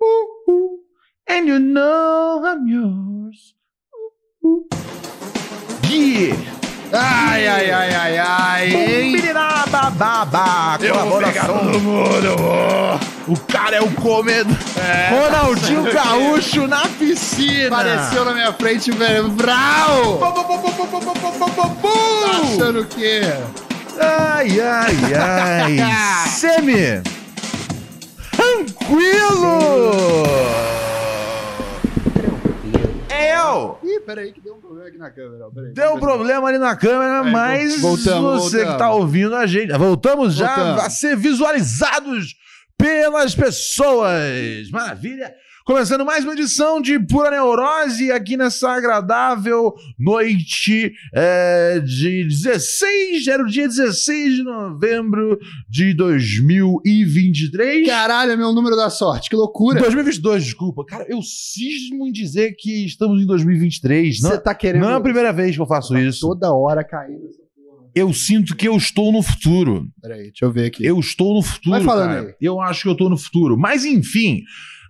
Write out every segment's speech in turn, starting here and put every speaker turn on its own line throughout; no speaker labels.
Uh, And you know I'm yours. Uh,
Gui! Ai, ai, ai, ai, ai, hein?
Birirabababá,
Eu vou pegar
colaboração.
todo mundo, eu vou. É. O cara é o comedor.
Ronaldinho Gaúcho na piscina.
Apareceu na minha frente, velho. Brau! Achando o quê?
Ai, ai, ai. Semi. Tranquilo. É eu.
Ih, peraí, que deu um problema aqui na câmera. ó, Peraí,
Deu um problema ali na câmera,
Aí,
mas
voltamos,
você
voltamos.
que tá ouvindo a gente. Voltamos já
Voltamos.
a ser visualizados pelas pessoas. Maravilha! Começando mais uma edição de Pura Neurose aqui nessa agradável noite é, de 16, era o dia 16 de novembro de 2023.
Caralho, é meu número da sorte, que loucura.
2022, desculpa. Cara, eu cismo em dizer que estamos em 2023. Não,
Você tá querendo. Tá
não é a primeira vez que eu faço isso.
Toda hora caindo essa porra.
Eu sinto que eu estou no futuro.
Peraí, deixa eu ver aqui.
Eu estou no futuro.
Vai falando
cara.
aí.
Eu acho que eu estou no futuro. Mas enfim.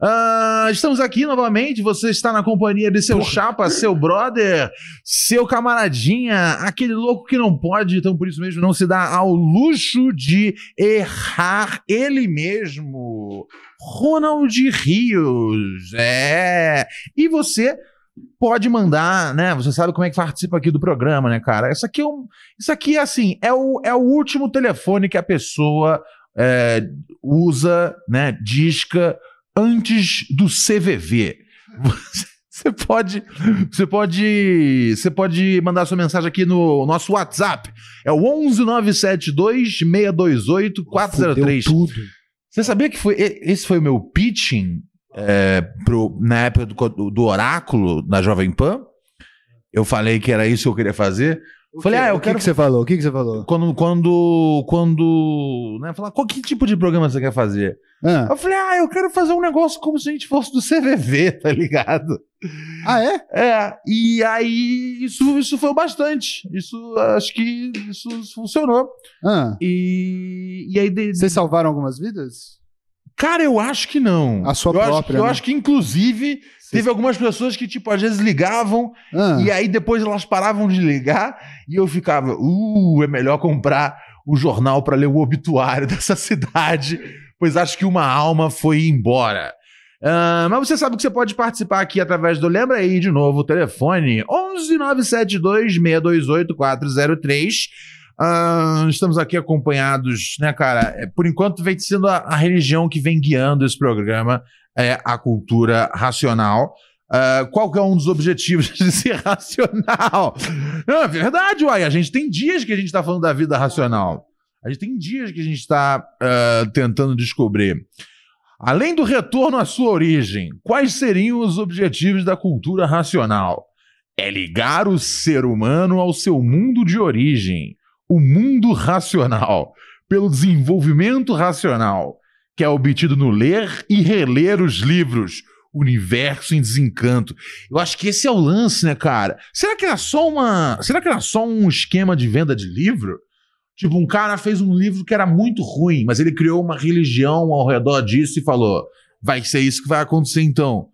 ah, estamos aqui novamente. Você está na companhia de seu chapa, seu brother, seu camaradinha, aquele louco que não pode, então por isso mesmo não se dá ao luxo de errar ele mesmo. Ronald Rios. É. E você pode mandar, né? Você sabe como é que participa aqui do programa, né, cara? Isso aqui é um, isso aqui assim, é o, é o último telefone que a pessoa é, usa, né, disca antes do CVV. Você- Você pode, você pode, você pode mandar sua mensagem aqui no nosso WhatsApp. É o 11972 628 403.
Fudeu tudo.
Você sabia que foi, e- esse foi o meu pitching é, pro- na época do, co- do oráculo da Jovem Pan? Eu falei que era isso que eu queria fazer.
O
Falei,
quê?
ah, eu
é, o que
quero-
que você falou? O que que você falou?
Quando, quando, quando, né, falar, qual que tipo de programa você quer fazer?
Ah,
Eu falei, ah, eu quero fazer um negócio como se a gente fosse do CVV, tá ligado?
Ah, é?
É, e aí isso, isso foi o bastante. Isso, acho que isso funcionou.
Ah,
E, e aí de-
Vocês salvaram algumas vidas?
Cara, eu acho que não.
A sua
eu Acho,
própria,
eu
né?
acho que, inclusive,
Vocês-
teve algumas pessoas que, tipo, às vezes ligavam
Ah,
e aí depois elas paravam de ligar e eu ficava, uh, é melhor comprar o jornal para ler o obituário dessa cidade, pois acho que uma alma foi embora. Ah, mas você sabe que você pode participar aqui através do Lembra aí de novo o telefone 11 972 628 403. Ah, estamos aqui acompanhados, né, cara? É, Por enquanto, vem sendo a, a religião que vem guiando esse programa, é a cultura racional. Ah, qual que é um dos objetivos de ser racional? Não, é verdade, uai. A gente tem dias que a gente está falando da vida racional. A gente tem dias que a gente está ah, tentando descobrir. Além do retorno à sua origem, quais seriam os objetivos da cultura racional? É ligar o ser humano ao seu mundo de origem, o mundo racional, pelo desenvolvimento racional, que é obtido no ler e reler os livros, universo em desencanto. Eu acho que esse é o lance, né, cara? Será que era só uma, será que era só um esquema de venda de livro? Tipo, um cara fez um livro que era muito ruim, mas ele criou uma religião ao redor disso e falou: vai ser isso que vai acontecer então.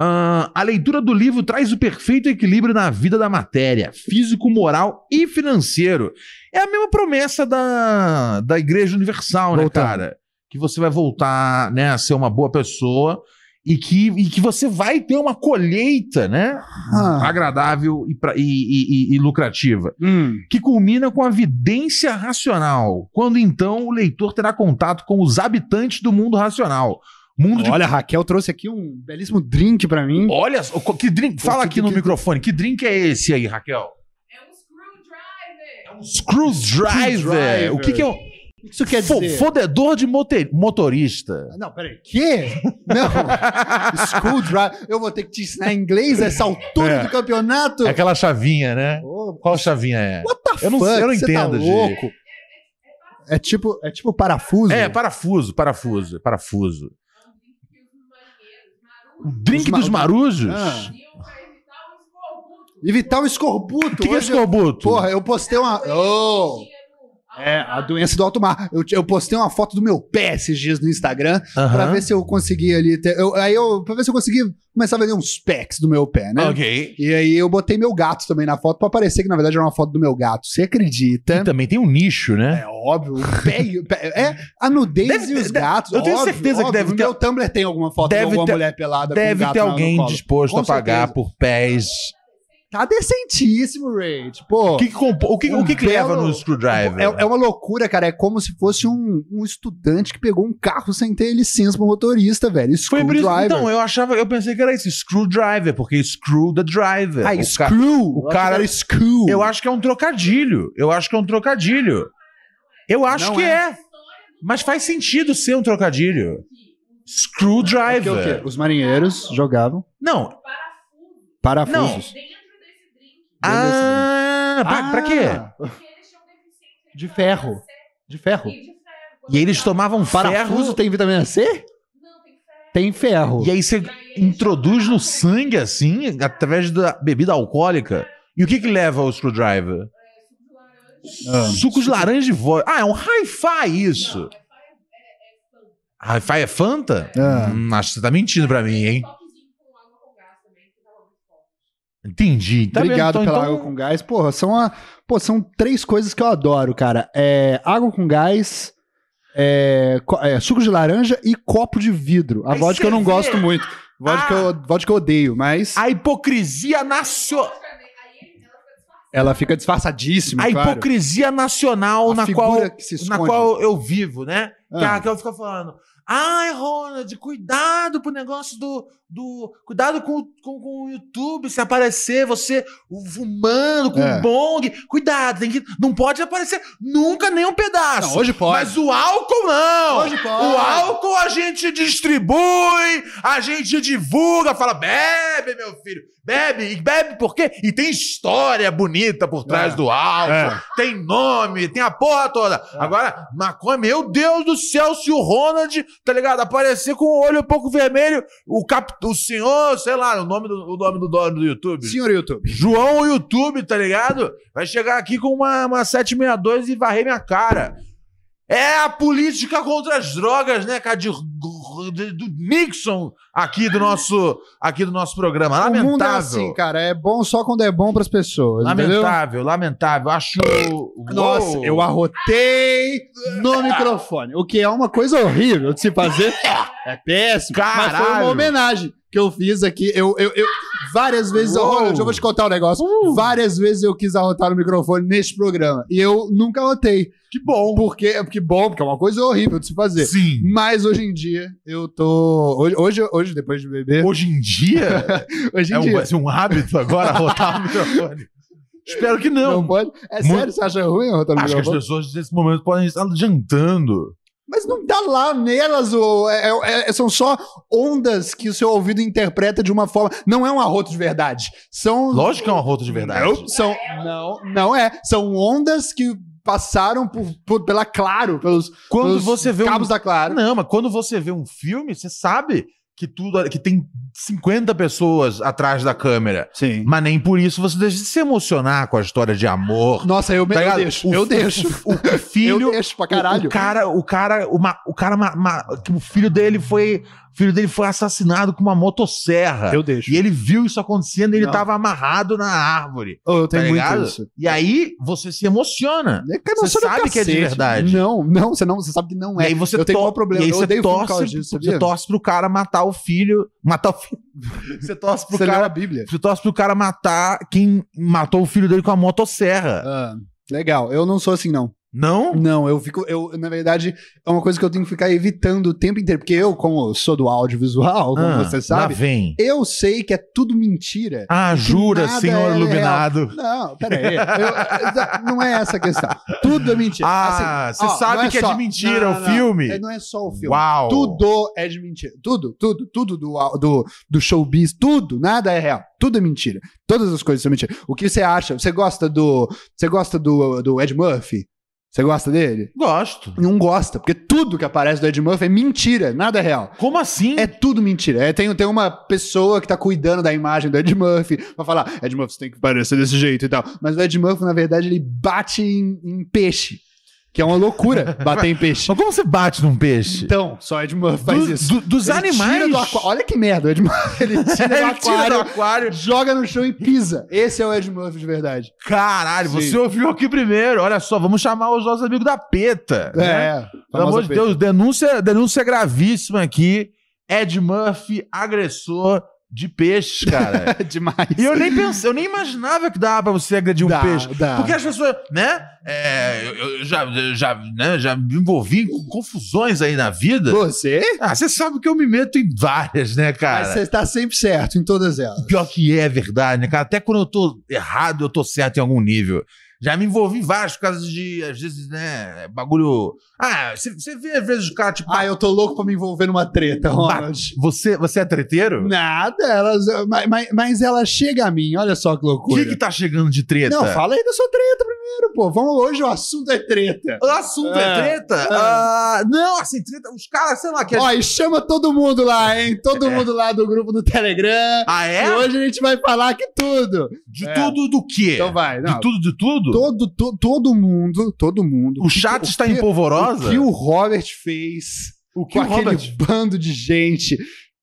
Ah, a leitura do livro traz o perfeito equilíbrio na vida da matéria, físico, moral e financeiro. É a mesma promessa da, da Igreja Universal,
Voltando.
né, cara? Que você vai voltar né, a ser uma boa pessoa e que, e que você vai ter uma colheita, né?
Ah.
Agradável e, pra- e- e- e- e lucrativa
Hum.
que culmina com a vidência racional, quando então o leitor terá contato com os habitantes do mundo racional. Mundo de.
Olha, a Raquel trouxe aqui um belíssimo drink pra mim.
Olha, só, co- que drink. Fala aqui no microfone, que drink é esse aí, Raquel?
É um screwdriver!
É um screwdriver. O que, que é um.
Isso quer
Fo-
dizer... Ah,
Fodedor de mote- motorista.
Não, peraí. Quê? Não. Screwdriver. Eu vou ter que te ensinar inglês a essa altura
É.
do campeonato?
É aquela chavinha, né?
Ô,
Qual chavinha é?
What the
Eu não sei, eu não
Você
entendo,
Tá
Gi.
louco? É tipo, é tipo parafuso.
É, parafuso, parafuso, parafuso.
É um drink que usa os banheiros, marujos,
Drink
ma-
dos marujos?
Ah.
iam pra evitar um
Evitar o
escorbuto.
escorbuto.
O que, que é
Hoje eu-
escorbuto?
Porra, eu postei uma.
Ele
Oh!
mexia no-
É, a doença do alto mar. Eu, eu postei uma foto do meu pé esses dias no Instagram pra
Aham.
ver se eu consegui ali. ter- eu- aí eu, pra ver se eu consegui começar a vender uns packs do meu pé, né?
Ah, Ok.
E aí eu botei meu gato também na foto pra parecer que na verdade era uma foto do meu gato. Você acredita?
E também tem um nicho, né?
É óbvio. O pé, e o pé- é a nudez
Deve
e os
ter-
gatos.
eu tenho
óbvio,
certeza que
óbvio.
deve
No
ter-
meu Tumblr tem alguma foto
Deve
de alguma
ter-
mulher pelada com um
Deve
gato
ter
na- no
alguém
colo.
disposto
Com
a pagar
certeza.
por pés.
Tá decentíssimo, Rage. Pô.
O que, que compo- o que, o que que
Um
leva
belo-
no screwdriver?
É, é uma loucura, cara. É como se fosse um, um estudante que pegou um carro sem ter licença pro motorista, velho.
Foi por isso.
Screwdriver.
Então, eu achava, eu pensei que era isso, screwdriver, porque screw the driver.
ah,
O ca-
screw.
o cara-
Era é screw.
Eu acho que é um trocadilho. Eu acho que é um trocadilho. Eu acho
Não
que é.
é.
Mas faz sentido ser um trocadilho.
É porque
Screwdriver.
o quê? Os marinheiros jogavam
Não.
parafuso
parafusos.
dentro desse drink.
Ah, pra, pra quê?
Ah,
Porque eles tinham deficiência
De ferro. De ferro.
E de ferro.
E aí eles tomavam
Parafuso
ferro.
tem vitamina C?
Não, tem ferro.
Tem ferro.
E aí você introduz no sangue, assim, através da bebida alcoólica. E o que que leva ao screwdriver?
Ah.
Suco de laranja e vodka. Ah, é um hi-fi isso. Hi-fi é Fanta?
Ah.
Hum, acho que você tá mentindo pra mim, hein? Entendi. Tá
Obrigado
vendo?
pela água com gás. Porra, são, a, pô, são três coisas que eu adoro, cara. É, água com gás, é, co- é, suco de laranja e copo de vidro. A
Aí
vodka eu não
cê
gosto
vê.
muito. Vodka,
Ah.
eu, vodka eu odeio, mas
A hipocrisia nacional.
Hum,
É,
ela fica disfarçadíssima,
A
claro.
hipocrisia nacional
A
na
figura
qual,
que se esconde.
na qual eu vivo, né? Que a
Ah.
Raquel fica falando. Ai, Ronald, cuidado pro negócio do. do cuidado com, com, com o YouTube, se aparecer você fumando com um
É.
bong. Cuidado, tem que, não pode aparecer nunca nem um pedaço.
Não, hoje pode.
Mas o álcool não!
Hoje pode.
O álcool a gente distribui, a gente divulga, fala: bebe, meu filho, bebe, e bebe por quê? E tem história bonita por trás
É.
do álcool,
É.
tem nome, tem a porra toda. Agora, maconha, meu Deus do céu, se o Ronald, tá ligado? Aparecer com o olho um pouco vermelho, o, cap, o senhor, sei lá, o nome do, o nome do dono do YouTube.
Senhor YouTube.
João, o YouTube, tá ligado? Vai chegar aqui com uma, uma 762 e varrer minha cara. É a política contra as drogas, né, cara? De, de- do Nixon aqui do nosso, aqui do nosso programa.
O
Lamentável.
mundo é assim, cara. É bom só quando é bom pras pessoas, entendeu?
lamentável, lamentável. Acho.
Nossa,
Uou.
eu arrotei
Ah.
no microfone. O que é uma coisa horrível de se fazer. É péssimo. Mas foi
Caralho.
uma homenagem que eu fiz aqui. Eu, eu, eu- várias vezes.
Uou.
Ronald, eu vou te contar um negócio. Várias vezes eu quis arrotar no microfone neste programa. E eu nunca arrotei.
Que bom.
Porque, porque bom, porque é uma coisa horrível de se fazer.
Sim.
Mas hoje em dia, eu tô. Hoje, hoje, hoje depois de beber.
Hoje em dia,
Hoje em
é um,
dia.
vai ser um hábito agora rotar o microfone. Espero que não.
Não pode. É
Muito-
sério, você acha ruim arrotar no
Acho que as
microfone?
pessoas nesse momento podem estar jantando.
Mas não tá lá nelas, ô, é- é- é- são só ondas que o seu ouvido interpreta de uma forma. Não é um arroto de verdade. São.
Lógico que é uma rota de verdade.
Não, são, não, não é. São ondas que passaram por, por- pela Claro, pelos,
Quando
pelos
você vê
cabos
um...
da Claro.
Não, mas quando você vê um filme, você sabe que tudo que tem 50 pessoas atrás da câmera.
Sim.
Mas nem por isso você deixa de se emocionar com a história de amor.
Nossa, eu, me-
Tá
eu
ligado?
deixo.
O-
eu deixo.
O, o filho.
eu deixo pra caralho.
O, o cara, o cara, o, ma- o cara, ma- ma- que o filho dele foi, o filho dele foi assassinado com uma motosserra.
eu deixo.
E ele viu isso acontecendo, ele
Não.
tava amarrado na árvore.
Ô, eu
Tá
tenho muito
ligado?
isso.
E aí você se emociona.
É que eu não
Você
sou do
sabe que é de
cacete.
verdade.
Não, não, você não, você sabe que não
E
é.
aí você
eu tenho
to-
um maior problema.
E aí
eu
você
odeio filme por
torce,
causa disso, sabia?
você torce pro cara matar o filho. Matar o filho. Você torce pro
Você leu
cara.
a Bíblia.
Você torce pro cara matar quem matou o filho dele com a motosserra.
Ah, legal, eu não sou assim, não.
Não?
Não, eu fico. Eu, na verdade, é uma coisa que eu tenho que ficar evitando o tempo inteiro. Porque eu, como eu sou do audiovisual, como
Ah,
você sabe,
Lá vem.
eu sei que é tudo mentira.
Ah, jura,
nada
senhor
é
iluminado.
Não, peraí. Eu- não é essa a questão. Tudo é mentira.
Ah,
Assim,
você
ó,
sabe
não
que é
só-
de mentira
não,
o
não,
filme.
é- Não é só o filme.
Uau.
Tudo é de mentira. Tudo, tudo, tudo do, au- do, do showbiz, tudo, nada é real. Tudo é mentira. Todas as coisas são mentira. O que você acha? Você gosta do. Você gosta do, do Ed Murphy? Você gosta dele?
Gosto.
Não gosta, porque tudo que aparece do Ed Murphy é mentira, nada é real.
Como assim?
É tudo mentira. É, tem, tem uma pessoa que tá cuidando da imagem do Ed Murphy pra falar, Ed Murphy, você tem que parecer desse jeito e tal. Mas o Ed Murphy, na verdade, ele bate em, em peixe. Que é uma loucura bater em peixe.
Mas como você bate num peixe?
Então, só Ed Murphy faz
Do-
isso.
do- dos
Ele
animais.
tira do aqua- Olha que merda, o Ed Murphy. Ele tira do
Ele tira do
aquário,
aquário.
joga no chão e pisa. Esse é o Ed Murphy de verdade.
Caralho,
Sim.
você ouviu aqui primeiro. Olha só, vamos chamar os nossos amigos da PETA. né?
É.
Pelo amor de Deus, denúncia, denúncia gravíssima aqui. Ed Murphy, agressor de peixe, cara.
Deus. Demais.
e eu nem pensei, eu nem imaginava que dava pra você agredir um
Dá,
peixe.
dá.
Porque as pessoas, né? é, eu, eu já, eu já, né, já me envolvi em confusões aí na vida.
Você?
Ah, você sabe que eu me meto em várias, né, cara?
Mas você está sempre certo em todas elas.
Pior que é verdade, né, cara? Até quando eu tô errado, eu tô certo em algum nível. Já me envolvi em vários casos de, às vezes, né, bagulho. Ah, você você vê às vezes os caras, tipo,
Ah, eu tô louco pra me envolver numa treta, Ronald.
bate. Você, você é treteiro?
Nada, elas, mas, mas- mas ela chega a mim, olha só que
O
loucura.
que que tá chegando de treta?
Não, fala aí da sua treta primeiro, pô. Vamos, hoje o assunto é treta.
O assunto é,
É,
treta?
é.
Ah, não, assim, treta, os caras, sei lá, que a É.
Ó, e chama todo mundo lá, hein? Todo mundo lá do grupo do Telegram.
Ah,
E
é?
hoje a gente vai falar aqui tudo.
De
É.
tudo do quê?
Então vai, não.
de tudo, de tudo?
Todo, to- todo mundo, todo mundo.
O chat está em polvorosa?
O que o Robert fez
O
com aquele bando de gente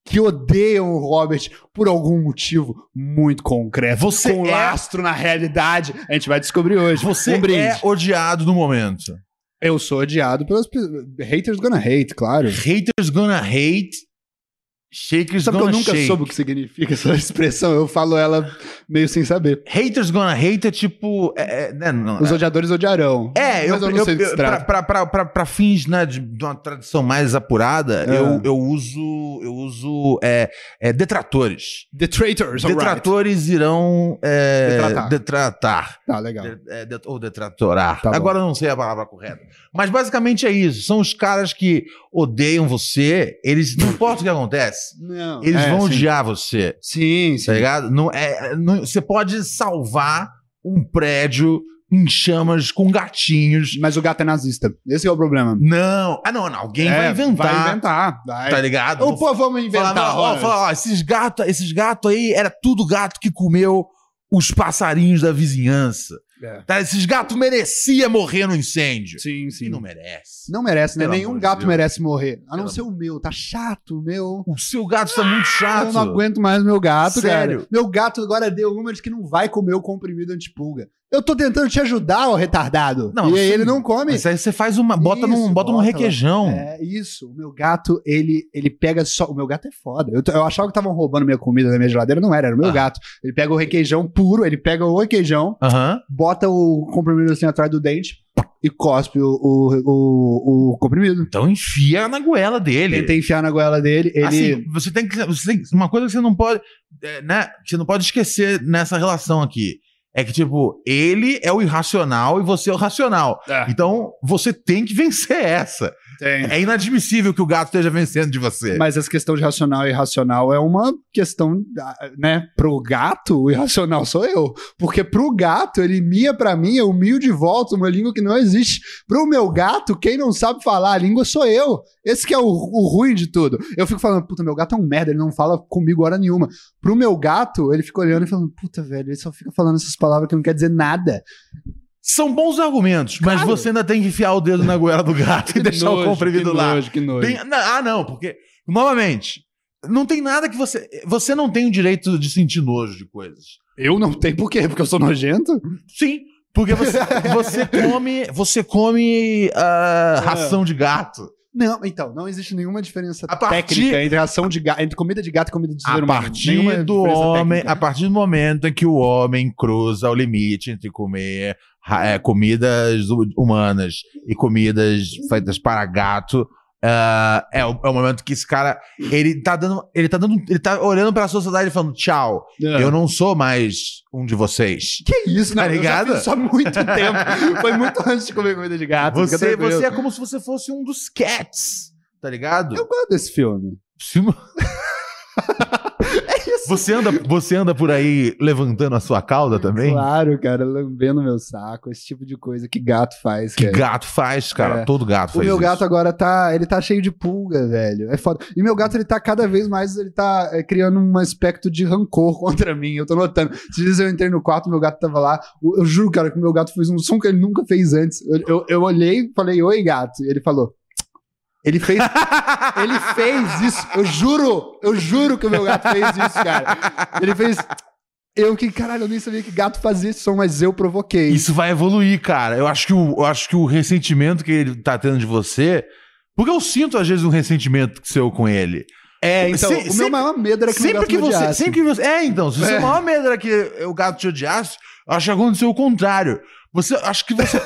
que odeiam o Robert por algum motivo muito concreto.
Você
com
é-
lastro na realidade. A gente vai descobrir hoje.
Você
um brinde.
é odiado no momento.
Eu sou odiado pelos pe- haters gonna hate, claro.
Haters gonna hate, shakers
Sabe que eu
gonna
nunca
shake.
soube o que significa essa expressão? Eu falo ela meio sem saber.
Haters gonna hate é tipo. É, é, né, não,
Os odiadores odiarão.
é, eu,
mas eu, não
eu,
sei do que se
eu- pra,
trata.
pra, pra, pra- pra fins né, de, de uma tradição mais apurada,
É.
eu, eu uso, eu uso é, é, detratores.
The traitors, alright.
detratores irão é,
é Detratar.
detratar.
Tá, legal.
De- é, det- ou detratorar.
Tá bom.
Agora eu não sei a palavra correta. Mas basicamente é isso. São os caras que odeiam você, eles não importa o que acontece.
Não,
Eles
é,
vão
sim.
odiar você.
Sim, sim.
Tá ligado? Não, é, é, não- você pode salvar um prédio em chamas com gatinhos.
Mas o gato é nazista. Esse é o problema.
Não. Ah, não, não. Alguém vai
É,
inventar.
Vai inventar. Vai.
Tá ligado?
Ou, pô, vamos inventar.
falar, não, ó,
Ronald.
falar, ó, esses gatos esses gato aí era tudo gato que comeu os passarinhos da vizinhança.
É.
Tá? Esses gatos merecia morrer no incêndio.
Sim,
E
sim.
não
Não,
merece.
merece, né?
Pelo
Nenhum
amor de
gato
Deus.
merece morrer. A não
Pelo
ser o meu. Tá chato o meu.
O seu gato tá muito chato.
Eu Ah, não aguento mais meu gato,
Sério?
cara. Meu gato agora deu uma de que não vai comer o comprimido antipulga. Eu tô tentando te ajudar, ô retardado.
Não,
e
sim.
ele não come.
Mas aí você faz uma. Bota
Isso,
num, bota num
bota lá.
requeijão.
É isso. O meu gato, ele, ele pega só. O meu gato é foda. Eu, t- eu achava que estavam roubando minha comida da minha geladeira. Não era, era o meu
Ah.
gato. Ele pega o requeijão puro, ele pega o requeijão,
Aham.
bota o comprimido assim atrás do dente e cospe o, o, o, o comprimido.
Então enfia na goela dele.
Tentei enfiar na goela dele, ele.
Assim, você tem que. Você tem, uma coisa que você não pode. é, né, que você não pode esquecer nessa relação aqui. É que, tipo, ele é o irracional e você é o racional.
É.
Então, você tem que vencer essa. É inadmissível que o gato esteja vencendo de você.
Mas essa questão de racional e irracional é uma questão, ah, né? Pro gato, o irracional sou eu. Porque pro gato, ele mia pra mim, eu mio de volta uma língua que não existe. Pro meu gato, quem não sabe falar a língua sou eu. Esse que é o, o ruim de tudo. Eu fico falando, puta, meu gato é um merda, ele não fala comigo hora nenhuma. Pro meu gato, ele fica olhando e falando, puta, velho, ele só fica falando essas palavras que não quer dizer nada.
São bons argumentos, mas
Claro.
você ainda tem que enfiar o dedo na goela do gato e deixar o comprimido lá.
que nojo.
Tem- na- ah, não, porque, novamente, não tem nada que você. Você não tem o direito de sentir nojo de coisas.
Eu não tenho por quê? Porque eu sou nojento?
Sim, porque você, você come, você come ah, ração de gato.
Não, então, não existe nenhuma diferença
A partir-
técnica entre ração de gato, entre comida de gato e comida de ser
A
humano.
partir
Nenhuma
do
diferença
homem,
técnica.
a partir do momento em que o homem cruza o limite entre comer ra- é, comidas hu- humanas e comidas feitas para gato, ah, é, o, é o momento que esse cara ele tá dando, ele tá dando, ele tá olhando para a sociedade e falando tchau,
É.
eu não sou mais um de vocês.
Que isso,
Tá
né?
ligado?
Só há muito tempo. Foi muito antes de comer comida de gato. Ah, fica
Você,
tranquilo.
você é como se você fosse um dos cats, tá ligado?
Eu gosto desse filme.
Sim,
É isso,
Você anda, você anda por aí levantando a sua cauda também?
Claro, cara, lambendo meu saco, esse tipo de coisa que gato faz,
Que
cara.
gato faz, cara.
É.
Todo gato
O
faz
meu
isso.
gato agora tá, ele tá cheio de pulga, velho. É foda. E meu gato ele tá cada vez mais, ele tá é, criando um aspecto de rancor contra mim. Eu tô notando. Esses dias eu entrei no quarto, meu gato tava lá. Eu, eu juro, cara, que o meu gato fez um som que ele nunca fez antes. Eu, eu, eu olhei, falei, oi, gato. E ele falou. Ele fez, ele fez isso. Eu juro, eu juro que o meu gato fez isso, cara. Ele fez. Eu que caralho, eu nem sabia que gato fazia esse som, mas eu provoquei.
Isso vai evoluir, cara. Eu acho, que o, eu acho que o ressentimento que ele tá tendo de você. Porque eu sinto, às vezes, um ressentimento seu com ele.
É, então,
Se-
o meu
sempre-
maior medo era que meu
Sempre
gato
que
me
você.
odiasse.
Sempre que você. É, então, se o seu maior medo era que o gato te odiasse, eu acho que aconteceu o contrário. Você, acho que você,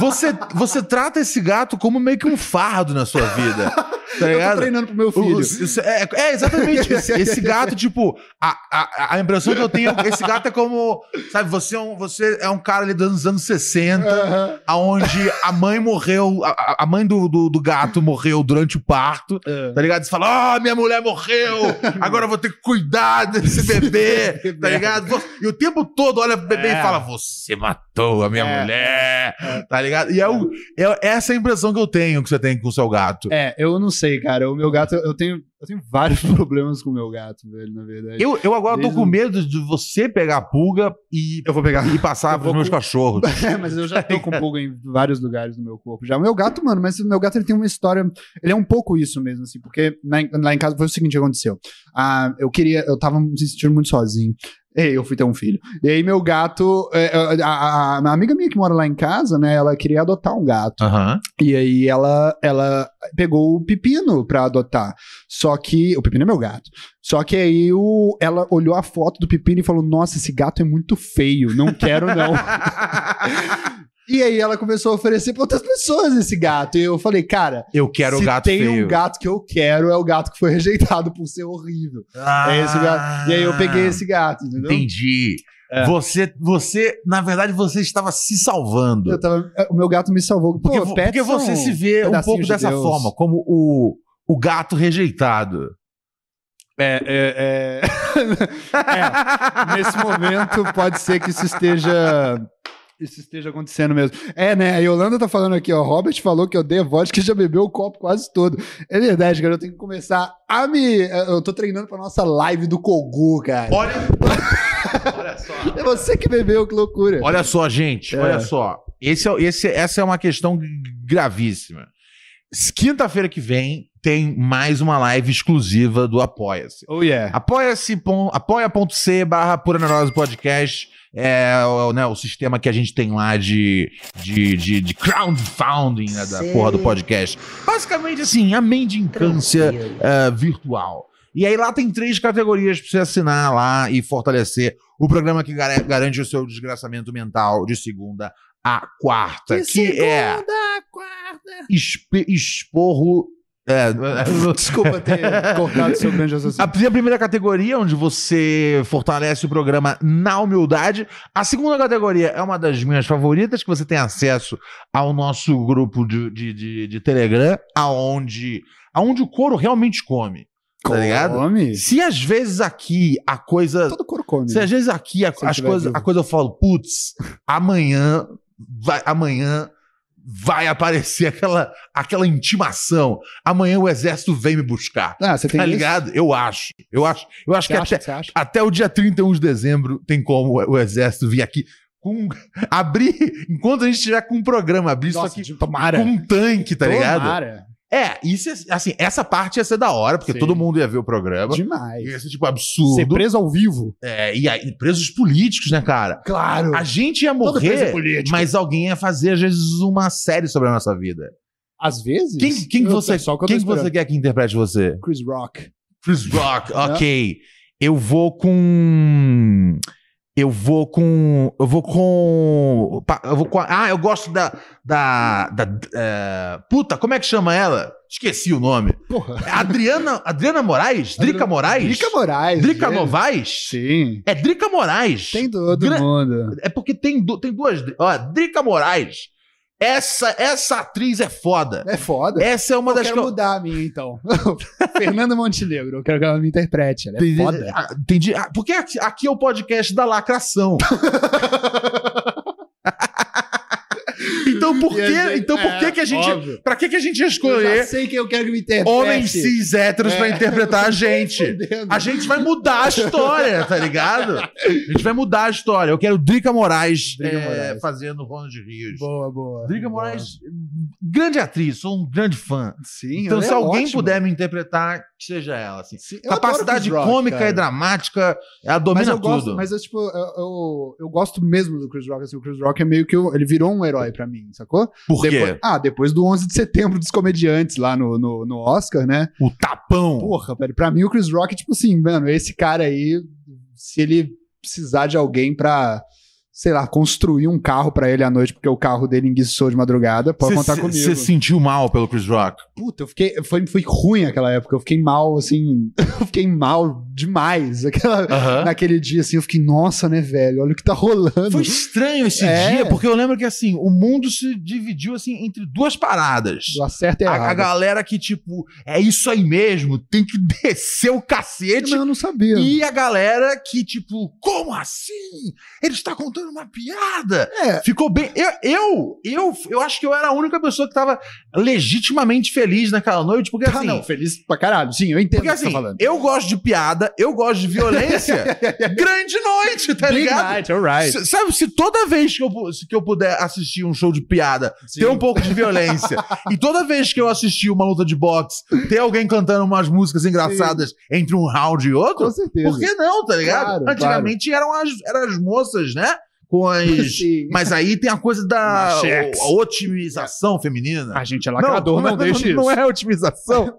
você. Você trata esse gato como meio que um fardo na sua vida. Tá
Eu tô
ligado?
treinando pro meu
O-
filho.
isso- é, é, exatamente isso. Esse gato, tipo, a, a, a impressão que eu tenho, esse gato é como, sabe, você é um, você é um cara ali dos anos 60,
Aham.
aonde a mãe morreu, a- a, a mãe do, do, do gato morreu durante o parto, tá ligado? Você fala, ah, minha mulher morreu, agora eu vou ter que cuidar desse bebê, tá ligado? Vo- E o tempo todo olha pro bebê
É.
e fala, você matou a minha
É.
mulher, tá ligado? E é, o- é essa é a impressão que eu tenho que você tem com o seu gato.
É, eu não sei, cara. O meu gato, eu tenho, eu tenho vários problemas com o meu gato, velho, na verdade.
Eu, eu agora tô
Desde
com
o-
medo de você pegar a pulga e,
vou pegar.
e passar
Eu
pros
vou
meus
com-
cachorros.
É, mas eu já tô com pulga em vários lugares do meu corpo já. O meu gato, mano, mas o meu gato ele tem uma história. Ele é um pouco isso mesmo, assim, porque lá em, lá em casa foi o seguinte que aconteceu. Ah, eu queria, eu tava me sentindo muito sozinho. E aí eu fui ter um filho. E aí meu gato, é, é, a, a- a amiga minha que mora lá em casa, né, ela queria adotar um gato.
Aham.
E aí ela, ela pegou o Pepino pra adotar. Só que. O Pepino é meu gato. Só que aí o, ela olhou a foto do Pepino e falou: Nossa, esse gato é muito feio, não quero não. e aí ela começou a oferecer pra outras pessoas esse gato. E eu falei: Cara.
Eu quero
se
o gato
tem
feio.
um gato que eu quero, é o gato que foi rejeitado por ser horrível.
Ah,
É esse gato. E aí eu peguei esse gato, entendeu?
Entendi.
É.
Você, você, na verdade, você estava se salvando.
Eu tava- é, o meu gato me salvou. Pô,
Porque, vo-
pets
porque
são
você se vê um
pedacinhos
pouco
de
dessa
Deus.
forma, como o, o gato rejeitado.
É, é, é. É, nesse momento pode ser que isso esteja. Isso esteja acontecendo mesmo. É, né? A Yolanda tá falando aqui, ó. Robert falou que eu dei a vodka que já bebeu o copo quase todo. É verdade, cara. Eu tenho que começar a me. Eu tô treinando pra nossa live do Kogu, cara.
Olha, olha só.
É você que bebeu, que loucura.
Olha só, gente,
É.
olha só. Esse é- esse- essa é uma questão gravíssima. Quinta-feira que vem tem mais uma live exclusiva do Apoia-se.
Oh, yeah.
É. Apoia-se, pon- apoia.c barra Pura Neurose Podcast. É o, né, o sistema que a gente tem lá de, de, de, de crowdfunding né, da
Sim.
porra do podcast. Basicamente, assim, a mendicância é, virtual. E aí lá tem três categorias pra você assinar lá e fortalecer o programa que gar- garante o seu desgraçamento mental de segunda a quarta. que é espe- esporro. É,
Desculpa ter cortado seu grande
A,
raciocínio.
tem a primeira categoria, onde você fortalece o programa na humildade. A segunda categoria é uma das minhas favoritas, que você tem acesso ao nosso grupo de, de, de, de Telegram, aonde, aonde o couro realmente come. Tá ligado? é
Come.
Se às vezes aqui a coisa.
Todo couro come.
Se às vezes aqui a,
Se
as
tiver
coisa,
vivo.
a coisa eu falo, putz, amanhã vai, amanhã vai aparecer aquela, aquela intimação. Amanhã o exército vem me buscar.
Ah, você tem
Tá
isso?
ligado? Eu acho. Eu acho, eu acho
Você
que
acha?
até,
Você acha?
até o dia 31 de dezembro tem como o exército vir aqui com abrir enquanto a gente tiver com um programa, abrir
Nossa,
isso aqui
de- tomara.
com um tanque, tá ligado?
Tomara.
É, isso é- assim, essa parte ia ser da hora, porque
Sim.
todo mundo ia ver o programa.
Demais.
Ia ser tipo absurdo.
preso ao vivo.
É, e aí, presos políticos, né, cara?
Claro.
A gente ia
Todo preso
morrer,
é político.
mas alguém ia fazer, às vezes, uma série sobre a nossa vida.
Às vezes.
Quem, quem,
eu-
você,
é só o que eu tô
quem você
esperando.
quer que interprete você?
Chris Rock.
Chris Rock, ok. Eu vou com. Eu vou com. Eu vou com. pa- Eu vou com a- ah, eu gosto da. Da. da é, puta, como é que chama ela? Esqueci o nome.
Porra.
É Adriana. Adriana Moraes? Drica Moraes?
Drica Moraes.
É Drica
gente.
Novaes?
Sim.
É Drica Moraes.
Tem todo
Gra-
mundo.
É porque tem, du- tem duas. Ó, Drica Moraes. Essa, essa atriz é foda.
É foda.
Essa é uma
eu
das
quero
que eu-
mudar a minha, então. Fernanda Montenegro, eu quero que ela me interprete. Ela é
Entendi.
foda.
Ah, entendi. Ah, porque aqui, aqui é o podcast da lacração. então por que, então por que que a gente,
é, Óbvio.
pra que que a gente ia
Eu já
escolher
sei quem eu quero que me interprete.
homens cis héteros
É.
pra interpretar a gente?
Fudendo.
A gente vai mudar a história, tá ligado? A gente vai mudar a história. Eu quero Drica Moraes,
Drica
eh,
Moraes.
fazendo Ronald Rios.
Boa, boa.
Drica
Boa.
Moraes, grande atriz, sou um grande fã.
Sim,
então,
ela
se
é
alguém
ótima.
puder me interpretar, que seja ela, assim.
Sim, eu adoro
Capacidade
Chris Rock,
cômica é
cara.
e dramática, ela domina
Mas eu
tudo.
gosto, mas eu, tipo, eu, eu, eu gosto mesmo do Chris Rock. Assim, o Chris Rock é meio que. o- ele virou um herói pra mim, sacou?
Por quê?
Depois, ah, depois do 11 de setembro dos comediantes lá no, no, no Oscar, né?
O tapão.
Porra, velho. Pra mim, o Chris Rock, tipo assim, mano, esse cara aí, se ele precisar de alguém pra, sei lá, construir um carro pra ele à noite, porque o carro dele enguiçou de madrugada, pode contar comigo.
Você sentiu mal pelo Chris Rock.
Puta, eu fiquei. Foi, foi ruim aquela época. Eu fiquei mal, assim. eu fiquei mal demais. Aquela, Naquele dia, assim, eu fiquei, nossa, né, velho? Olha o que tá rolando.
Foi estranho esse
É.
dia, porque eu lembro que assim, o mundo se dividiu assim entre duas paradas.
Do acerto e
A,
é errado.
a galera que, tipo, é isso aí mesmo, tem que descer o
Mas
cacete.
eu não sabia.
E a galera que, tipo, como assim? Ele está contando uma piada.
É.
Ficou bem. Eu, eu, eu, eu acho que eu era a única pessoa que estava legitimamente feliz naquela noite, porque
Ah,
assim.
não, feliz pra caralho. Sim, eu entendo
Porque
o que você
assim,
tá falando.
eu gosto de piada, eu gosto de violência. Grande noite, tá
Big
ligado?
night, alright.
S- Sabe, se toda vez que eu, pu- se- que eu puder assistir um show de piada, ter um pouco de violência, e toda vez que eu assistir uma luta de boxe, ter alguém cantando umas músicas engraçadas entre um round e outro,
Com certeza.
por que não, tá ligado?
Claro,
Antigamente eram, as, eram as moças, né? Com as.
Sim.
Mas aí tem a coisa da
Machetes.
o- a otimização feminina.
A gente é
lacrador,
lacrador, não,
não
deixa
deixe isso.
isso. é otimização.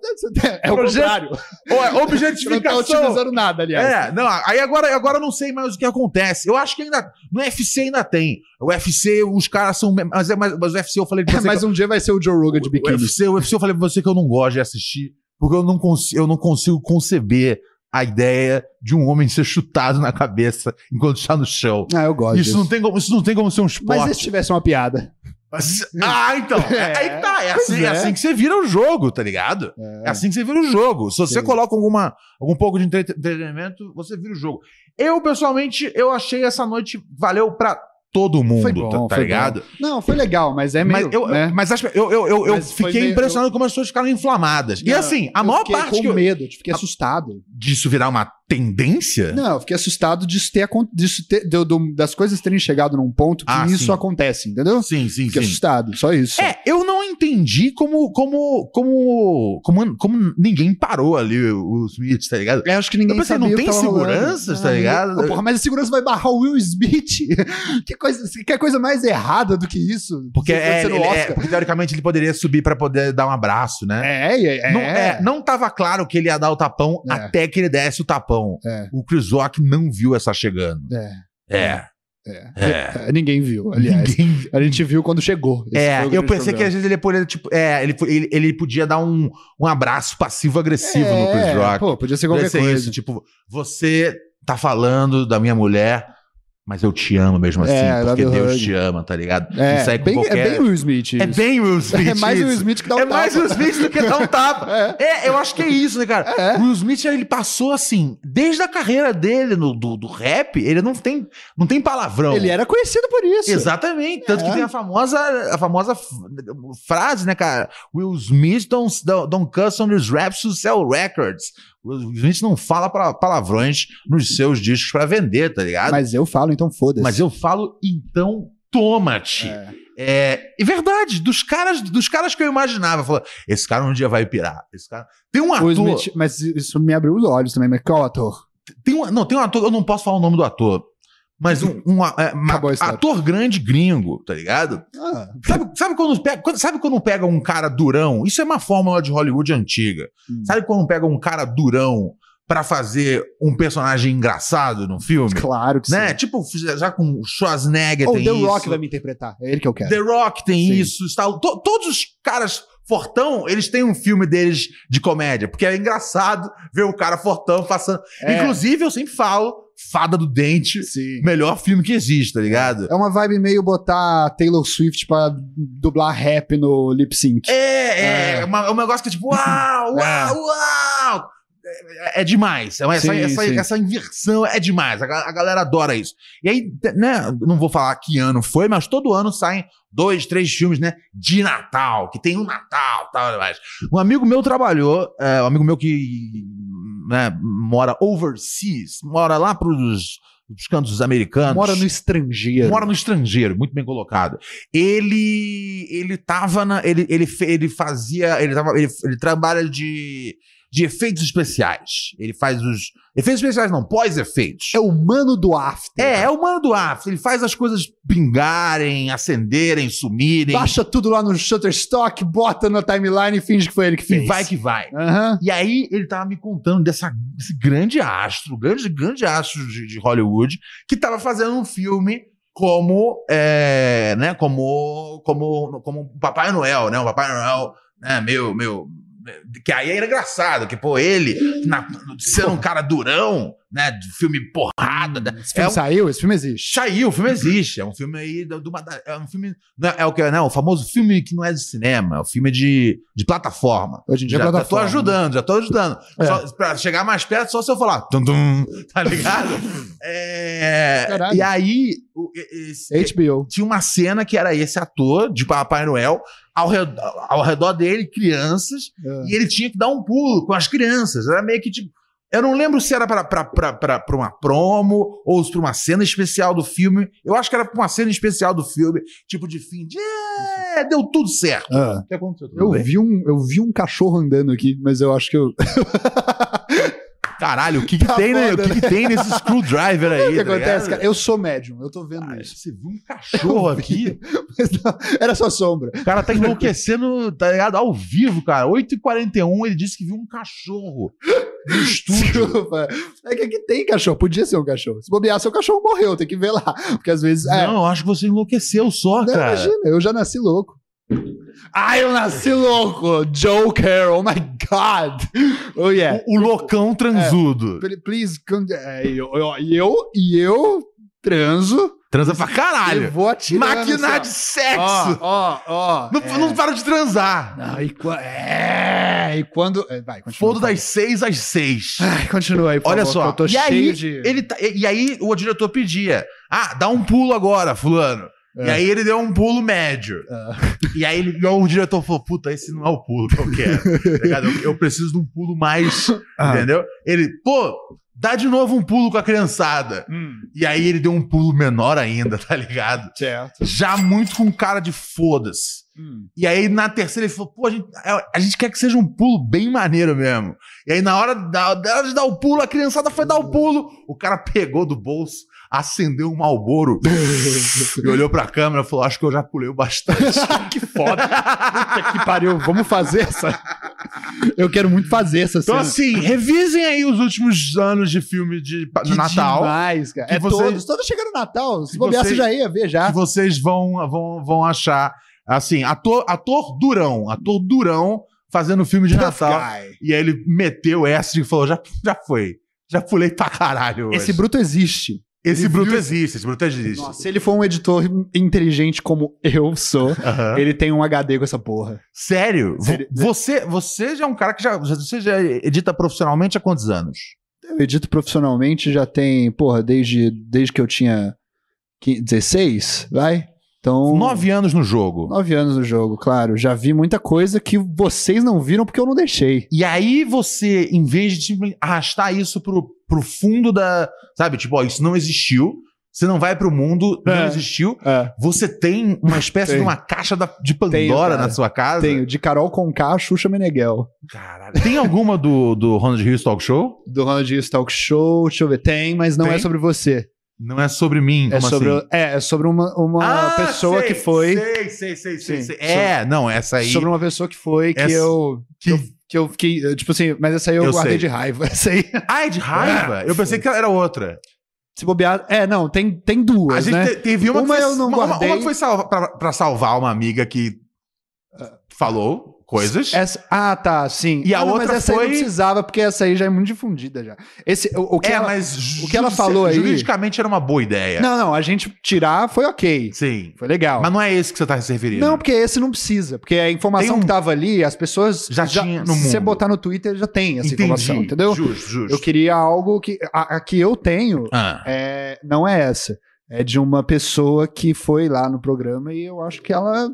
É o
Projeto-
contrário.
Ou é
Você não tá
objetificação.
otimizando nada, aliás.
É, não, aí agora, agora eu não sei mais o que acontece. Eu acho que ainda. No UFC ainda tem. O UFC, os caras são. Mas, é, mas, mas o UFC eu falei pra você.
Mas um dia vai ser o Joe Rogan
que,
de
o,
biquíni.
UFC, o UFC eu falei pra você que eu não gosto de assistir, porque eu não, cons- eu não consigo conceber a ideia de um homem ser chutado na cabeça enquanto está no chão.
Ah, eu gosto
Isso
disso.
não, tem como, isso não tem como ser um esporte.
Mas e se tivesse uma piada?
Mas- Ah, então.
É.
É, aí que tá. É
Pois
assim, é
é.
assim que você vira o jogo, tá ligado? É, assim que você vira o jogo. Se você
Sim.
coloca alguma, algum pouco de entre- entretenimento, você vira o jogo. Eu, pessoalmente, eu achei essa noite valeu pra todo mundo,
Foi bom,
tá- tá,
foi
ligado?
Não, foi legal, mas é meio...
mas eu,
né?
mas acho que eu, eu, eu, eu
Mas foi
fiquei
meio-
impressionado como as pessoas ficaram inflamadas. e
Não,
assim, a
eu
maior
fiquei
parte
com
que eu-
medo, eu fiquei assustado.
disso virar uma tendência.
Não, eu fiquei assustado disso ter, acon- disso ter do- do- das coisas terem chegado num ponto que
Ah,
isso
sim.
acontece, entendeu?
Sim, sim,
Fiquei
sim.
assustado, só isso.
É, eu não entendi como, como, como, como, como ninguém parou ali o Smith, tá ligado?
Eu acho que ninguém
Eu pensei,
sabia
não
o que
tem
tava rolando. Ah,
seguranças, tá ligado?
ninguém- Porra, mas a segurança vai barrar o Will Smith. que, coisa, que coisa mais errada do que isso?
Porque,
Isso
é,
aconteceu no
ele- é,
Oscar.
porque teoricamente ele poderia subir pra poder dar um abraço, né?
É, é, é.
Não, é, não tava claro que ele ia dar o tapão
É.
até que ele desse o tapão.
É.
O Chris Rock não viu essa chegando.
É,
É.
é.
É.
É, Ninguém viu, aliás.
Ninguém-
A gente viu quando chegou. Esse
É,
foi o
eu
grande
pensei que
problema.
às vezes ele poderia, tipo, é, ele, ele, ele podia dar um, um abraço passivo-agressivo no Chris
É,
Rock.
Pô, podia ser
Podia
qualquer
ser
coisa.
isso, tipo, você tá falando da minha mulher, mas eu te amo mesmo assim,
É,
porque
love you,
Deus
hug.
te ama, tá ligado?
É,
Isso aí com
bem,
qualquer-
é bem Will Smith.
É
isso.
bem Will Smith.
É mais o Will
isso.
Smith que dá um
É mais
tapa.
Will Smith do que dar um tapa.
É.
É, eu acho que é isso, né, cara?
É.
O Will Smith, ele passou assim, desde a carreira dele no, do, do rap, ele não tem, não tem palavrão.
Ele era conhecido por isso.
Exatamente. Tanto
É.
que tem a famosa, a famosa f- frase, né, cara? Will Smith don't, don't, don't cuss on his raps to sell records. Will Smith não fala pra- palavrões nos seus discos pra vender, tá ligado? Mas,
Mas eu falo, então foda-se.
eu falo, então, toma-te.
É.
É, e verdade, dos caras, dos caras que eu imaginava, falou, esse cara um dia vai pirar. Esse cara... Tem um
Will
ator,
Smith, mas isso me abriu os olhos também, mas qual ator?
tem um, não, tem um ator, eu não posso falar o nome do ator, mas um, um a- é, ma-
Acabou a história.
ator grande gringo, tá ligado?
Ah,
Sabe, sabe quando pega, quando- sabe quando pega um cara durão? Isso é uma fórmula de Hollywood antiga.
Hum.
Sabe quando pega um cara durão pra fazer um personagem engraçado num filme?
claro que
Né?
sim.
Tipo, já com o Schwarzenegger
Ou
tem
The
isso.
Rock vai me interpretar. É ele que eu quero.
The Rock tem
Sim.
isso, Stallone. To- todos os caras fortão, eles têm um filme deles de comédia, porque é engraçado ver o cara fortão passando.
É.
Inclusive, eu sempre falo, Fada do Dente,
Sim.
melhor filme que existe, tá ligado?
É uma vibe meio botar Taylor Swift pra dublar rap no lip sync.
É, é,
É.
é uma- é um negócio que é tipo, uau,
É.
uau, uau! É- É demais. É uma- Essa,
Sim,
essa-
sim.
essa inversão é demais. A, ga- a galera adora isso. E aí, te- né? Não vou falar que ano foi, mas todo ano saem dois, três filmes, né? De Natal, que tem um Natal tal. Mas um amigo meu trabalhou, é, um amigo meu que né, mora overseas, mora lá pros, pros cantos americanos.
Mora no estrangeiro.
Mora no estrangeiro, muito bem colocado. Ele ele tava na ele ele, fe- ele fazia, ele tava ele, ele trabalha de de efeitos especiais. Ele faz os efeitos especiais não, pós-efeitos.
É o mano do after.
É, é o mano do after. Ele faz as coisas pingarem, acenderem, sumirem.
Baixa tudo lá no Shutterstock, bota na timeline e finge que foi ele que
e
fez.
vai que É um- vai.
Aham.
E aí ele tava me contando dessa, desse grande astro, grande, grande astro de, de Hollywood, que tava fazendo um filme como, é, né, como, como, como o Papai Noel, né, o Papai Noel, né, meu, meu, que aí era engraçado, que, pô, ele, na- sendo um cara durão, né, de filme porrada, né,
Hum, Esse filme
é um-
saiu? Esse filme existe.
Saiu, o filme existe. É um filme aí do, do, é um filme. não é- é o que? Não, o famoso filme que não é de cinema, é o filme de, de plataforma.
Hoje em dia
Já,
é
já tô
plataforma.
ajudando, já tô ajudando.
É.
Só, pra chegar mais perto, só se eu falar. Tum, tum, tá ligado? É,
Caralho.
e aí, o- e- esse-
HBO.
tinha uma cena que era esse ator de Papai Noel, ao redor, ao redor dele, crianças,
É.
e ele tinha que dar um pulo com as crianças. Era meio que tipo. Eu não lembro se era pra, pra, pra, pra, pra uma promo ou se pra uma cena especial do filme. Eu acho que era pra uma cena especial do filme, tipo de fim de. É, deu tudo certo.
Ah.
O que aconteceu?
Eu vi, um, eu vi um cachorro andando aqui, mas eu acho que eu.
Caralho, o que, que
Tá
tem, né? O
foda,
que, que tem nesse screwdriver aí?
O que
tá
acontece,
ligado?
cara? Eu sou médium, eu tô vendo
Ah,
isso.
você viu um cachorro aqui?
Mas não, era só sombra.
O cara tá enlouquecendo, tá ligado? Ao vivo, cara. 8h41, ele disse que viu um cachorro no estúdio.
Desculpa. É que aqui tem cachorro, podia ser um cachorro. Se bobear, seu cachorro morreu, tem que ver lá. Porque às vezes. é.
Não, eu acho que você enlouqueceu só,
Não,
cara.
imagina, eu já nasci louco. Ah, eu nasci louco! Joker, oh my god! Oh yeah.
O, o loucão transudo.
Pl- Please, con- é, eu, eu, e eu, e eu transo
Transa pra
e
caralho.
vou atirar.
Maquinar de
Ó,
sexo.
ó, ó.
não,
é.
não para de transar.
Não, e, qua- é, e quando. é, Vai, continua.
Fondo das 6 às 6.
Ai, continua aí, por
Olha
favor,
só.
que eu tô
e,
cheio
aí,
de.
ele tá- e, e aí o diretor pedia: Ah, dá um pulo agora, fulano. E
É.
aí ele deu um pulo médio.
Ah,
E aí ele, e o diretor falou: puta, esse não é o pulo que eu quero. tá ligado? eu, eu preciso de um pulo mais.
Ah.
Entendeu? Ele, pô, dá de novo um pulo com a criançada.
hum,
E aí ele deu um pulo menor ainda, tá ligado?
certo.
Já muito com cara de foda-se.
Hum.
E aí na terceira ele falou: pô, a gente, a- a gente quer que seja um pulo bem maneiro mesmo. E aí na hora da, da hora de dar o pulo, a criançada foi dar o pulo. O cara pegou do bolso, acendeu um malboro e olhou pra câmera e falou: acho que eu já pulei o bastante.
que foda. Puta que pariu. Vamos fazer essa. Eu quero muito fazer essa
Então,
cena.
assim, revisem aí os últimos anos de filme de pa-
Que
Natal.
Demais, cara.
Que
É
você-
todos. Todos chegando no Natal. Se
que
bobear,
você-
você já ia ver
Que
já.
vocês vão, vão, vão achar. Assim, ator, ator durão. Ator durão fazendo filme de Natal.
Guy.
E aí ele meteu essa e falou: já, já foi. Já pulei pra caralho. hoje.
Esse bruto existe.
Esse
ele
bruto
viu-
existe, esse bruto existe.
Nossa, se ele for um editor inteligente como eu sou,
Aham.
ele tem um HD com essa porra.
Sério? Vo-
Sério.
Você, você já é um cara que já, já- você já edita profissionalmente há quantos anos?
Eu edito profissionalmente já tem, porra, desde, desde que eu tinha 15, 16, vai? Então.
Nove anos no jogo.
Nove anos no jogo, claro. Já vi muita coisa que vocês não viram porque eu não deixei.
E aí você, em vez de simplesmente arrastar isso pro, pro fundo da. Sabe, tipo, ó, isso não existiu. Você não vai pro mundo,
É.
não existiu.
É.
Você tem uma espécie de
Tenho.
uma caixa da- de Pandora
cara.
na sua casa.
Tenho, de Carol Conká a Xuxa Meneghel.
Caralho. Tem alguma do, do Ronald Hughes Talk Show?
Do Ronald Dias Talk Show, deixa eu ver. Tem, mas não
Tem?
é sobre você.
Não é sobre mim,
É
como
sobre,
assim?
é, é sobre uma, uma
Ah,
pessoa
sei,
que foi.
Sei, sei, sei, sei,
Sim,
sei. É, não, essa aí.
Sobre uma pessoa que foi que
Essa-
eu. Que,
que-
eu que eu fiquei, eh, tipo assim, mas essa aí eu,
Eu
guardei
sei.
de raiva. Essa aí.
Ah, é de raiva?
Ah,
eu pensei que era outra.
Se bobear. É, não, tem, tem duas,
A gente
né?
te- teve uma,
Uma
que foi,
eu não
uma, uma- uma
guardei.
que foi salva, pra, pra salvar uma amiga que falou coisas.
Essa- ah, tá, sim.
E a
Ah, não,
outra
mas essa aí
foi-
não precisava, porque essa aí já é muito difundida já. Esse, o, o que
É,
ela-
mas
o que ela
judici-
falou aí-
Juridicamente era uma boa ideia.
Não, não, a gente tirar foi ok.
Sim.
Foi legal.
É. Mas não é esse que você tá se referindo.
Não, porque esse não precisa. Porque a informação
Tem um-
que tava ali, as pessoas.
Já tinha no
Se você
mundo.
botar no Twitter, já tem essa informação, entendeu?
Justo, justo.
Eu queria algo que. A, a que eu tenho
Ah.
é, não é essa. É de uma pessoa que foi lá no programa e eu acho que ela.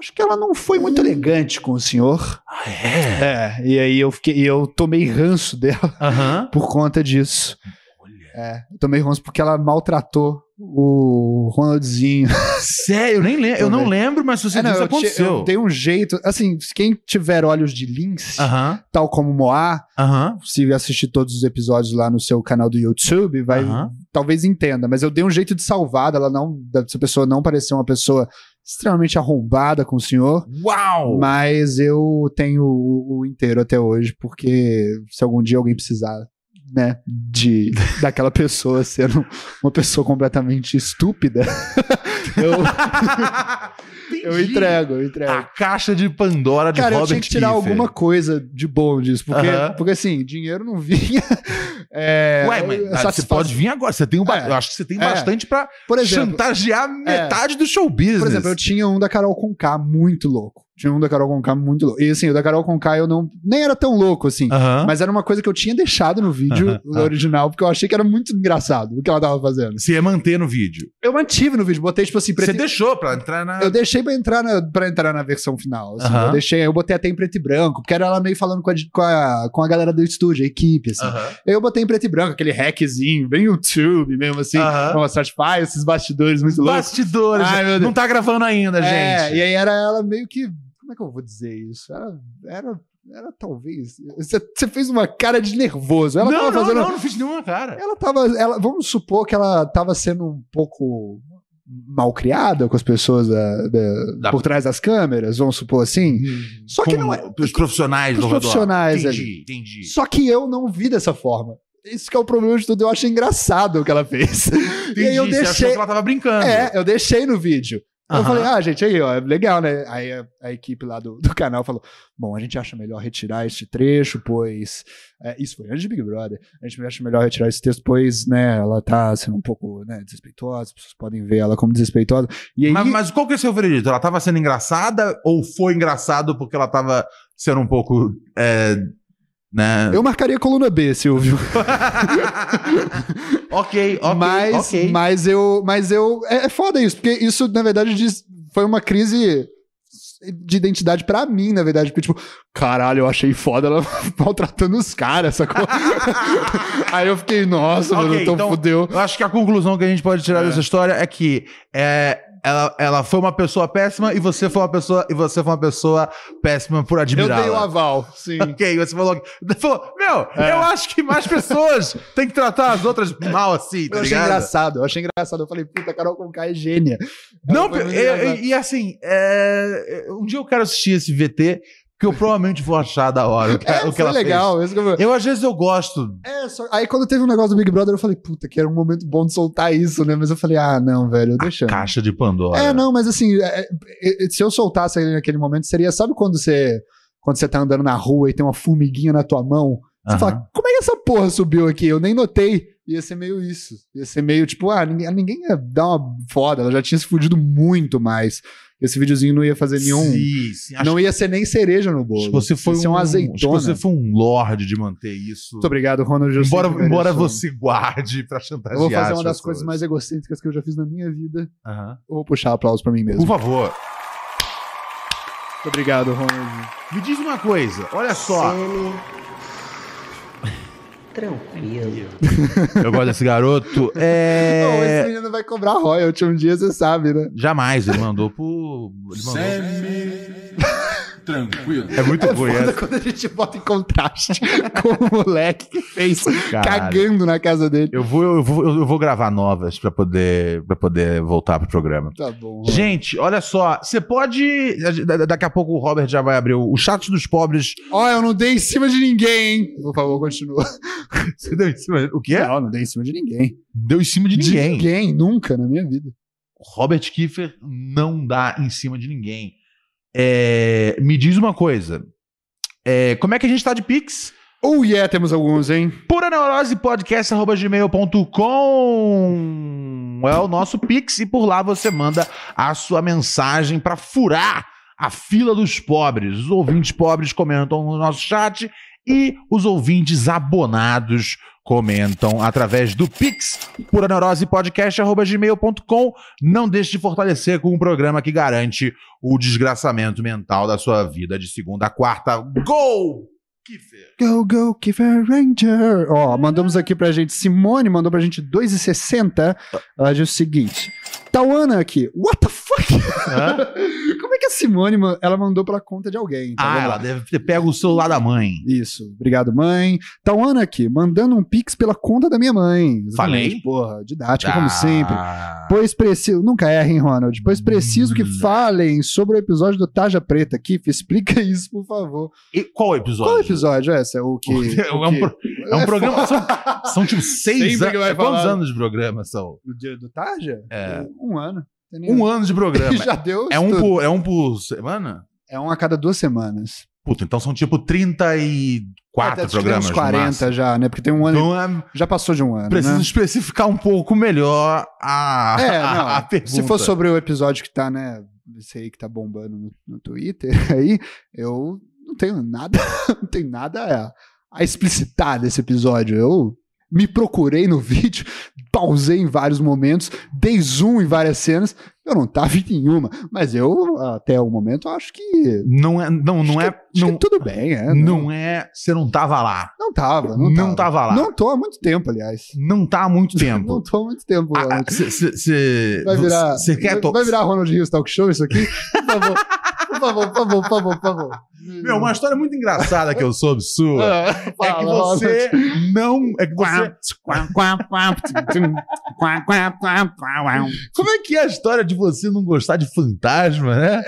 Acho que ela não foi muito elegante com o senhor.
Ah, é?
É, e aí eu fiquei. e eu tomei ranço dela
Aham.
por conta disso.
Olha.
É, eu tomei ranço porque ela maltratou o Ronaldzinho.
Sério, eu nem lembro. Eu não
Também.
lembro, mas se você
É, não,
disse,
eu, te- eu
aconteceu.
dei um jeito. Assim, quem tiver olhos de lince,
Aham,
tal como Moá,
aham.
se assistir todos os episódios lá no seu canal do YouTube, vai
aham.
talvez entenda. Mas eu dei um jeito de salvar dela não, dessa pessoa não parecer uma pessoa extremamente arrombada com o senhor.
Uau!
Mas eu tenho o, o inteiro até hoje, porque se algum dia alguém precisar, né, de daquela pessoa sendo uma pessoa completamente estúpida, eu, eu
Entendi.
entrego, eu entrego.
A caixa de Pandora de
Cara, eu
Robert
tinha que tirar
Kiefer.
alguma coisa de bom disso, porque,
Aham.
porque assim, dinheiro não vinha. É,
Ué, mas ah,
satisfação.
você pode vir agora. Você tem um ba-
É.
Eu acho que você tem
É.
bastante pra
Por exemplo, é.
chantagear metade do show business.
por exemplo, eu tinha um da Carol Conká muito louco. Tinha um da Carol Conká muito louco. E assim, o da Carol Conká eu não nem era tão louco assim.
Aham.
Mas era uma coisa que eu tinha deixado no vídeo
Aham, aham.
original, porque eu achei que era muito engraçado o que ela tava fazendo.
Você ia manter no vídeo.
Eu mantive no vídeo, botei tipo assim, preto
Você
e-
deixou pra entrar na.
Eu deixei pra entrar na, pra entrar na versão final. assim.
Aham.
Eu deixei, eu botei até em preto e branco, porque era ela meio falando com a, com a, com a galera do estúdio, a equipe, assim.
Aham.
Aí Eu botei em preto e branco, aquele hackzinho, bem YouTube mesmo, assim,
Aham.
pra mostrar, tipo, ah, esses bastidores muito loucos.
Bastidores.
Ai, meu Deus.
Não tá gravando ainda,
É,
gente.
e aí era ela meio que. Como é que eu vou dizer isso? Era. era era talvez. Você você fez uma cara de nervoso. Ela
não,
tava
não,
fazendo.
não, não fiz nenhuma cara.
Ela tava. Ela, vamos supor que ela tava sendo um pouco mal criada com as pessoas da- da-
Da-
por trás das câmeras, vamos supor assim. Só que
Com
não é.
Os profissionais
Os
do redor.
profissionais é.
Entendi,
ali.
entendi.
Só que eu não vi dessa forma. Isso que é o problema de tudo. Eu acho engraçado o que ela fez.
entendi.
e aí eu
você achou
deixei.
que ela tava brincando.
É, eu deixei no vídeo. Eu
Aham.
falei, ah, gente, aí, ó, é legal, né? Aí a, a equipe lá do, do canal falou: bom, a gente acha melhor retirar este trecho, pois. é, isso foi antes de Big Brother. A gente acha melhor retirar esse texto, pois, né, ela tá sendo um pouco né, desrespeitosa, as pessoas podem ver ela como desrespeitosa. E aí.
Mas, mas qual que é o seu veredito? Ela tava sendo engraçada ou foi engraçado porque ela tava sendo um pouco. é, né?
Eu marcaria a coluna B, Silvio.
ok, ok.
mas,
ok.
mas eu. Mas eu. É, é foda isso, porque isso, na verdade, diz- foi uma crise de identidade pra mim, na verdade. Porque, tipo, caralho, eu achei foda ela maltratando os caras, sacou? Aí eu fiquei, nossa,
Ok,
mano, então,
então-
fudeu.
Eu acho que a conclusão que a gente pode tirar
É.
dessa história é que é, ela, ela foi uma pessoa péssima e você foi uma pessoa e você foi uma pessoa péssima por
Eu
admirá-la.
dei o aval, sim.
Ok, você falou, que- falou meu,
É.
eu acho que mais pessoas têm que tratar as outras mal assim, tá
Eu achei
ligado?
engraçado, eu achei engraçado. Eu falei, puta, a Carol Conká é gênia. Ela
Não,
foi muito
e-
engraçada.
e, e assim, é, um dia eu quero assistir esse VT, porque eu provavelmente vou achar da hora o que,
É,
o que
foi
ela
legal. Isso que eu...
fez. Eu às vezes eu gosto.
É, só- Aí quando teve um negócio do Big Brother, eu falei, puta, que era um momento bom de soltar isso, né? Mas eu falei, ah, não, velho, deixa.
Caixa de Pandora.
É, não, mas assim, é, é, é, se eu soltasse ele naquele momento, seria. Sabe quando você. Quando você tá andando na rua e tem uma formiguinha na tua mão, você
Aham.
fala, como é que essa porra subiu aqui? Eu nem notei. Ia ser meio isso. Ia ser meio tipo, ah, ninguém, ninguém ia dar uma foda, ela já tinha se fudido muito mais. Esse videozinho não ia fazer nenhum.
Sim, sim. Acho
não ia ser nem cereja no bolo.
Acho que você foi
ia ser
um,
uma
acho que
azeitona.
você foi um lorde de manter isso.
Muito obrigado, Ronald. eu
embora
sempre
embora
mereço.
você guarde pra chantagear.
Eu vou fazer
as
uma das
pessoas.
coisas mais egocêntricas que eu já fiz na minha vida.
Aham.
Eu vou puxar aplauso pra mim mesmo.
Por favor,
Muito obrigado, Ronald.
me diz uma coisa. Olha só.
Semi. Tranquilo.
Eu gosto desse garoto.
Não, esse
É...
menino vai cobrar royalty um dia, você sabe, né?
Jamais, ele mandou pro. Ele mandou...
Tranquilo.
É muito ruim
Foda
essa.
quando a gente bota em contraste com o moleque que fez
Caralho.
cagando na casa dele.
Eu vou, eu vou, eu vou gravar novas pra poder, pra poder voltar pro programa.
Tá bom. Ronald.
Gente, olha só, você pode. da- Daqui a pouco o Robert já vai abrir o, o chat dos pobres.
Ó, eu não dei em cima de ninguém, hein? Por favor, continua.
Você deu em cima. O quê?
Não, não dei em cima de ninguém.
Deu em cima É. de ninguém.
ninguém, nunca na minha vida.
Robert Kiefer não dá em cima de ninguém. É, me diz uma coisa. É, como é que a gente tá de Pix?
Oh yeah, temos alguns, hein?
Pura Neurose Podcast, arroba gmail.com é o nosso Pix e por lá você manda a sua mensagem pra furar a fila dos pobres. Os ouvintes pobres comentam no nosso chat e os ouvintes abonados comentam através do Pix, pura neurose podcast, arroba gmail.com. Não deixe de fortalecer com um programa que garante o desgraçamento mental da sua vida de segunda a quarta. Gol! Kiffer!
Go, go, Kiefer Ranger.
Uhum.
Ó, mandamos aqui pra gente. Simone mandou pra gente 2,60. Ela diz o seguinte: Tawana aqui. What the fuck?
Hã?
Como é que a Simone ma- ela mandou pela conta de alguém? Tá
Ah,
vendo?
ela deve ter pego o celular da mãe.
Isso, obrigado, mãe. Tawana aqui, mandando um pix pela conta da minha mãe.
Falei.
Exatamente, Porra, didática,
Ah.
como sempre. Pois preciso. Nunca erra, hein, Ronald? Pois preciso que
Hum.
falem sobre o episódio do Taja Preta. Kiff, explica isso, por favor.
E qual episódio?
Qual episódio é esse? É O que.
É um,
o que-
pro- é um programa. São, são tipo seis
Sempre que
anos.
vai
Quantos
falar.
anos de programa são?
O dia do Taja?
É.
Um ano. Tem nem-
Um ano de programa.
Já deu.
É
isso
um,
tudo.
por, é um por semana?
É um a cada duas semanas.
Puta, então são tipo 34
Até acho que tem
programas.
É, Uns
no
40
máximo.
já, né? Porque tem um ano.
Então é,
Já passou de um ano.
preciso
né?
especificar um pouco melhor a,
É,
a-
não,
a pergunta.
Se for sobre o episódio que tá, né? Esse aí que tá bombando no, no Twitter, aí eu não tenho nada, não tenho nada a, a explicitar desse episódio. Eu me procurei no vídeo, pausei em vários momentos, dei zoom em várias cenas, eu não tava em nenhuma, mas eu, até o momento, acho que.
Não é. Não, não
acho
é.
que- acho que
Não,
tudo bem, é.
não é. Você não tava lá.
não tava. Não,
Não tava lá.
Não tô há muito tempo, aliás.
Não tá há muito
Não
tempo.
tô há muito tempo.
Ah,
Ronald.
ah, cê- cê- cê-
Vai virar.
Você quer to-
vai virar Ronald Rios Talk Show isso aqui? Por favor. Por favor, por favor, por favor, por favor.
Meu, uma história muito engraçada que eu soube sua
Ah,
é que
fala,
você não. É que você.
Ronald.
Como é que é a história de você não gostar de fantasma, né?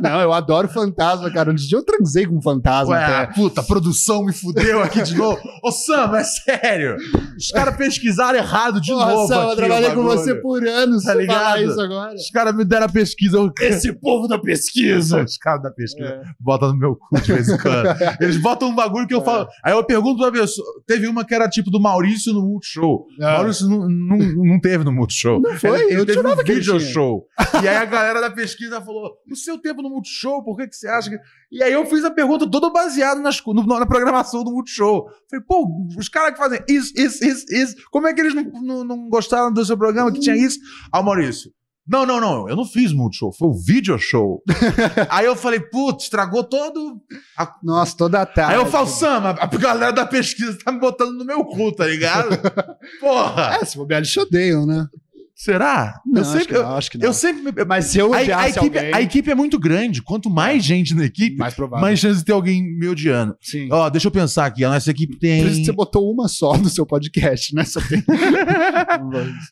Não, eu adoro fantasma, cara. Antes de eu transei com um fantasma.
Ué,
até.
puta, a produção me fudeu aqui de novo. Ô, Sam, é sério. Os caras pesquisaram errado de
Porra,
novo.
Sam, eu
aqui,
trabalhei
o
com
bagulho.
você por anos,
Tá
você falar
ligado?
isso agora.
Os caras me deram a pesquisa. Esse povo da pesquisa. Os caras da pesquisa botam no meu cu de vez em quando. Eles botam um bagulho que eu
É.
falo. Aí eu pergunto pra pessoa. Teve uma que era tipo do Maurício no Multishow. Maurício não, não, não teve no Multishow. Não
foi?
Ele, ele
Eu
teve
jurava
no
que ele
video
tinha.
show. E aí a galera da pesquisa falou: o seu tempo no Multishow, por que, que você acha que. E aí eu fiz a pergunta toda baseada nas, co- no- na programação do Multishow. Falei, pô, os caras que fazem isso, isso, isso, isso, como é que eles não, não, não gostaram do seu programa que tinha isso? Ah, Maurício. Não, não, não, eu não fiz Multishow, foi o video show. aí eu falei, putz, estragou todo.
Nossa, toda tarde.
Aí eu falo, Sam, a a galera da pesquisa tá me botando no meu cu, tá ligado? Porra!
É, se bobear, eles te odeiam, né?
Será?
Não,
eu
acho
sempre.
que não, acho que não.
Eu sempre me-
Mas se eu
a,
odiasse
a equipe,
alguém... É.
a equipe é muito grande. Quanto mais gente na equipe,
Mais provável.
mais chance de ter alguém me odiando.
Sim.
Ó, deixa eu pensar aqui. A nossa equipe tem.
Por isso que você botou uma só no seu podcast, né? Só tem...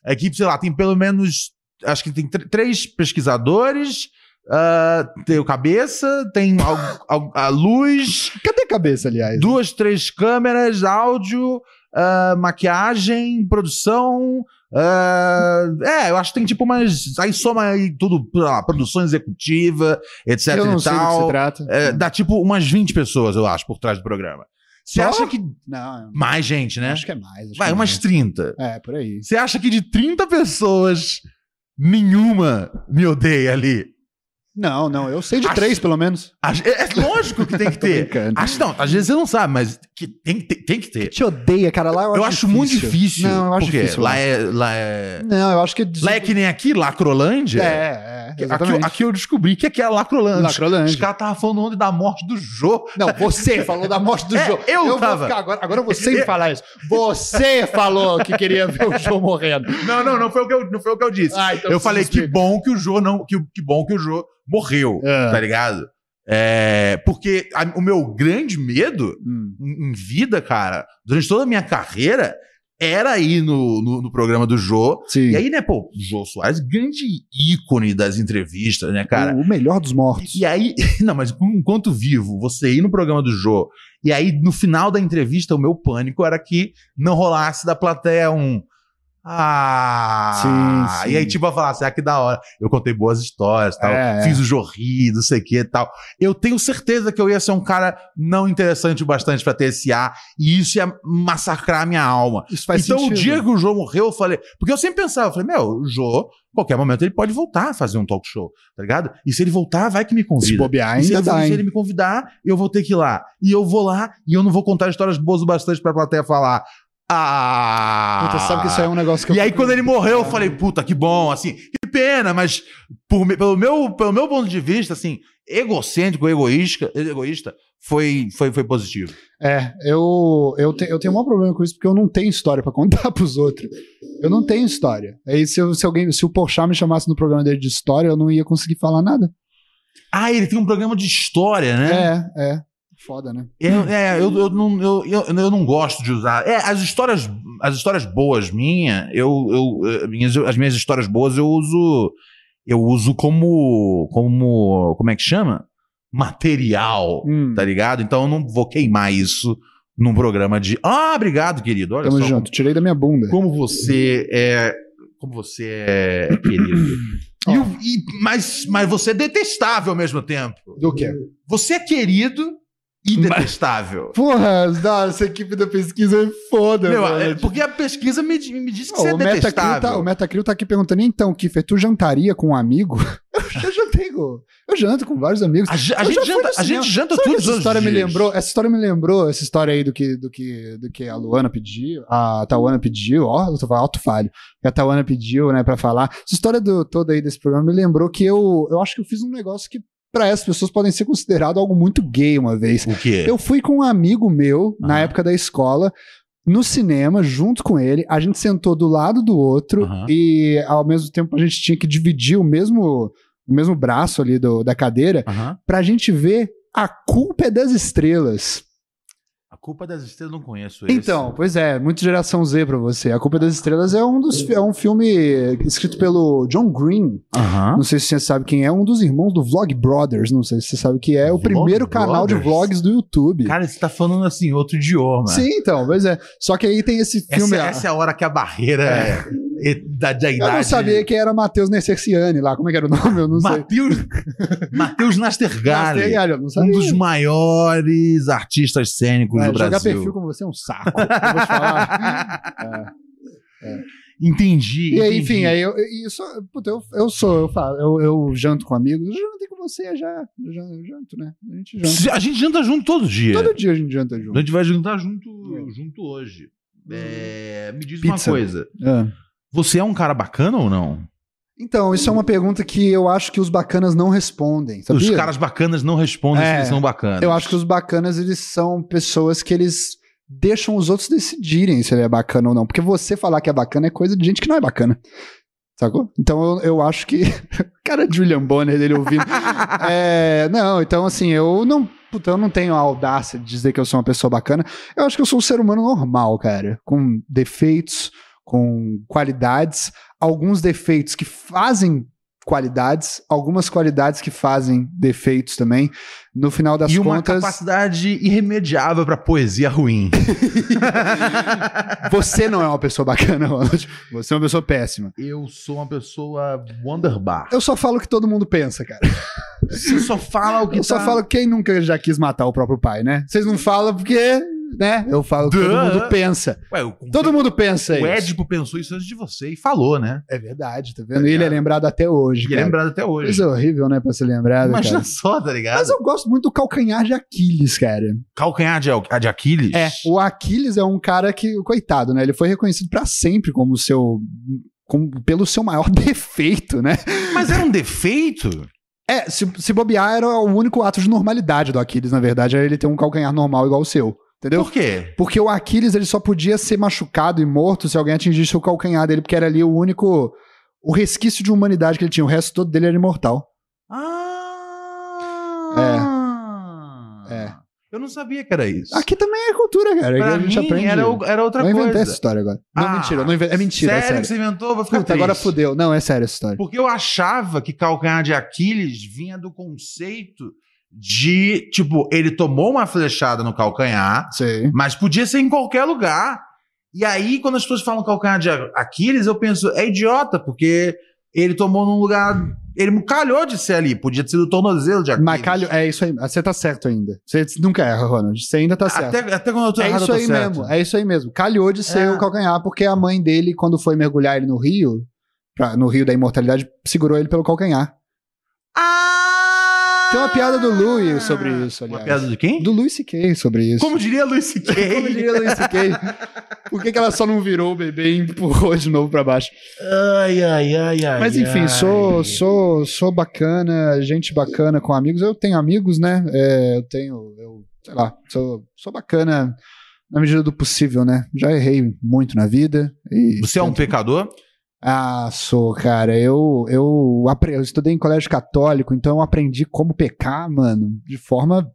A equipe, sei lá, tem pelo menos. Acho que tem tr- três pesquisadores. ah, tem o cabeça, tem al- al- a, luz,
Cadê a cabeça, aliás?
duas, três câmeras, áudio, ah, maquiagem, produção. ah, é, eu acho que tem tipo umas. Aí soma aí tudo, sei lá, produção executiva, etc
Eu não
e
sei do que
tal.
se trata.
É, dá tipo umas 20 pessoas, eu acho, por trás do programa. Você
Só?
acha que.
Não,
Mais gente, né?
acho que é mais. acho
Vai,
que é
umas 30.
mais. É, por aí.
Você acha que de 30 pessoas, nenhuma me odeia ali?
Não, não, eu sei de
Acho-
três, pelo menos.
Acho- É, é lógico que tem que
Tô
ter.
brincando.
Acho não, às vezes você não sabe, mas que tem, que ter- tem que ter.
Te odeia, cara. Lá eu acho
Eu acho muito difícil.
Não, eu acho
Por quê?
difícil.
Lá é, lá é.
Não, eu acho que...
Lá é que nem aqui, Lacrolândia.
É, é,
Aqui- Aqui,
exatamente.
aqui eu descobri que aqui é Lacrolândia. Os
Lacrolândia.
caras estavam falando ontem da morte do Jô.
Não, você falou da morte do
É,
João.
eu tava.
Vou ficar agora, agora você me falar isso. Você falou que queria ver o João morrendo.
Não, não, não foi o que eu, não foi o que eu disse.
Ah, então
eu falei
preciso
que bom que o Jô não, que, que bom que o Jô morreu,
É.
tá ligado? É, porque a- o meu grande medo
Hum.
em, em vida, cara, durante toda a minha carreira, era ir no, no, no programa do Jô.
Sim.
E aí, né, pô, o Jô Soares, grande ícone das entrevistas, né, cara?
o melhor dos mortos.
E aí, não, mas enquanto vivo, você ir no programa do Jô, e aí no final da entrevista, o meu pânico era que não rolasse da plateia um. Ah,
Sim, sim.
e aí tipo vai falar assim, ah, que da hora. Eu contei boas histórias, tal,
É, é.
fiz o jorri, não sei o que, tal. Eu tenho certeza que eu ia ser um cara não interessante o bastante pra TSA e isso ia massacrar a minha alma.
Isso faz
então
sentido.
o dia que o Jô morreu, eu falei, porque eu sempre pensava, eu falei, meu, o Jô, em qualquer momento ele pode voltar a fazer um talk show, tá ligado? E se ele voltar, vai que me
Se
convida.
bobear,
E se,
ainda
ele,
dá,
se ele
hein?
me convidar, eu vou ter que ir lá. E eu vou lá e eu não vou contar histórias boas o bastante pra plateia falar. Ah!
Puta, sabe que isso aí é um negócio que
E
eu...
aí, quando ele morreu, eu falei, puta, que bom, assim, que pena, mas por me- pelo, meu, pelo meu ponto de vista, assim, egocêntrico, egoísta, egoísta foi, foi, foi positivo.
É, eu, eu, te- eu tenho um maior problema com isso, porque eu não tenho história pra contar pros outros. Eu não tenho história. Aí se, eu- se alguém, se o Porchat me chamasse no programa dele de história, eu não ia conseguir falar nada.
Ah, ele tem um programa de história, né?
É, é. Foda, né?
Eu, é, eu, eu não, eu, eu, eu não gosto de usar. É, as histórias, as histórias boas minha, eu, eu, eh, minhas, as minhas histórias boas eu uso, eu uso como, como, como é que chama? Material.
Hum,
tá ligado? Então eu não vou queimar isso num programa de. Ah, obrigado, querido. Olha
tamo
só
junto. Tirei da minha bunda.
como você é. Como você é querido. E o- e- mas, mas você é detestável ao mesmo tempo.
Do quê?
Você é querido e detestável.
Porra, nossa, essa equipe da pesquisa é foda,
Meu,
mano.
é porque a pesquisa me, di- me disse que
Ó,
você é
o, Metacril
detestável.
tá, o Metacril tá aqui perguntando, então, Kiffer, tu jantaria com um amigo? eu já jantei com... Eu janto com vários amigos.
A, ge- a
Eu já
gente
fui
janta,
no
a gente
cinema.
janta
Sabe que
todos os
essa história me
dias.
lembrou, essa história me lembrou, essa história aí do que do que do que a Luana pediu, a Tawana pediu, ó, eu tô falando alto falho. Que a Tawana pediu, né, pra falar. Essa história do, toda aí desse programa me lembrou que eu eu acho que eu fiz um negócio que pra essas pessoas podem ser considerado algo muito gay uma vez.
O quê?
Eu fui com um amigo meu na
Aham.
época da escola no cinema junto com ele. A gente sentou do lado do outro
Aham.
e ao mesmo tempo a gente tinha que dividir o mesmo o mesmo braço ali do- da cadeira
Aham.
pra gente ver A Culpa é das Estrelas.
A culpa das estrelas eu não conheço esse.
Então, pois é, muito geração Z pra você. A Culpa é das Estrelas é um dos fi- é um filme escrito pelo John Green.
Aham.
Não sei se você sabe quem é, um dos irmãos do Vlog Brothers, não sei se você sabe que é, o
Vlog
primeiro canal de
Brothers?
vlogs do YouTube.
Cara, você tá falando assim, outro idioma.
Sim, então, pois é. Só que aí tem esse filme.
Essa,
ah,
essa é a hora que a barreira é- da, da
eu
idade.
não sabia que era Matheus Nesserciani lá. Como é que era o nome? Eu não sei.
Matheus, Matheus
Mas tem,
Nastergalli,
cara, eu não ah, sabia.
um dos maiores artistas cênicos
É,
do
jogar
Brasil.
perfil com você é um saco. eu vou te falar.
Entendi.
E aí,
entendi.
enfim, aí eu, e isso, puta, eu, eu sou, eu falo, eu, eu janto com amigos, eu jantei com você já, eu jan- eu janto, né? A gente janta.
Se- A gente janta junto todo dia.
Todo dia a gente janta
A
junto.
gente vai jantar junto,
Hum.
junto hoje. É, me diz
Pizza.
uma coisa.
É.
Você é um cara bacana ou não?
Então, isso é uma pergunta que eu acho que os bacanas não respondem, sabia?
Os caras bacanas não respondem
É.
se eles são bacanas.
Eu acho que os bacanas, eles são pessoas que eles deixam os outros decidirem se ele é bacana ou não. Porque você falar que é bacana é coisa de gente que não é bacana. Sacou? Então eu, eu acho que. Cara, de William Bonner dele ouvindo. É, não, então assim, eu não. Puta, eu não tenho a audácia de dizer que eu sou uma pessoa bacana. Eu acho que eu sou um ser humano normal, cara. Com defeitos, com qualidades, alguns defeitos que fazem qualidades, algumas qualidades que fazem defeitos também. No final das
e uma
contas,
capacidade irremediável pra poesia ruim.
você não é uma pessoa bacana, Ronald. Você é uma pessoa péssima.
Eu sou uma pessoa wonderbar.
Eu só falo o que todo mundo pensa, cara.
Você só fala o que
Eu só
tá-
falo quem nunca já quis matar o próprio pai, né? Vocês não falam porque, né? Eu falo que todo
Duh.
mundo pensa.
Ué, o, o-
Todo mundo pensa
o
isso.
Édipo pensou isso antes de você e falou, né?
É verdade, tá vendo? E ele é lembrado até hoje,
E é
cara.
lembrado até hoje.
Coisa horrível, né, pra ser lembrado,
Imagina
cara.
só, tá ligado?
Mas eu gosto muito do calcanhar de Aquiles, cara.
Calcanhar de, Al- de Aquiles?
É, o Aquiles é um cara que, coitado, né? Ele foi reconhecido pra sempre como o seu... como- pelo seu maior defeito, né?
Mas era um defeito?
É, se, se bobear era o único ato de normalidade do Aquiles, na verdade, era ele ter um calcanhar normal igual o seu, entendeu?
Por quê?
Porque o Aquiles ele só podia ser machucado e morto se alguém atingisse o calcanhar dele, porque era ali o único. o resquício de humanidade que ele tinha. O resto todo dele era imortal.
Ah!
É.
Eu não sabia que era isso.
Aqui também é cultura, cara.
pra
Aqui a gente
mim
aprende.
era, o- era outra
não inventei essa
coisa.
história agora. Não,
Ah,
mentira. eu Não inve- É mentira,
sério
é
que
sério.
você inventou? Vai ficar
Puta, agora
triste.
fudeu. Não, é sério essa história.
Porque eu achava que calcanhar de Aquiles vinha do conceito de, tipo, ele tomou uma flechada no calcanhar,
Sei.
mas podia ser em qualquer lugar. E aí, quando as pessoas falam calcanhar de Aquiles, eu penso, é idiota, porque ele tomou num lugar. Ele calhou de ser ali, podia ter sido o tornozelo de Aquiles.
Mas calho, é isso aí. Você tá certo ainda. Você nunca erra, Ronald. Você ainda tá certo.
até, até quando eu tô
é
errado,
isso
eu tô
aí
certo.
mesmo, é isso aí mesmo. Calhou de ser
É.
o calcanhar, porque a mãe dele, quando foi mergulhar ele no rio, pra- no rio da imortalidade, segurou ele pelo calcanhar.
Ah!
Tem uma piada do Louis sobre isso, aliás.
Uma piada de quem?
Do Louis C.K. sobre isso.
Como diria Luiz
Como
C.K.
diria Louis C.K. Por que, que ela só não virou o bebê e empurrou de novo pra baixo?
ai, ai, ai, ai.
Mas enfim,
ai.
sou, sou, sou bacana, gente bacana com amigos. Eu tenho amigos, né? É, eu tenho, eu, sei lá, sou, sou bacana na medida do possível, né? Já errei muito na vida. E
Você é um pecador?
Ah, sou, cara. Eu, eu, apre- eu estudei em colégio católico, então eu aprendi como pecar, mano, de forma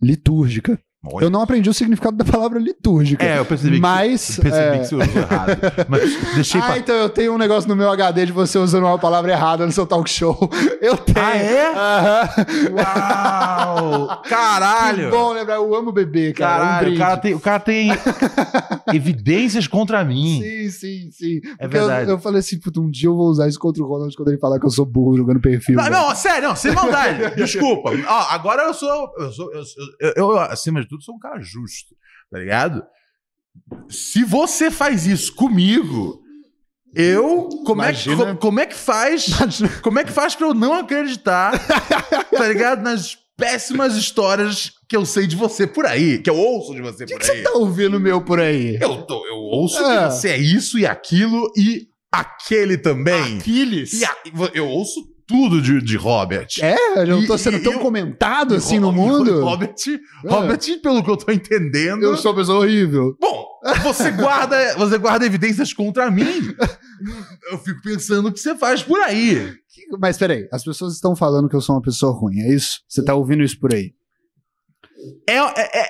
litúrgica.
Olha.
Eu não aprendi o significado da palavra litúrgica.
É, eu percebi que.
mas.
Eu percebi
é,
que você usou errado. Mas deixei
ah,
pra.
então eu tenho um negócio no meu HD de você usando uma palavra errada no seu talk show. Eu tenho.
Ah, é?
Aham.
Uau!
Que
Caralho!
bom lembrar, eu amo bebê, cara.
Caralho,
um
o cara é tá
brinde.
tem, o cara tem evidências contra mim.
Sim, sim, sim.
É
Porque eu-
verdade.
Eu, falei assim, puta, um dia eu vou usar isso contra o Ronald quando ele falar que eu sou burro jogando perfil.
Não,
velho.
não, sério, não, sem maldade. Desculpa. Ó, agora eu sou. Eu, sou eu, sou- eu- eu, acima de tudo, sou um cara justo, tá ligado? Se você faz isso comigo, eu. Como, é que,
Imagina.
co- como é que faz? Como é que faz pra eu não acreditar, tá ligado? Nas péssimas histórias que eu sei de você por aí, que eu ouço de você
O que,
por
que
aí.
você tá ouvindo meu por aí?
Eu, tô, eu ouço
É.
que você é isso e aquilo e aquele também.
Aquiles?
E a- eu ouço tudo de, de Robert.
É, eu não tô
E-
sendo
e
tão
eu-
comentado
E
assim
Ro-
no
e
mundo.
Robert,
É.
Robert, pelo que eu tô entendendo.
Eu sou uma pessoa horrível.
Bom, você guarda, você guarda evidências contra mim. Eu fico pensando o que você faz por aí.
Que- Mas peraí, as pessoas estão falando que eu sou uma pessoa ruim, é isso? Você tá ouvindo isso por aí?
É, é, é-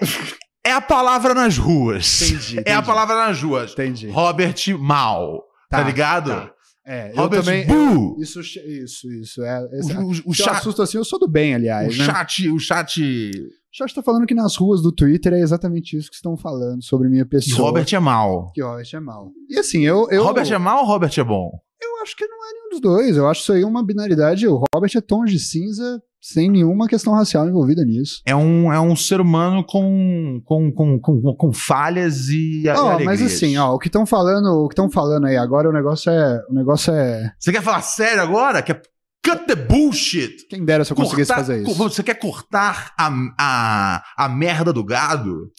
é a palavra nas ruas.
Entendi.
É a palavra nas ruas.
Entendi.
Robert mal. Tá,
Tá,
ligado?
tá. É, eu
Robert
também.
Bull.
Isso, isso, isso. É, esse,
O, o- o
se eu
chat,
assusto assim, eu sou do bem, aliás.
o
né?
chat. O chat.
O chat tá falando que nas ruas do Twitter é exatamente isso que estão falando sobre minha
E
pessoa.
Robert é mal.
Que Robert é mal. E assim, eu. eu
Robert é mal ou Robert é bom?
Eu acho que não é nenhum dos dois. Eu acho isso aí uma binaridade. O Robert é tons de cinza sem nenhuma questão racial envolvida nisso.
é um, é um ser humano com, com, com, com, com falhas e a- e
Ó,
alegrias.
mas assim, ó, o que estão falando, o que estão falando aí agora, o negócio é, o negócio é,
Você quer falar sério agora? Quer cut the bullshit?
quem dera se eu conseguisse fazer
co-
isso.
Você quer cortar a, a, a merda do gado?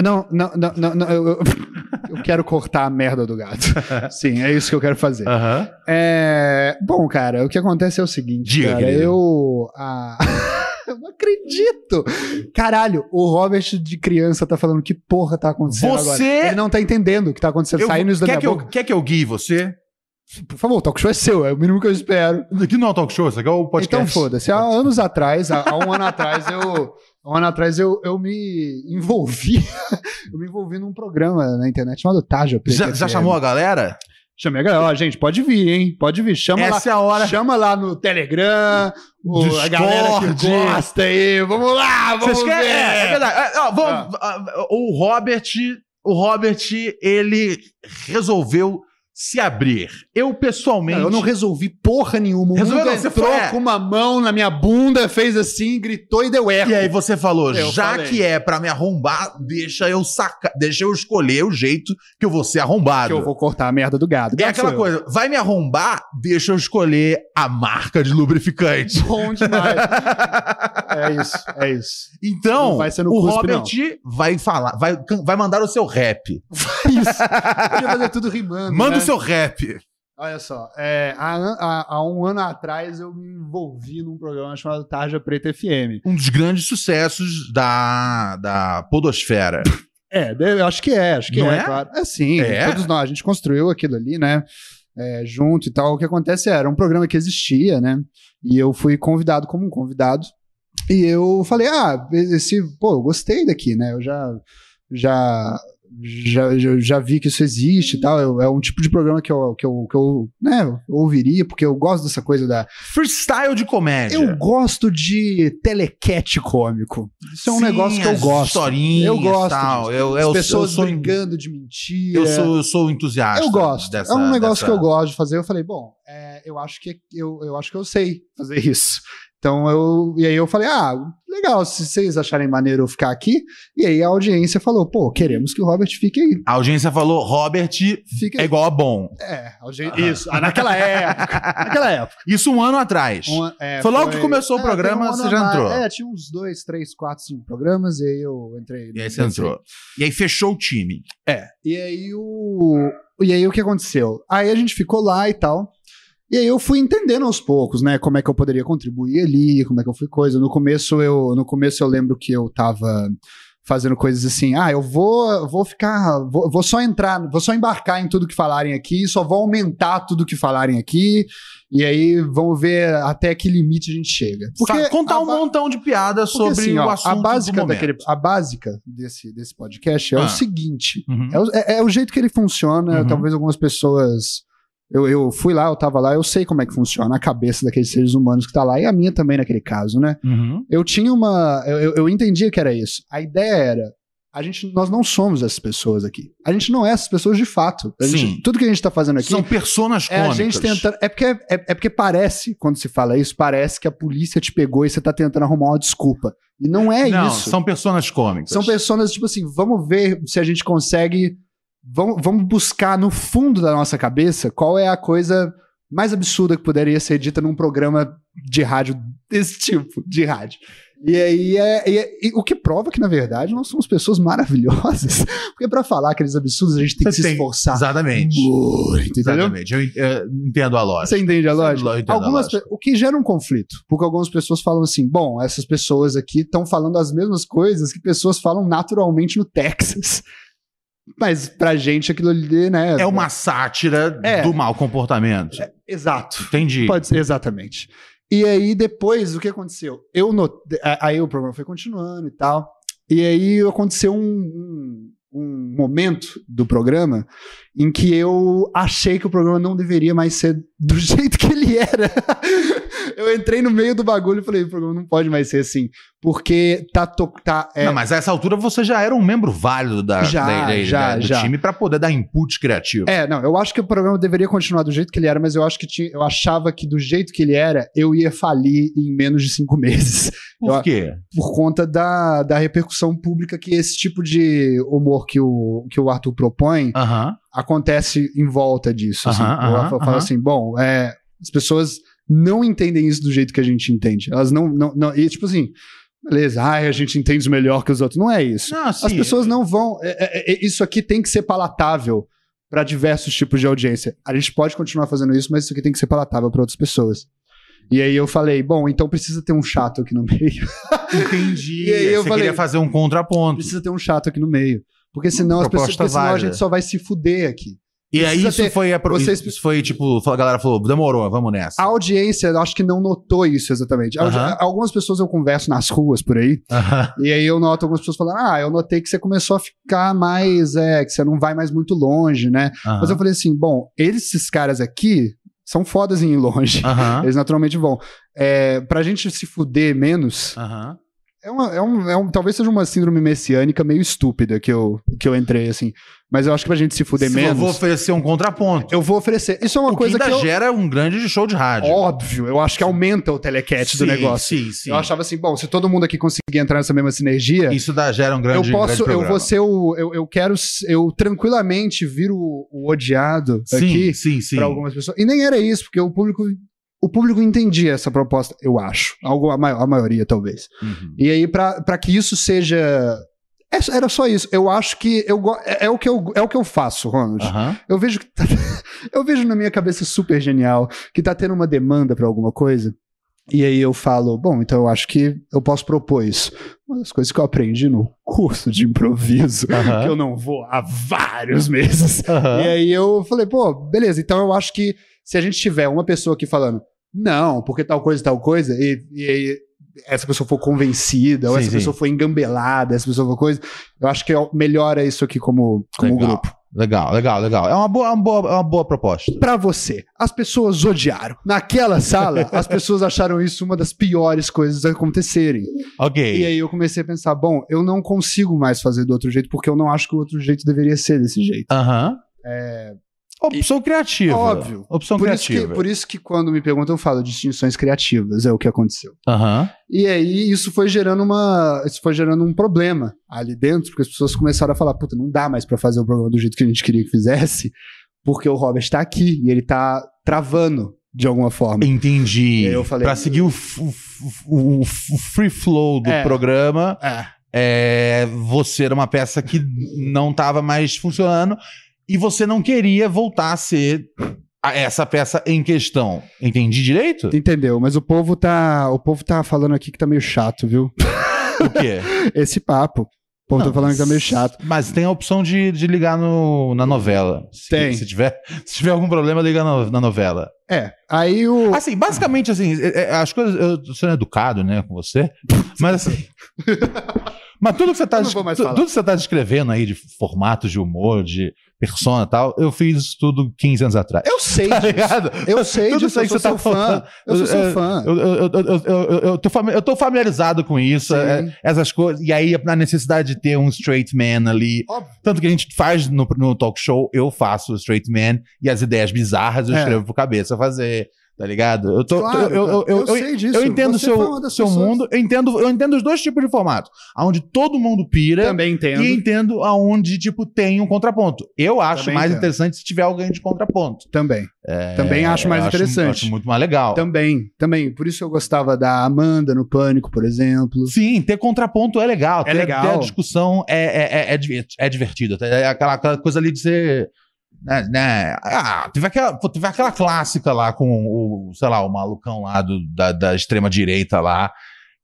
Não, não, não, não, não, eu, eu- eu quero cortar a merda do gato. Sim, é isso que eu quero fazer.
Aham.
É, bom, cara, o que acontece é o seguinte,
Diga,
cara,
querido.
eu ah, eu não acredito. Caralho, o Robert de criança tá falando que porra tá acontecendo agora.
Você-
Ele não tá entendendo o que tá acontecendo, saindo isso da
quer,
minha
que
boca.
eu, quer que eu guie você?
Por favor, o talk show é seu, é o mínimo que eu espero.
Aqui não é um talk show, isso aqui é o podcast.
Então foda-se. Há anos atrás, há há um ano atrás, eu. há Um ano atrás eu, eu me envolvi. eu me envolvi num programa na internet chamado Taja. Preta
Já, já
FM.
chamou a galera?
Chamei a galera. Ó, gente, pode vir, hein? Pode vir. Chama lá.
Essa é a hora.
Chama lá no Telegram. o- a
Discord.
galera que gosta aí. Vamos lá, vamos
Vocês
ver.
querem? É, é verdade. É, ó, vamos- ah, O Robert, o Robert, ele resolveu se abrir. Eu, pessoalmente.
Não, eu não resolvi porra nenhuma. O
Resolveu
mundo
não, você
entrou
foi- é.
com uma mão na minha bunda, fez assim, gritou e deu erro.
E aí você falou,
Eu
já
falei.
que é pra me arrombar, deixa eu sacar, deixa eu escolher o jeito que eu vou ser arrombado.
que eu vou cortar a merda do
É
gado. Gato
aquela
sou eu.
coisa, vai me arrombar, deixa eu escolher a marca de lubrificante.
Bom demais. é isso, é isso.
Então,
Não vai ser no
o
cuspe,
Robert vai falar, vai, can- vai mandar o seu rap.
É isso. Podia fazer tudo rimando.
Manda
né?
o seu rap.
Olha só, é, há, an- há- há um ano atrás eu me envolvi num programa chamado Tarja Preta FM.
Um dos grandes sucessos da, da podosfera.
É, de- eu acho que é, acho que
Não
é,
é?
claro. É sim,
É?
todos nós, a gente construiu aquilo ali, né? é, junto e tal. O que acontece era um programa que existia, né? E eu fui convidado como um convidado. E eu falei, ah, esse, pô, eu gostei daqui, né? Eu já, já já, já, já vi que isso existe e tal. Eu- é um tipo de programa que eu, que eu, que eu né, eu ouviria, porque eu gosto dessa coisa da.
Freestyle de comédia.
Eu gosto de telequete cômico. Isso é um
Sim,
negócio que eu
as
gosto.
Historinhas,
Eu gosto
Tal. É, Eu, eu,
As pessoas
eu sou, um
brigando de mentira.
Eu sou, eu sou entusiasta.
Eu gosto.
dessa-
é um negócio
dessa-
que eu gosto de fazer. Eu falei, bom, é, eu acho que eu, eu acho que eu sei fazer isso. Então eu e aí eu falei, ah, legal. Se vocês acharem maneiro eu ficar aqui, e aí a audiência falou, pô, queremos que o Robert fique aí.
A audiência falou: Robert
Fique
é
aí.
igual a bom.
É, a audiência. Isso. Ah, naquela época. Naquela época.
Isso um ano atrás.
Uma- é,
Foi logo que começou o
é, teve
programa,
um ano
você já
a mais.
entrou.
É, tinha uns dois, três, quatro, cinco programas, e aí eu entrei.
E aí você entrou. E aí fechou o time.
E aí o. E aí o que aconteceu? Aí a gente ficou lá e tal. E aí eu fui entendendo aos poucos, né? Como é que eu poderia contribuir ali, como é que eu fui coisa. No começo eu, no começo eu lembro que eu tava fazendo coisas assim, ah, eu vou, vou ficar, vou, vou só entrar, vou só embarcar em tudo que falarem aqui, só vou aumentar tudo que falarem aqui, e aí vamos ver até que limite a gente chega.
Sa- contar
a
um
ba-
montão de piadas
porque,
sobre
assim,
o
ó,
assunto
a básica
do momento.
daquele, a básica desse desse podcast é
Ah.
o seguinte,
Uhum.
é o, é- é o jeito que ele funciona.
Uhum.
Talvez algumas pessoas. Eu, eu fui lá, eu tava lá, eu sei como é que funciona a cabeça daqueles seres humanos que tá lá, e a minha também naquele caso, né?
Uhum.
Eu tinha uma. Eu, eu- eu entendia que era isso. A ideia era. A gente, nós não somos essas pessoas aqui. A gente não é essas pessoas de fato. A gente-
Sim.
Tudo que a gente tá fazendo aqui
São personas
é a
cômicas.
gente tentando. É porque, é, é porque parece, quando se fala isso, parece que a polícia te pegou e você tá tentando arrumar uma desculpa. E não é
Não,
isso.
são personas cômicas.
São pessoas, tipo assim, vamos ver se a gente consegue. Vamos, vamos buscar no fundo da nossa cabeça qual é a coisa mais absurda que poderia ser dita num programa de rádio desse tipo, de rádio. E aí é. e é- e o que prova que, na verdade, nós somos pessoas maravilhosas. Porque pra falar aqueles absurdos, a gente tem
Você
que se
tem-
esforçar.
Exatamente.
Muito, entendeu?
Exatamente. Eu en- eu entendo a lógica.
Você entende a lógica?
Eu entendo a
Algumas,
lógica.
pe- o que gera um conflito, porque algumas pessoas falam assim: bom, essas pessoas aqui estão falando as mesmas coisas que pessoas falam naturalmente no Texas. Mas pra gente aquilo ali, né?
É uma sátira
É.
do mau comportamento.
Exato.
Entendi.
Pode ser, exatamente. E aí, depois, o que aconteceu? Eu notei. a- Aí o programa foi continuando e tal. E aí aconteceu um, um- um momento do programa em que eu achei que o programa não deveria mais ser do jeito que ele era. Eu entrei no meio do bagulho e falei, o programa não pode mais ser assim. Porque tá. To tá é,
Não, mas a essa altura você já era um membro válido da,
Já,
da- da-
já,
do
já.
time para poder dar input criativo.
É, não, eu acho que o programa deveria continuar do jeito que ele era, mas eu acho que tinha, eu achava que do jeito que ele era, eu ia falir em menos de cinco meses.
Por
eu-
quê?
por conta da, da repercussão pública que esse tipo de humor que o, que o Arthur propõe
Aham.
acontece em volta disso. assim.
Aham,
Eu
aham,
falo
aham.
assim, bom, é, as pessoas não entendem isso do jeito que a gente entende. Elas não, não, não e tipo assim, beleza, ai, a gente entende isso melhor que os outros. Não é isso.
Não,
As
sim,
pessoas não vão. é- é- é- isso aqui tem que ser palatável para diversos tipos de audiência. A gente pode continuar fazendo isso, mas isso aqui tem que ser palatável para outras pessoas. E aí eu falei, bom, então precisa ter um chato aqui no meio.
Entendi.
E aí eu
você
falei-
queria fazer um contraponto.
precisa ter um chato aqui no meio. Porque senão, as
Proposta
pessoas, porque senão a
válida.
gente só vai se fuder aqui.
E aí
precisa
isso
ter-
foi a pro...
vocês-
isso foi tipo, a galera falou, demorou, vamos nessa.
A audiência, eu acho que não notou isso exatamente. A audi-
Aham.
Algumas pessoas eu converso nas ruas por aí,
Aham.
e aí eu noto algumas pessoas falando: Ah, eu notei que você começou a ficar mais. É, que você não vai mais muito longe, né?
Aham.
Mas eu falei assim: bom, esses caras aqui são fodas em ir longe.
Aham.
Eles naturalmente vão. É, pra gente se fuder menos,
Aham.
É uma, é um, é um, talvez seja uma síndrome messiânica meio estúpida que eu, que eu entrei, assim. Mas eu acho que pra gente se fuder
Se eu
menos.
vou oferecer um contraponto.
Eu vou oferecer. Isso é uma
o que
coisa
ainda
que eu,
gera um grande show de rádio.
óbvio, eu acho que aumenta o telecat do
Sim,
negócio.
Sim, sim.
Eu achava assim, bom, se todo mundo aqui conseguir entrar nessa mesma sinergia,
Isso dá, gera um grande
É. eu
grande
posso, eu
programa.
vou ser o, eu, eu quero, s- eu tranquilamente viro o, o odiado
Sim,
aqui
sim, sim.
pra algumas pessoas. E nem era isso, porque o público, o público entendia essa proposta, eu acho. Alguma, a ma- a maioria talvez.
Uhum.
E aí, pra pra que isso seja. É- Era só isso. Eu acho que. Eu go- é, é o que eu, é o que eu faço, Ronald.
Aham.
Eu vejo que. tá- eu vejo na minha cabeça super genial que tá tendo uma demanda pra alguma coisa. E aí eu falo, bom, então eu acho que eu posso propor isso. Uma das coisas que eu aprendi no curso de improviso,
Aham.
que eu não vou há vários meses.
Aham.
E é aí eu falei, pô, beleza, então eu acho que se a gente tiver uma pessoa aqui falando, não, porque tal coisa, tal coisa, e, e aí essa pessoa for convencida, ou
Sim,
essa
sim.
pessoa for engambelada, essa pessoa for coisa. Eu acho que eu- melhora isso aqui como, como
Legal.
grupo.
Legal, legal, legal. É uma boa, uma boa, é uma boa proposta.
Pra você, as pessoas odiaram. Naquela sala, as pessoas acharam isso uma das piores coisas a acontecerem. E
Ok.
aí eu comecei a pensar, bom, eu não consigo mais fazer do outro jeito, porque eu não acho que o outro jeito deveria ser desse jeito.
Aham. Opção criativa.
é, Óbvio.
Opção
Por isso, que,
criativa.
por isso que quando me perguntam, eu falo distinções criativas, é o que aconteceu.
Aham.
E aí isso foi gerando uma, isso foi gerando um problema ali dentro, porque as pessoas começaram a falar, puta, não dá mais pra fazer o programa do jeito que a gente queria que fizesse, porque o Robert tá aqui e ele tá travando de alguma forma.
Entendi.
E aí eu falei-
pra seguir o, f- o f- o f- o free flow do
É.
programa,
É.
é, você era uma peça que não estava mais funcionando e você não queria voltar a ser a- essa peça em questão. Entendi direito?
Entendeu? Mas o povo tá, o povo tá falando aqui que tá meio chato, viu?
O quê?
Esse papo. O povo tá falando que tá meio chato.
Mas tem a opção de, de ligar no, na novela. Se-
Tem.
Se, tiver, se tiver algum problema, liga na, na novela.
É. Aí o
Assim, basicamente, assim, é- é- as coisas. Eu tô sendo educado, né, com você. Mas assim. mas tudo que você tá,
Eu não
des-
vou mais
tu-
falar.
tudo que você tá descrevendo aí de formatos de humor, de persona e tal, eu fiz isso tudo 15 anos atrás.
eu sei
Tá
disso.
ligado?
Eu sei
Tudo
disso,
isso aí
eu
que
sou
você tá
seu fã.
falando.
Eu sou seu
É,
fã.
Eu, eu, eu, eu, eu, eu, tô fami- eu tô familiarizado com isso,
Sim.
é, essas coisas. E aí, a necessidade de ter um straight man ali.
Óbvio.
Tanto que a gente faz no, no talk show, eu faço o straight man e as ideias bizarras eu
É.
escrevo pro cabeça fazer, tá ligado? Eu tô.
Claro,
eu, eu, eu, eu, eu,
sei disso.
eu entendo o
Você foi uma
seu,
das
seu
pessoas-
mundo, eu entendo, eu entendo os dois tipos de formato. Onde todo mundo pira
Também entendo.
e entendo aonde, tipo, tem um contraponto. Eu acho
Também
mais
entendo.
interessante se tiver alguém de contraponto. É,
Também. também É, acho
Eu
mais interessante.
Acho, muito mais legal.
Também, também. Por isso eu gostava da Amanda no Pânico, por exemplo.
Sim, ter contraponto é legal.
É
ter,
legal.
ter a discussão é, é, é, é, diver- é divertido. É aquela, aquela coisa ali de ser. Né, né, ah, teve aquela, pô, teve aquela clássica lá com o, sei lá, o malucão lá do- da, da extrema-direita lá.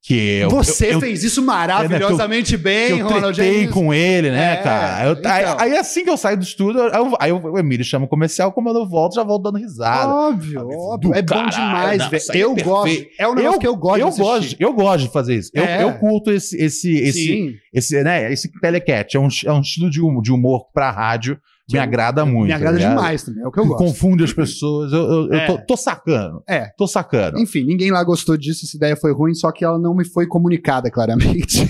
Que eu,
Você
eu, eu,
fez isso maravilhosamente
que
bem,
eu
Ronald
tretei
James.
com ele, né,
É,
cara? Eu- aí,
então.
aí assim que eu saio do estúdio, eu- eu- aí eu- o Emílio chama o comercial, como eu não volto, já volto dando risada.
Óbvio,
Sabe,
óbvio.
do
É bom
caralho,
demais,
não,
velho.
isso aí é
Eu
perfeito.
gosto. É um negócio que eu gosto de
eu
assistir.
gosto, eu gosto de fazer isso. Eu,
É.
eu curto esse, esse, esse,
Sim,
Esse, né, esse telecat é um, é um estilo de humor, de humor pra rádio.
Que
me
eu-
agrada muito.
me agrada
tá ligado?
demais também. É o que eu gosto.
Confunde as pessoas. Eu, eu- eu
É.
tô, tô sacando.
É.
Tô sacando.
Enfim, ninguém lá gostou disso, essa ideia foi ruim, só que ela não me foi comunicada claramente.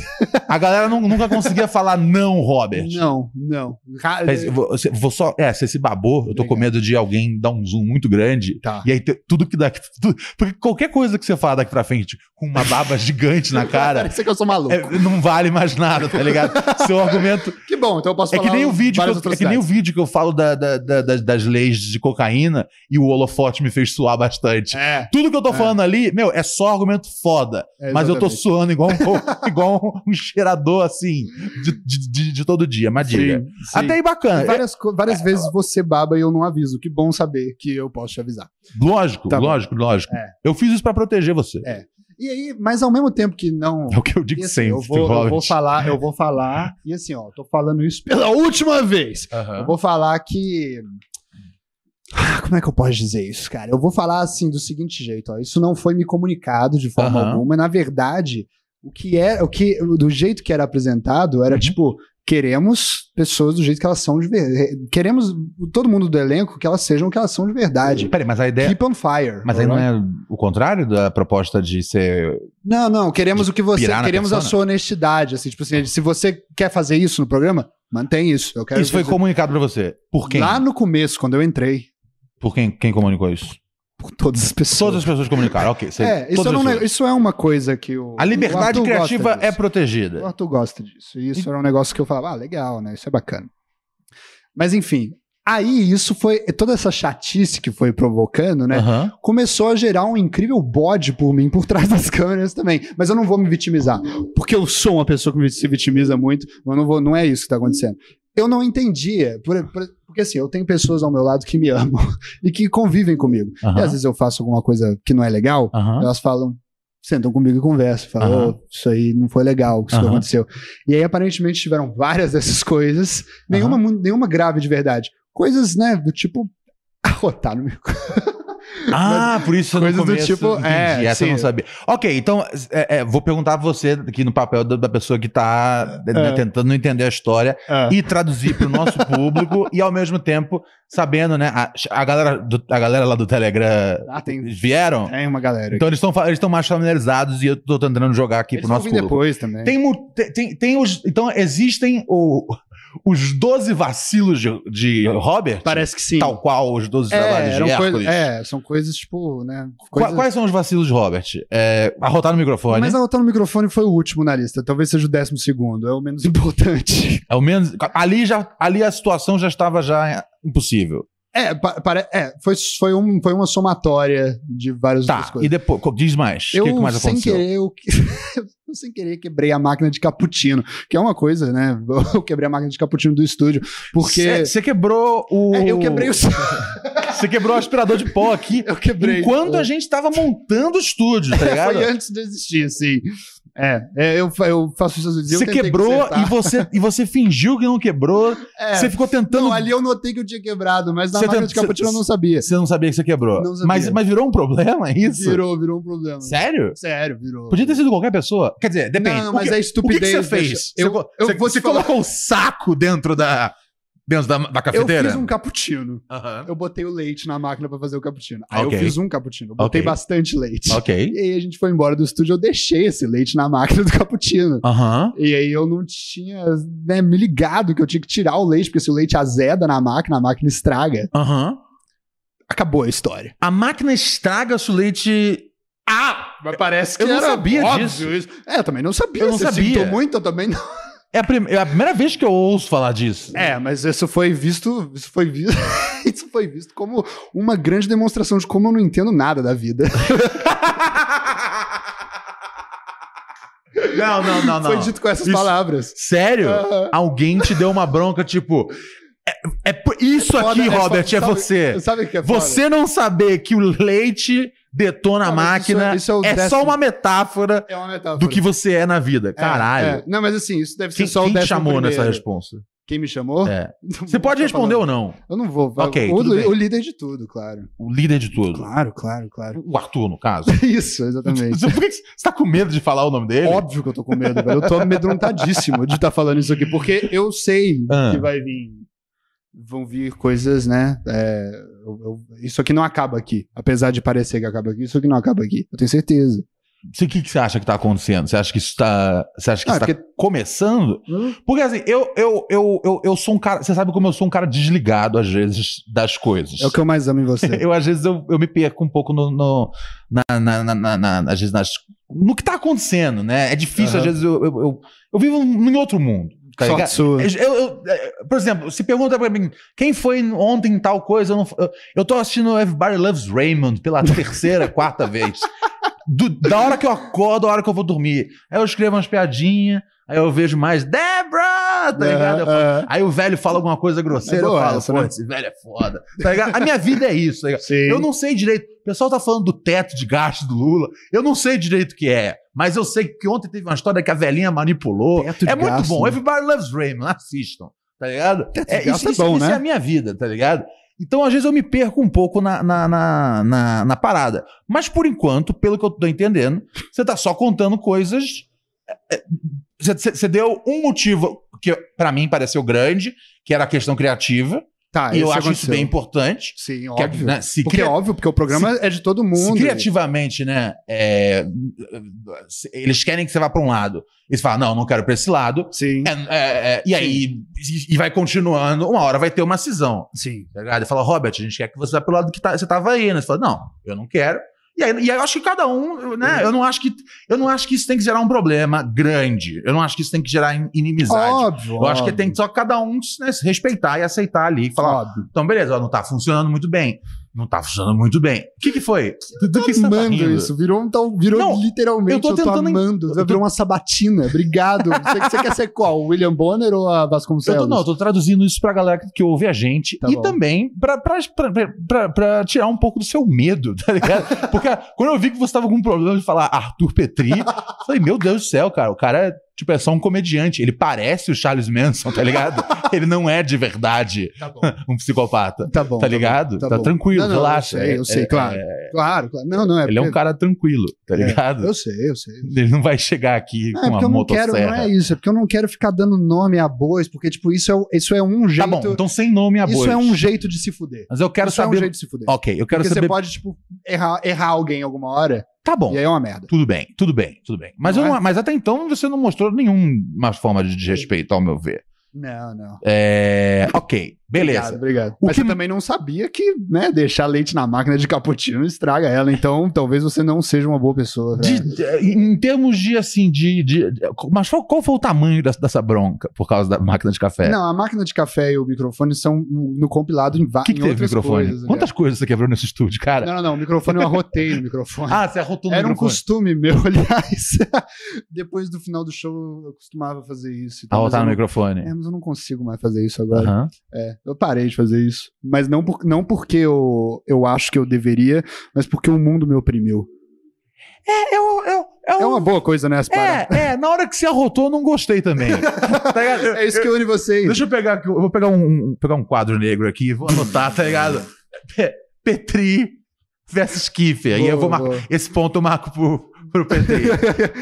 A galera nu- nunca conseguia falar não, Robert.
Não, não. Ra- eh,
Mas eu vou, você- vou só. É, você se babou, eu tô com
Obrigado.
medo de alguém dar um zoom muito grande.
Tá.
E aí te- tudo que daqui. tudo- porque qualquer coisa que você fala daqui pra frente com uma baba gigante na cara.
Parece que eu sou maluco.
é, não vale mais nada, tá ligado? Seu argumento
Que bom, então eu posso
É que,
falar
nem o vídeo
várias
que eu, é que nem o
atrocidades.
vídeo que eu falo da- da- da- das- das leis de cocaína e o holofote me fez suar bastante.
É,
Tudo que eu tô
É.
falando ali, meu, é só argumento foda.
é,
mas eu tô
exatamente.
suando igual um, igual um cheirador, assim, de, de- de- de todo dia. Mas diga.
Sim, Tá sim.
Até aí bacana.
Várias, co- várias
é,
vezes você baba e eu não aviso. Que bom saber que eu posso te avisar.
Lógico,
Tá bom.
lógico, lógico.
É.
Eu fiz isso pra proteger você.
É. E aí, mas ao mesmo tempo que não.
É o que eu digo
E assim,
sempre,
eu vou, eu
Robert.
vou falar, eu vou falar. E assim, ó, eu tô falando isso pela última vez.
Aham.
Eu vou falar que. Ah, Como é que eu posso dizer isso, cara? Eu vou falar assim do seguinte jeito, ó. Isso não foi me comunicado de forma
Aham.
alguma. Na verdade, o que é, o que do jeito que era apresentado
Uhum.
era tipo queremos pessoas do jeito que elas são de verdade. Queremos todo mundo do elenco que elas sejam o que elas são de verdade.
Peraí, mas a ideia.
Keep on fire.
É. Mas aí não é o contrário da proposta de ser.
Não, não, queremos o que você.
pirar na
Queremos a
persona?
sua honestidade. Assim, tipo assim, se você quer fazer isso no programa, mantém isso. Eu quero
Isso foi
dizer-
comunicado pra você. Por quem?
Lá no começo, quando eu entrei,
Por quem, quem comunicou isso?
por todas as pessoas.
Todas as pessoas comunicaram, ok. Cê,
É, isso,
todas
era um
as
ne-
pessoas.
isso é uma coisa que o.
A liberdade
o Arthur
criativa
gosta
é
disso. O
protegida.
Arthur gosta disso. E isso era um negócio que eu falava, ah, legal, né? Isso é bacana. Mas enfim, aí isso foi. Toda essa chatice que foi provocando, né?
Aham.
começou a gerar um incrível bode por mim por trás das câmeras também. Mas eu não vou me vitimizar, porque eu sou uma pessoa que me- se vitimiza muito, mas não, vou, não é isso que tá acontecendo. Eu não entendia, por- por- porque assim, eu tenho pessoas ao meu lado que me amam e que convivem comigo. E às
Aham.
vezes eu faço alguma coisa que não é legal,
Aham.
elas falam, sentam comigo e conversam, falam,
Aham.
"Ô, isso aí não foi legal, isso que
Aham.
aconteceu. E aí aparentemente tiveram várias dessas coisas, nenhuma, mu- nenhuma grave de verdade. Coisas, né, do tipo arrotar no meu
Ah, por isso
coisas
no
do
começo,
tipo,
entendi,
é,
essa eu
sim.
não sabia. Ok, então é, é, vou perguntar você aqui no papel da, da pessoa que tá né,
É.
tentando entender a história
Ah.
e traduzir pro nosso público e ao mesmo tempo sabendo, né, a, a galera, do- a galera lá do Telegram
Ah, tem,
eles vieram,
tem uma galera.
então eles estão eles tão mais familiarizados e eu tô tentando jogar aqui
Eles é
pro
vão
nosso
vir
público.
depois também.
Tem, mu- tem- tem, tem os, então existem o- os 12 vacilos de, de Robert,
Parece que sim.
tal qual os 12 trabalhos
É, eram
de
coisa-
Hércules.
é, são coisas tipo, né?
Qua-
coisas-
Quais são os vacilos, Robert? É, arrotar no microfone.
Mas a volta no microfone foi o último na lista. Talvez seja o décimo segundo. É o menos importante.
Ao É menos ali já ali a situação já estava já impossível.
É, pa- pare- é, foi, foi, um- foi uma somatória de várias
Tá.
outras coisas.
E depois co- diz mais. O
Eu,
que, que mais
sem
aconteceu?
querer, eu, eu sem querer quebrei a máquina de cappuccino, que é uma coisa, né? Eu quebrei a máquina de cappuccino do estúdio, porque
você quebrou o
É, eu quebrei o
Você quebrou o aspirador de pó aqui.
eu quebrei.
Enquanto a gente estava montando o estúdio, tá ligado?
É, foi antes de existir, assim. É, é, eu, fa- eu faço isso às vezes. eu
Você
tentei
quebrou
consertar.
e você, e você fingiu que não quebrou.
É,
Você ficou tentando.
não, ali eu notei que eu tinha quebrado, mas na
Você
máquina
tenta-
de cappuccino eu
você-
não sabia.
Você não sabia que você quebrou.
Não sabia.
Mas, mas virou um problema isso?
Virou, virou um problema.
Sério?
Sério, virou.
Podia ter sido qualquer pessoa. Quer dizer, depende.
Não,
O
mas
que-
a
O que,
estupidez.
que você
deixa-
fez?
Eu,
você
eu
você-
vou te
você
falar.
colocou o saco dentro da dentro da, da
Eu
cafeteira?
fiz um cappuccino.
Aham.
Eu botei o leite na máquina pra fazer o cappuccino. Aí
Ok.
eu fiz um cappuccino. Eu Botei
Ok.
bastante leite.
Ok.
E aí a gente foi embora do estúdio, eu deixei esse leite na máquina do cappuccino.
Aham.
E aí eu não tinha né, me ligado que eu tinha que tirar o leite, porque se o leite azeda na máquina, a máquina estraga.
Aham.
Acabou a história.
A máquina estraga se o leite. Ah!
Mas parece
que era óbvio
disso. É, eu também não sabia.
Eu não
Você
sabia.
sinto muito, eu também não.
É a, prim- é a primeira vez que eu ouço falar disso.
É, mas isso foi visto. Isso foi visto. Isso foi visto como uma grande demonstração de como eu não entendo nada da vida.
Não, não, não, não.
Foi dito com essas
Isso-
palavras.
Sério?
Aham.
Alguém te deu uma bronca, tipo. É, é por- isso
Foda,
aqui,
é
Robert,
foda,
é
sabe-
você.
Sabe o que é foda?
Você não saber que o leite detona a
Não, mas isso é-
máquina
isso é o
é só
décimo.
uma metáfora
É uma metáfora.
do que você é na vida.
É,
Caralho.
é. Não, mas assim, isso deve ser
Quem,
só o
quem te
décimo
chamou
primeiro.
nessa resposta?
Quem me chamou?
É.
Não
Você
vou
pode
ficar
responder
falando.
ou não?
Eu não vou. vai-
Ok,
o, é
tudo bem.
o líder de tudo, claro.
O líder de tudo.
Claro, claro, claro.
O Arthur, no caso.
Isso, exatamente.
Você, por que que você tá com medo de falar o nome dele?
Óbvio que eu tô com medo, velho. Eu tô amedrontadíssimo de estar falando isso aqui, porque eu sei
Ah.
que vai vir. Vão vir coisas, né? é, eu- eu- isso aqui não acaba aqui. Apesar de parecer que acaba aqui, isso aqui não acaba aqui. Eu tenho certeza.
Você- O que, que você acha que tá acontecendo? Você acha que isso tá. Você acha que
Ah,
isso tá
porque-
começando?
Hum?
Porque assim, eu, eu, eu, eu, eu sou um cara. Você sabe como eu sou um cara desligado, às vezes, das coisas.
É o que eu mais amo em você.
Eu, às vezes, eu, eu me perco um pouco no. no- na, na- na- na- na- às vezes, nas, no que tá acontecendo, né? É difícil,
Aham.
às vezes, eu, eu, eu, eu vivo em outro mundo. Tá ligado?
Sorte sua.
Eu- eu- eu- por exemplo, se pergunta pra mim quem foi ontem em tal coisa, eu, não, eu, eu tô assistindo Everybody Loves Raymond pela terceira, quarta vez. Do- da hora que eu acordo, a hora que eu vou dormir. Aí eu escrevo umas piadinhas, aí eu vejo mais Debra, tá ligado? Eu falo-
Ah,
aí o velho fala alguma coisa grosseira,
É
eu
boa
falo,
essa,
pô,
né?
esse velho é foda. Tá ligado? A minha vida é isso, tá ligado?
sim.
Eu não sei direito. O pessoal tá falando do teto de gasto do Lula. Eu não sei direito o que é. Mas eu sei que ontem teve uma história que a velhinha manipulou.
Teto de
é muito
gasto,
bom.
né?
Everybody loves Raymond. Assistam. Tá ligado?
Teto de
É,
gasto
isso,
é
isso-
bom,
isso
né?
é a minha vida, tá ligado? Então, às vezes, eu me perco um pouco na, na, na, na- na parada. Mas, por enquanto, pelo que eu tô entendendo, você tá só contando coisas. é, é, Você você deu um motivo que, pra mim, pareceu grande, que era a questão criativa.
Tá,
e eu
esse
acho isso
aconteceu.
bem importante.
Sim,
Que é,
óbvio.
né, se
Porque
cria-
é óbvio, porque o programa é de todo
se
mundo.
criativamente, né? é, se- eles querem que você vá pra um lado. Eles falam, não, não quero pra esse lado.
Sim.
É, é, é, e aí, e, e vai continuando, uma hora vai ter uma cisão.
Sim.
Tá ligado? Ele fala, Robert, a gente quer que você vá pro lado que tá- você tava aí, né? Você fala, não, eu não quero. E aí, e aí eu acho que cada um, eu, né? Eu não acho que eu não acho que isso tem que gerar um problema grande. Eu não acho que isso tem que gerar in- inimizade.
Óbvio.
eu acho que tem que só cada um né, se respeitar e aceitar ali e falar, ó,
óbvio.
então, beleza, ó, não tá funcionando muito bem. Não tá funcionando muito bem. O que, que foi? Do, do que você tá
Amando
rindo?
isso, virou um tal, virou
Não,
literalmente,
eu
eu
tô
tô,
tentando en-
amando,
eu tô-
virou uma sabatina, obrigado. você, você quer ser qual, o William Bonner ou a
Eu
Vasconcelos?
tô, não, eu tô traduzindo isso pra galera que- que ouve a gente
Tá
e
bom.
também pra, pra, pra, pra- pra tirar um pouco do seu medo, tá ligado? Porque quando eu vi que você tava com um problema de falar Arthur Petri, eu falei, meu Deus do céu, cara, o cara Tipo, é só um comediante. Ele parece o Charles Manson, tá ligado? ele não é de verdade
Tá bom.
um psicopata.
Tá bom.
tá ligado?
tá
Tá,
bom.
tranquilo,
Não, não, eu
relaxa.
sei, eu
É-
sei,
é-
claro.
é-
Claro, claro. Não, não é.
ele é um
porque-
cara tranquilo, tá
É,
ligado?
Eu sei, eu sei.
Ele não vai chegar aqui
Não,
com
é
uma
porque eu não quero,
motosserra.
não é isso, é porque eu não quero ficar dando nome a bois, porque, tipo, isso é, o- isso é um
Tá
jeito.
bom, então sem nome a
isso
boi.
é um jeito de se fuder.
Mas eu quero
isso
saber.
é um jeito de se fuder.
Ok, eu quero
porque
saber.
você pode, tipo, errar, errar alguém alguma hora,
Tá bom,
e aí é uma merda.
tudo bem, tudo bem, tudo bem. Mas,
Não
eu
é?
não- mas até então você não mostrou nenhuma forma de desrespeito, ao meu ver.
Não, não.
É. Ok, beleza.
Obrigado, obrigado.
O
Mas
que-
você também não sabia que, né, deixar leite na máquina de cappuccino estraga ela, então talvez você não seja uma boa pessoa. velho.
De- de- em termos de assim, de. de- de- mas qual, qual foi o tamanho dessa, dessa bronca por causa da máquina de café?
Não, a máquina de café e o microfone são no no compilado em
O que, que
vários
teve
outras
microfone?
coisas. né?
Quantas coisas você quebrou nesse estúdio, cara?
Não, não, não. O microfone eu arrotei no microfone.
Ah, você arrotou no
Era um
microfone.
costume meu, aliás. Depois do final do show, eu costumava fazer isso. e tal, mas
Arrotar
eu
no
não-
microfone.
É, mas eu não consigo mais fazer isso agora.
Aham.
É, eu parei de fazer isso. Mas não, por- não porque eu, eu acho que eu deveria, mas porque o mundo me oprimiu.
É, eu, eu, eu,
É uma boa coisa, né, Aspara?
É, é, na hora que você arrotou, eu não gostei também. Tá ligado?
É. isso que eu une vocês.
Deixa eu pegar aqui, eu vou pegar um, um- pegar um quadro negro aqui, vou anotar, tá ligado? Pe- Petri versus Kiffer. Aí eu vou marcar. Esse ponto eu marco pro, pro Petri.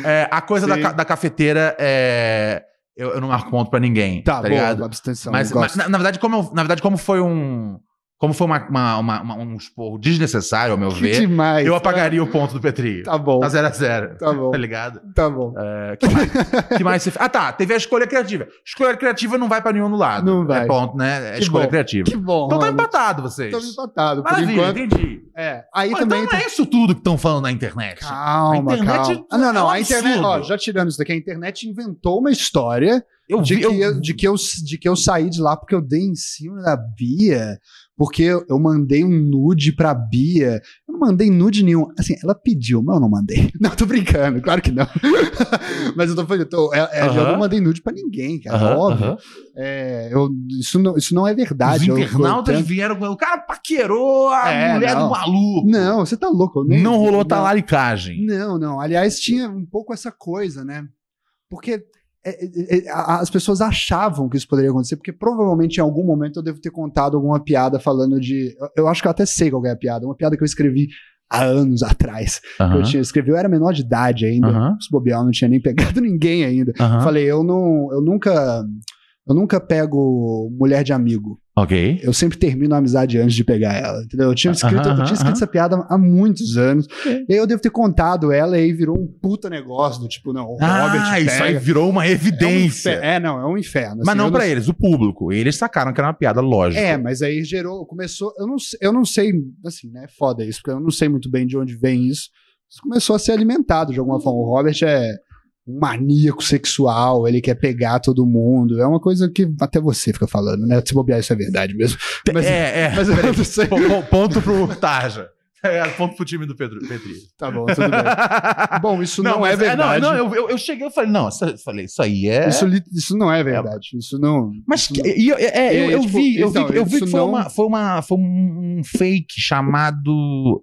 É, a coisa da,
Sim.
ca- da cafeteira é. Eu, eu não marco ponto pra ninguém.
Tá,
Tá,
boa,
ligado?
abstenção.
Mas,
eu gosto.
mas, na, na verdade, como eu- na verdade, como foi um. Como foi uma, uma- uma- uma- um esporro desnecessário, ao meu
Que
ver,
demais.
eu apagaria o ponto do Petri.
Tá bom,
Tá 0 a 0
tá bom,
Tá ligado?
tá bom.
É, que mais, que mais você fe- Ah, tá. Teve a escolha criativa. Escolha criativa não vai pra nenhum lado.
Não vai.
É ponto, né? É
Que
escolha
bom.
criativa.
Que bom.
Então tá
Ramos.
empatado vocês.
Estamos empatados, por
Maravilha,
enquanto.
entendi.
É, aí
Mas
também...
então não é isso tudo que estão falando na internet.
Calma,
A internet
calma.
é
Ah, não, não,
um
a internet...
absurdo.
Ó, já tirando isso daqui, a internet inventou uma história
Eu
de
vi.
que, eu,
eu-
de, que eu, de que eu saí de lá porque eu dei em cima da Bia, porque eu eu mandei um nude pra Bia. Eu não mandei nude nenhum. Assim, ela pediu, mas eu não mandei. Não, tô brincando, claro que não. mas eu tô falando, eu, tô- é- é, eu
Aham.
não mandei nude pra ninguém, cara,
Aham,
óbvio.
aham.
É, eu- isso, não, isso não é
Os
verdade. eu- eu
internautas
tanto-
vieram com o cara paquerou a
É,
mulher
não.
do maluco.
Não, você tá louco. eu nem-
Não rolou
não.
talaricagem.
Não, não. Aliás, tinha um pouco essa coisa, né? Porque é, é, é, a- as pessoas achavam que isso poderia acontecer, porque provavelmente em algum momento eu devo ter contado alguma piada falando de. eu- Eu acho que eu até sei qual que é a piada, uma piada que eu escrevi há anos atrás. que Eu
Aham,
tinha escrevi, eu era menor de idade ainda.
Aham.
Se bobear, eu não tinha nem pegado ninguém ainda.
aham.
Falei, eu não. Eu nunca. Eu nunca pego mulher de amigo.
Ok.
Eu sempre termino a amizade antes de pegar ela, entendeu? Eu tinha escrito, eu
Aham,
tinha escrito
aham.
essa piada há muitos anos.
É.
E aí eu devo ter contado ela e aí virou um puta negócio do tipo, não, o Robert
Ah, isso
pega.
aí virou uma
é, um
evidência.
infer- é, não, é um inferno.
Mas
assim, eu
não pra eles, o público. Eles sacaram que era uma piada lógica.
É, mas aí gerou, começou, eu não, se- eu não sei, assim, né, foda isso, porque eu não sei muito bem de onde vem isso. Mas começou a ser alimentado de alguma forma. O Robert é um maníaco sexual, ele quer pegar todo mundo. É uma coisa que até você fica falando, né? Se bobear, isso é verdade mesmo. Mas,
é, é.
mas eu não sei.
Po- po- ponto pro Tarja. É, ponto pro time do Pedro, Petri.
Tá bom, tudo bem. Bom, isso não, é
mas-
verdade.
não, eu, eu, eu cheguei e falei, não, isso- eu falei, isso aí é.
Isso, li- isso não é verdade. Isso não. né.
mas
isso
que- e eu, é, eu,
É,
eu
tipo,
vi, eu vi,
então,
eu vi
isso
que foi,
não-
uma, foi, uma, foi um um fake chamado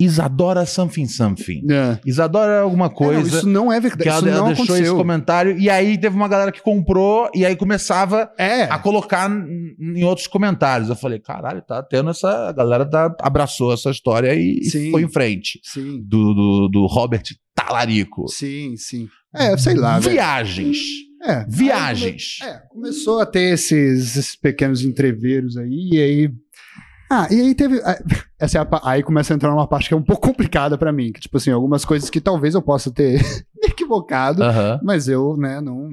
Isadora Something Something.
não- É.
Isadora alguma
É, não,
coisa.
isso não é verdade.
que ela,
Isso
ela
não
deixou esse
aconteceu.
comentário. E aí teve uma galera que comprou e aí começava
É.
a colocar n- em outros comentários. Eu falei, caralho, tá tendo essa. A galera tá- abraçou essa história e, e
Sim.
foi em frente.
Sim,
Do, do, do Robert Talarico.
sim, sim. É, sei lá. velho.
Viagens.
É.
Viagens.
É, começou a ter esses, esses pequenos entreveiros aí, e aí. Ah, e aí teve. ah, Essa é a pa- aí começa a entrar numa parte que é um pouco complicada pra mim. Que, tipo assim, algumas coisas que talvez eu possa ter me equivocado.
Aham.
mas eu, né, não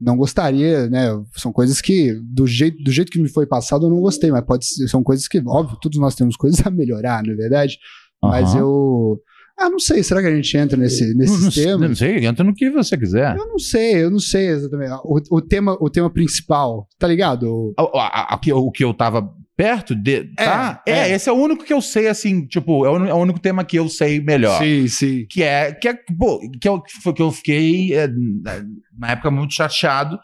não gostaria, né, são coisas que do jeito, do jeito que me foi passado eu não gostei, mas pode ser, são coisas que, óbvio, todos nós temos coisas a melhorar, não é verdade? Mas
Aham.
eu ah, não sei, será que a gente entra nesse
Não-
nesse
não, sei- né?
tema?
não sei, entra no que você quiser.
Eu não sei, eu não sei exatamente. O, o tema, o tema principal, tá ligado? O-
O, a- a- o que, eu- o que eu tava perto de.
É,
Tá? É,
é.
esse é o único que eu sei, assim, tipo, é o, uni- é o único tema que eu sei melhor.
Sim, sim.
Que é, que é, pô, que eu, que foi que eu fiquei é, na- na época muito chateado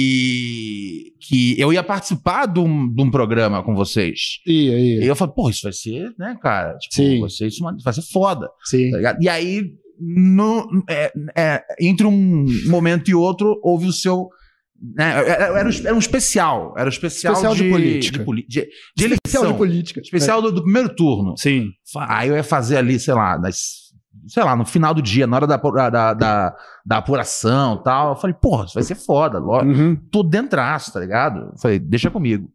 que, que eu ia participar de um, de um programa com vocês.
E aí,
E eu falei, pô, isso vai ser, né, cara? Tipo,
Sim.
vai ser, isso, uma- vai ser foda,
sim.
tá ligado? E aí no- é- é, entre um momento e outro, houve o seu. né, era, era um, era um especial. Era um especial,
Especial de
de,
política.
De, poli- de- de eleição.
Especial
Especial,
de política.
do, do primeiro turno.
Sim.
Fa- Aí eu ia fazer ali, sei lá, nas- sei lá, no final do dia, na hora da, apura- da, da, da apuração e tal. Eu falei, porra, isso vai ser foda, lógico
Uhum.
tô dentraço, tá ligado? Eu Falei, deixa comigo.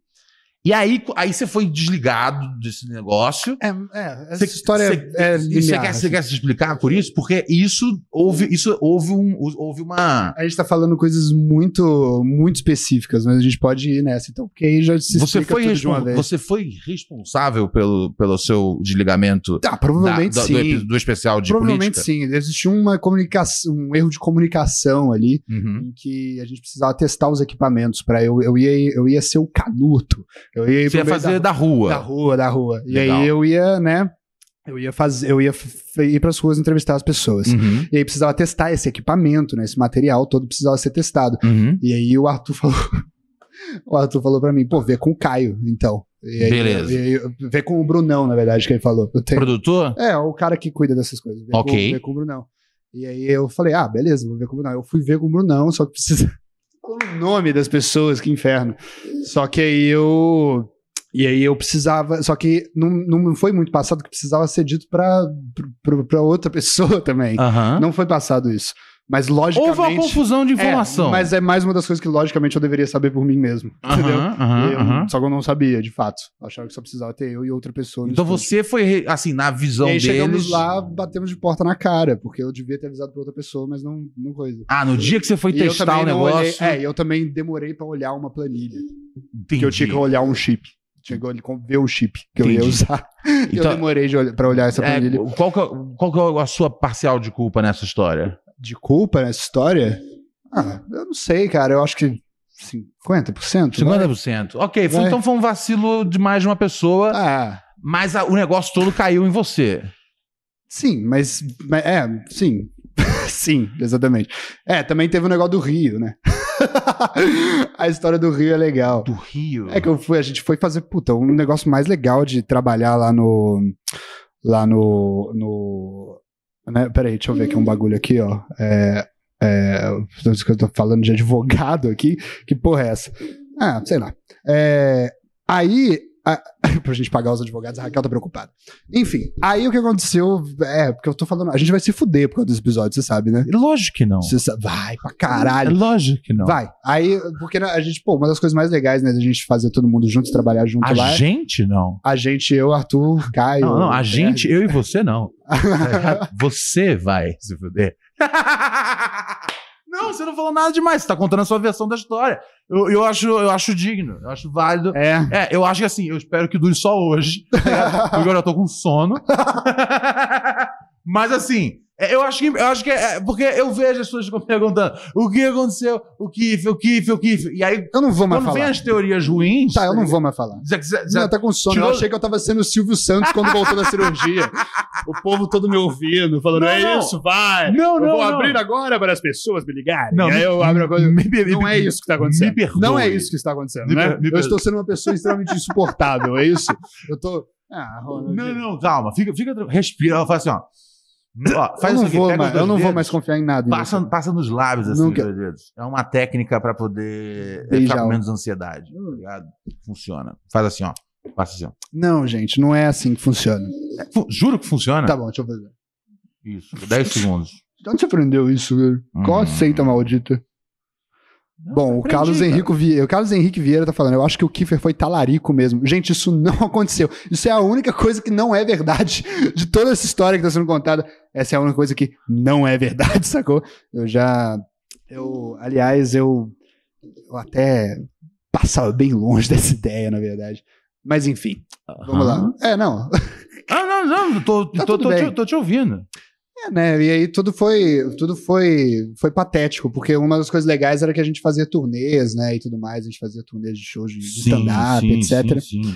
E aí, aí você foi desligado desse negócio.
É, é, essa
Cê-
história
cê-
é
E você
linear.
quer, você
assim.
quer se explicar por isso? Porque isso houve, isso houve, um, houve uma.
A gente tá falando coisas muito, muito específicas, mas a gente pode ir nessa. Então, porque aí já se
Você
explica
foi,
tudo de uma
respon-
vez.
você foi responsável pelo, pelo seu desligamento
Ah,
da-
provavelmente
da- do,
sim.
epi- do especial de
Provavelmente
política?
sim. Existiu uma comunicação, um erro de comunicação ali,
Uhum.
em que a gente precisava testar os equipamentos para eu, eu ia, eu ia ser o canuto. Eu ia ir
Você ia
pro meio da
fazer da, rua.
Da rua, da rua. E
Legal.
aí eu ia, né? Eu ia fazer, eu ia f- ir pras ruas entrevistar as pessoas.
Uhum.
E aí precisava testar esse equipamento, né? Esse material todo precisava ser testado.
Uhum.
E aí o Arthur falou. o Arthur falou pra mim, pô, vê com o Caio, então. E aí-
Beleza.
E aí, eu- vê com o Brunão, na verdade, que ele falou. Eu tenho-
Produtor?
É, o cara que cuida dessas coisas. Vê
Ok.
Com, vê com o Brunão. E aí eu falei, ah, beleza, vou ver com o Brunão. Eu fui ver com o Brunão, só que precisa. Falando o nome das pessoas, que inferno. Só que aí eu. E aí eu precisava. Só que não, não foi muito passado que precisava ser dito pra, pra, pra outra pessoa também.
Aham.
Não foi passado isso. Mas logicamente.
Houve uma confusão de
É,
informação.
mas é mais uma das coisas que logicamente eu deveria saber por mim mesmo.
Aham,
entendeu?
aham,
E eu-
aham.
Só que eu não sabia, de fato. Eu Achava que só precisava ter eu e outra pessoa. no
Então
estúdio.
você foi, re- assim, na visão
E aí chegamos
deles.
lá, batemos de porta na cara, porque eu devia ter avisado pra outra pessoa, mas não, não coisa.
Ah, no dia que você foi
E eu
testar
também
o
não
negócio.
olhei- é, e eu também demorei pra olhar uma planilha.
entendi.
Que eu tinha que olhar um chip. Tinha que olhar- ver o chip que eu ia
Entendi.
usar. E eu
Então,
demorei de olhar, pra olhar essa
é,
planilha.
qual, que é, qual que é a sua parcial de culpa nessa história?
De culpa nessa história? Ah, eu não sei, cara. Eu acho que 50%. vai?
50%. Ok, foi-
Vai.
então foi um vacilo de mais de uma pessoa,
Ah,
mas a- o negócio todo caiu em você.
sim, mas. mas- É, sim. sim, exatamente. É, também teve o negócio do Rio, né? A história do Rio é legal.
Do Rio.
É que eu fui, a gente foi fazer, puta, um negócio mais legal de trabalhar lá no. Lá no. no né? Peraí, deixa eu ver aqui um bagulho aqui, ó. É, é, não sei o que eu tô falando de advogado aqui. Que porra é essa? Ah, sei lá. É, aí. A, pra gente pagar os advogados, a Raquel tá preocupada. Enfim, aí o que aconteceu. É, porque eu tô falando. A gente vai se fuder por causa desse episódio, você sabe, né?
Lógico que não.
Você sabe, vai pra caralho.
Lógico que não.
Vai. Aí, porque a gente, pô, uma das coisas mais legais, né, da gente fazer todo mundo junto, trabalhar junto
A
lá. é
gente não.
A gente, eu, Arthur, Caio. é.
Não, não, a
Berg.
gente, eu e você não. você vai se fuder. Não, você não falou nada demais. Você tá contando a sua versão da história. Eu, eu acho, eu acho digno, eu acho válido.
É.
É, eu acho que assim, eu espero que dure só hoje. tá ligado? Porque eu já tô com sono. Mas assim, é, eu acho que, eu acho que é, é, porque eu vejo as pessoas perguntando o que aconteceu, o que, o que, o que. E aí,
Eu não vou mais
quando vem
falar.
as teorias ruins.
Tá, eu não vou mais falar.
já- já- já-
Não, tá com sono.
tirou-
Eu achei que eu tava sendo o Silvio Santos quando voltou da cirurgia. O povo todo me ouvindo, falando:
Não,
é
não.
isso, vai.
Não,
eu
não,
vou
não.
abrir agora para as pessoas me ligarem.
Não,
Não, aí eu abro a coisa.
me- me-
Não é isso que tá acontecendo.
Me perdoe.
Não é isso que está acontecendo,
Me
né?
per- me
eu
per-
estou sendo uma pessoa extremamente insuportável, é isso? Eu tô. Ah, Ronald.
Não, não, calma. Fica, fica, tranquilo. respira. Ela faz assim, ó. Ó, faz
eu não,
isso aqui,
vou,
pega
mais,
os dois
eu não vou
dedos,
mais confiar em nada. então. em você.
Passa, passa nos lábios, assim,
Não
os
quero.
dois dedos. É uma técnica pra poder é,
Beijar. um.
ficar com menos ansiedade, tá ligado? Funciona. Faz assim, ó. Passa assim, ó. É,
Não, gente, não é assim que funciona.
Fu- Juro que funciona?
Tá bom, deixa eu fazer.
Isso. 10 segundos.
De onde você aprendeu isso? velho? Qual
Hum.
a seita maldita? Bom, o
aprendi,
Carlos,
cara.
Henrico Vieira, o Carlos Henrique Vieira tá falando, eu acho que o Kiefer foi talarico mesmo. Gente, isso não aconteceu. Isso é a única coisa que não é verdade de toda essa história que tá sendo contada. Essa é a única coisa que não é verdade, sacou? Eu já. Eu, aliás, eu, eu até passava bem longe dessa ideia, na verdade. Mas enfim, vamos
Aham.
lá. É, não.
Ah, não, não. Tô,
Tá
tô,
tudo
tô,
bem.
te, tô te ouvindo.
É, né? E aí tudo foi, tudo foi, foi patético, porque uma das coisas legais era que a gente fazia turnês, né, e tudo mais, a gente fazia turnês de shows de de stand-up, etc.
Sim, sim.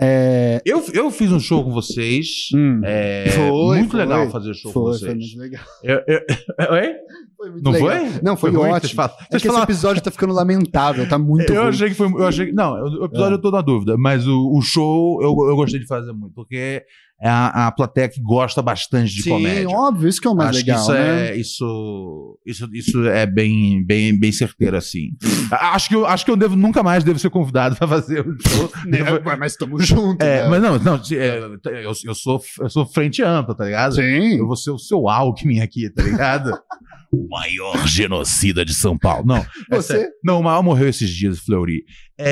É,
Eu, eu fiz um show com vocês.
hum,
É,
Foi,
muito
foi.
legal fazer show com
foi, foi
vocês.
muito legal.
Eu- eu- Oi?
Foi muito
Não
legal.
foi?
Não, foi,
ruim que Vocês
ótimo.
falam-
É
vocês
que esse
falaram-
episódio tá ficando lamentável, tá muito
eu
ruim. É.
achei que foi. Eu achei, que- não, o episódio eu tô na dúvida, mas o, o show eu, eu gostei de fazer muito, porque é a, a plateia que gosta bastante de
Sim,
comédia.
óbvio, isso que é o mais
Acho
legal,
que isso
né?
é isso, isso, isso é bem, bem, bem certeiro assim. A- acho que eu, acho que eu devo nunca mais devo ser convidado para fazer um show.
Né?
Devo-
Ué, Mas estamos juntos,
é,
né?
mas não, não, é, eu, eu sou eu sou frente ampla, tá ligado?
Sim.
Eu vou ser o seu Alckmin aqui, tá ligado? o maior genocida de São Paulo. Não, é
Você?
sério. não, o maior morreu esses dias, Fleury.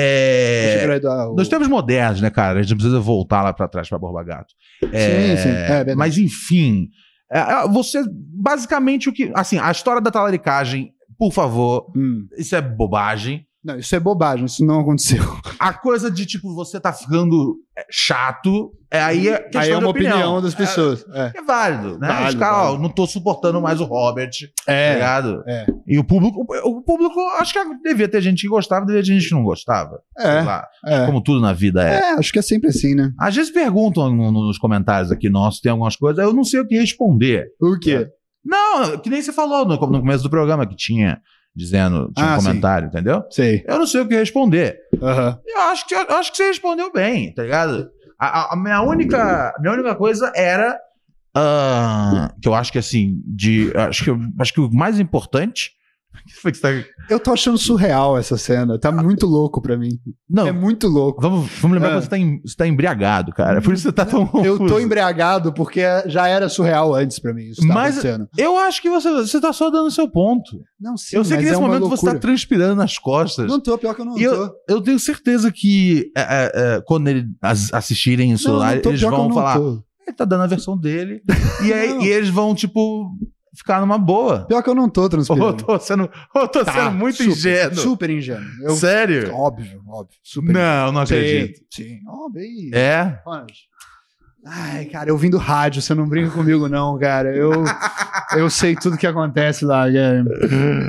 É,
Acho que era o-
nós temos modernos, né, cara? A gente não precisa voltar lá pra trás pra Borba Gato. É,
Sim, sim. É verdade.
mas, enfim, é, é, você. Basicamente, o que. Assim, a história da talaricagem, por favor,
Hum.
isso é bobagem.
Não, isso é bobagem, isso não aconteceu.
A coisa de, tipo, você tá ficando é, chato, é, aí é questão
Aí é uma
de opinião.
opinião, das pessoas. É.
É, é válido, né?
Válido,
Os caras, ó,
válido.
não tô suportando mais o Robert, tá
É.
ligado?
é.
E o público, o público, acho que devia ter gente que gostava, devia ter gente que não gostava. Sei
É.
lá,
é.
como tudo na vida é.
É, acho que é sempre assim, né?
Às vezes perguntam no- no- nos comentários aqui nossos, tem algumas coisas, eu não sei o que responder.
O quê?
Não, que nem você falou no, no começo do programa, que tinha dizendo, tinha um
Ah,
comentário, entendeu?
Sei.
Eu não sei o que responder.
Aham.
Eu acho que, eu acho que você respondeu bem, tá ligado? A, a- a minha, única, minha única coisa era. ah, que eu acho que assim, de. Acho que, eu- acho que o mais importante. que foi que você tá-
Eu tô achando surreal essa cena. Tá muito louco pra mim.
Não,
É muito louco.
vamos, vamos lembrar
Ah.
que você tá, em- você tá embriagado, cara. Por isso você tá tão.
Eu
confuso.
tô embriagado porque já era surreal antes pra mim. Isso tava
Mas-
acontecendo.
Eu acho que você, você tá só dando seu ponto.
Não, sim,
eu sei que
mas
nesse
é uma
momento você tá
loucura.
transpirando nas costas.
Não tô, pior que eu não
E
tô.
Eu tenho certeza que é, é, é, quando eles assistirem isso
Não,
lá,
não tô,
eles
pior que eu
vão
não
falar.
tô.
Ele tá dando a versão dele. e, aí,
Não.
e eles vão, tipo, ficar numa boa.
Pior que eu não tô
Ou
transpirando.
eu tô sendo, ou eu tô
Tá,
sendo muito
super,
ingênuo.
Super ingênuo. Eu-
Sério?
Óbvio, óbvio. Super
Não, não
ingênuo.
acredito.
Sim, sim. óbvio. e-
É?
Anjo. Ai, cara, eu vim do rádio, você não brinca comigo, não, cara. Eu, eu sei tudo que acontece lá, cara.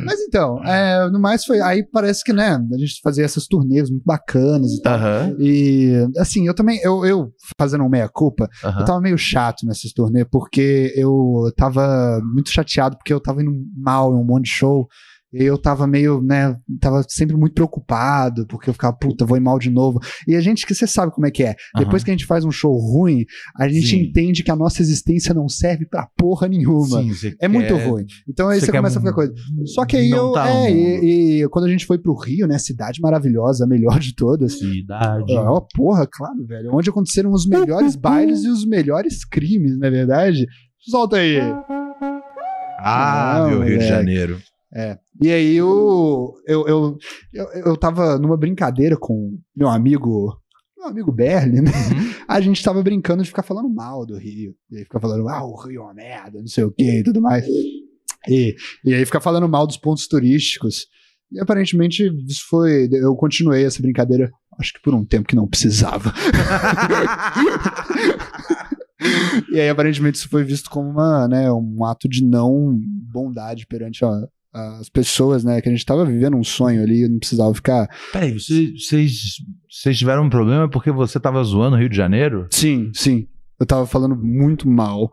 Mas então, é, no mais foi. Aí parece que, né, a gente fazia essas turnês muito bacanas e tal.
Aham.
E assim, eu também, eu, eu fazendo um meia-culpa,
aham.
eu tava meio chato nessas turnê, porque eu tava muito chateado, porque eu tava indo mal em um monte de show. E eu tava meio, né? Tava sempre muito preocupado, porque eu ficava, puta, vou ir mal de novo. E a gente, que você sabe como é que é.
Aham.
Depois que a gente faz um show ruim, a gente
Sim.
entende que a nossa existência não serve pra porra nenhuma.
Sim, você
É muito
quer-
ruim. Então aí
você
você,
quer
começa a
mu-
ficar coisa. Só que aí
não
eu.
tá no
é,
mundo.
e, e quando a gente foi pro Rio, né? Cidade maravilhosa, a melhor de todas.
Cidade.
Ah, ó, porra, claro, velho. Onde aconteceram os melhores bailes e os melhores crimes, na verdade. Solta aí.
Ah,
Não,
meu Ah, Rio de
Ah, moleque.
Janeiro.
E aí eu, eu, eu, eu, eu tava numa brincadeira com meu amigo. Meu amigo Berli, né? A gente tava brincando de ficar falando mal do Rio. E aí fica falando, ah, o Rio é uma merda, não sei o quê e tudo mais. E, e aí fica falando mal dos pontos turísticos. E aparentemente isso foi. Eu continuei essa brincadeira, acho que por um tempo que não precisava. E aí, aparentemente, isso foi visto como uma, né, um ato de não bondade perante a- as pessoas, né? Que a gente tava vivendo um sonho ali, não precisava ficar.
Peraí, você- vocês, vocês tiveram um problema porque você tava zoando o Rio de Janeiro?
Sim, sim. Eu tava falando muito mal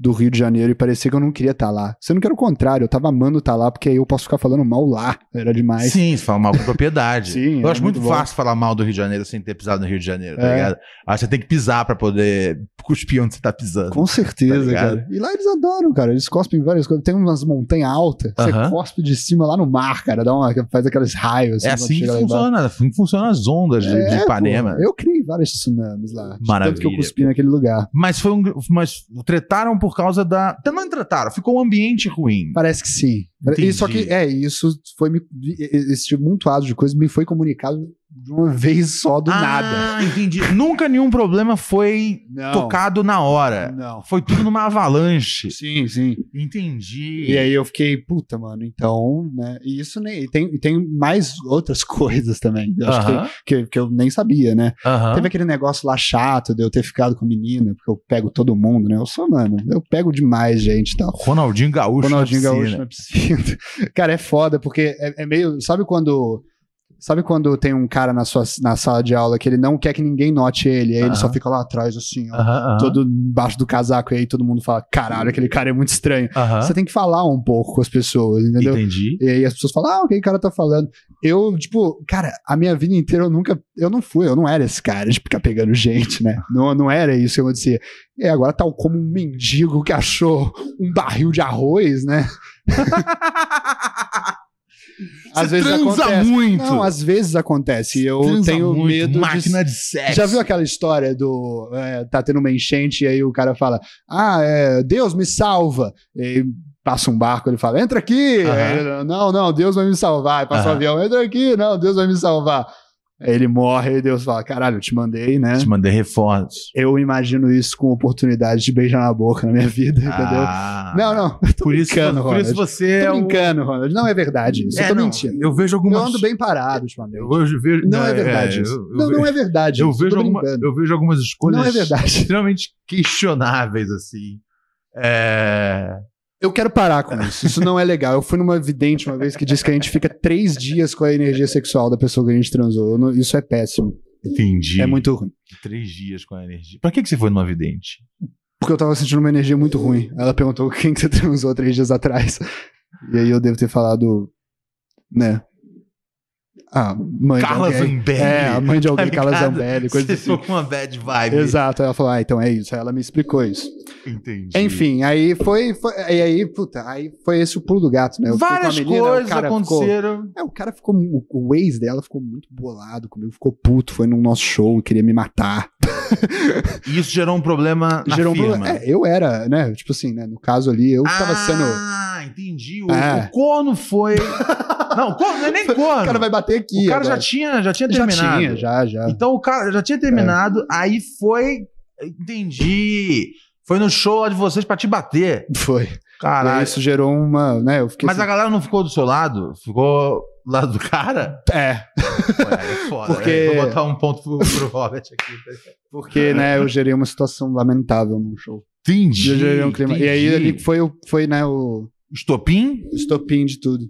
do Rio de Janeiro e parecia que eu não queria estar lá. Sendo que era o contrário, eu tava amando estar lá, porque aí eu posso ficar falando mal lá. Era demais.
Sim, você fala mal com propriedade.
Sim,
Eu
é
acho muito,
muito bom.
fácil falar mal do Rio de Janeiro sem ter pisado no Rio de Janeiro, tá
É.
ligado? Aí você tem que pisar pra poder cuspir onde você tá pisando.
Com certeza,
Tá ligado?
cara. E lá eles adoram, cara. Eles cospem várias coisas. Tem umas montanhas altas, você
Aham.
cospe de cima lá no mar, cara. Dá uma, faz aqueles raios.
é
quando
assim que
chega lá embaixo.
funciona, assim que funcionam as ondas de- de
É,
Ipanema.
pô, eu criei vários tsunamis lá. de Tanto que eu
Maravilha.
cuspi naquele lugar.
Mas foi um. Mas tretaram por causa da. Até não tretaram, ficou um ambiente ruim.
Parece que sim.
Entendi.
E só que, é, isso foi me. Esse amontoado de coisas me foi comunicado de uma vez só, do nada.
Ah, entendi. Nunca nenhum problema foi
Não.
tocado na hora.
Não.
Foi tudo numa avalanche.
Sim, sim.
Entendi.
E aí eu fiquei, puta, mano, então, né? E isso nem. E tem, e tem mais outras coisas também. Eu acho que
Aham,
que, que eu nem sabia, né?
aham.
Teve aquele negócio lá chato de eu ter ficado com a menina, porque eu pego todo mundo, né? Eu sou, mano, eu pego demais, gente, e tal.
Ronaldinho Gaúcho. é
Ronaldinho né?
na piscina.
Gaúcho na piscina. Cara, é foda, porque é, é meio. Sabe quando Sabe quando tem um cara na, sua, na sala de aula que ele não quer que ninguém note ele, aí ele só
Aham.
fica lá atrás, assim, ó,
Aham, aham,
todo embaixo do casaco, e aí todo mundo fala: caralho, aquele cara é muito estranho.
aham.
Você tem que falar um pouco com as pessoas, entendeu?
Entendi.
E aí as pessoas falam, ah, o que o cara tá falando? Eu, tipo, cara, a minha vida inteira eu nunca, eu não fui, eu não era esse cara de ficar pegando gente, né? Não, não era isso que eu acontecia. E agora, tal como um mendigo que achou um barril de arroz, né? às
Você
vezes
transa
acontece.
muito.
Não, às vezes acontece. Eu
Transa
tenho
muito,
medo de
Máquina de sexo.
já viu aquela história do. é, tá tendo uma enchente e aí o cara fala: Ah, é, Deus me salva. E aí passa um barco, ele fala: Entra aqui.
Aham.
Aí ele, não, não, Deus vai me salvar. Aí passa um
Aham.
avião: Entra aqui, não, Deus vai me salvar. Aí ele morre e Deus fala: Caralho, eu te mandei, né?
Te mandei reforços.
Eu imagino isso com oportunidade de beijar na boca na minha vida, entendeu?
Ah.
Não, não,
Por isso,
brincando,
por isso
Ronald.
você
tô
é um...
brincando, Ronald. Não é verdade isso. eu
É,
tô
não,
mentindo.
Eu vejo
Eu
algumas...
ando bem parado ultimamente.
Eu vejo- vejo-
Não é verdade isso.
eu- eu
Não,
vejo-
não é verdade
Eu
isso. tô
vejo, alguma-
brincando.
eu vejo algumas escolhas
Não é verdade.
extremamente questionáveis, assim. É...
Eu quero parar com isso. Isso não é legal. Eu fui numa vidente uma vez que disse que a gente fica três dias com a energia sexual da pessoa que a gente transou. Eu não- Isso é péssimo.
Entendi.
É muito ruim.
Três dias com a energia. Pra que, que você foi numa vidente?
Porque eu tava sentindo uma energia muito ruim. Ela perguntou quem que você transou três dias atrás. E aí eu devo ter falado. Né? Ah, mãe. de
Carla
alguém.
Zambelli.
É, a mãe de alguém,
Tá
Carla
ligado?
Zambelli, coisa
Você
assim.
foi com uma bad vibe.
Exato. Ela falou, ah, então é isso. Aí ela me explicou isso.
Entendi.
Enfim, aí foi, foi- E aí, puta, aí foi esse o pulo do gato, né? Eu fiquei com a
Várias
menina, o
coisas
cara ficou-
aconteceram.
É, o cara ficou. O o ex dela ficou muito bolado comigo, ficou puto, foi num nosso show e queria me matar.
E isso gerou um problema na
Gerou um
firma.
problema. É, eu era, né? Tipo assim, né? No caso ali, eu tava sendo. O
Ah, entendi. O,
É.
o corno foi. não, o corno não é nem corno. O
cara
cara,
vai bater aqui.
já
agora.
tinha, já tinha
já
terminado.
tinha, já, É. já.
Então o cara já tinha terminado, aí foi. Entendi. Foi no show lá de vocês pra te bater.
Foi. E aí
Caralho.
isso gerou uma. né? Eu fiquei
Mas a
assim,
galera não ficou do seu lado? Ficou do lado do cara?
É,
Ué, é foda.
Porque-
né? Vou botar um ponto pro, pro Robert aqui. tá?
porque, né, eu gerei uma situação lamentável no show.
Entendi.
Eu gerei um clima. E aí
entendi.
ali foi, o- foi né, o
Estopim?
estopim de tudo.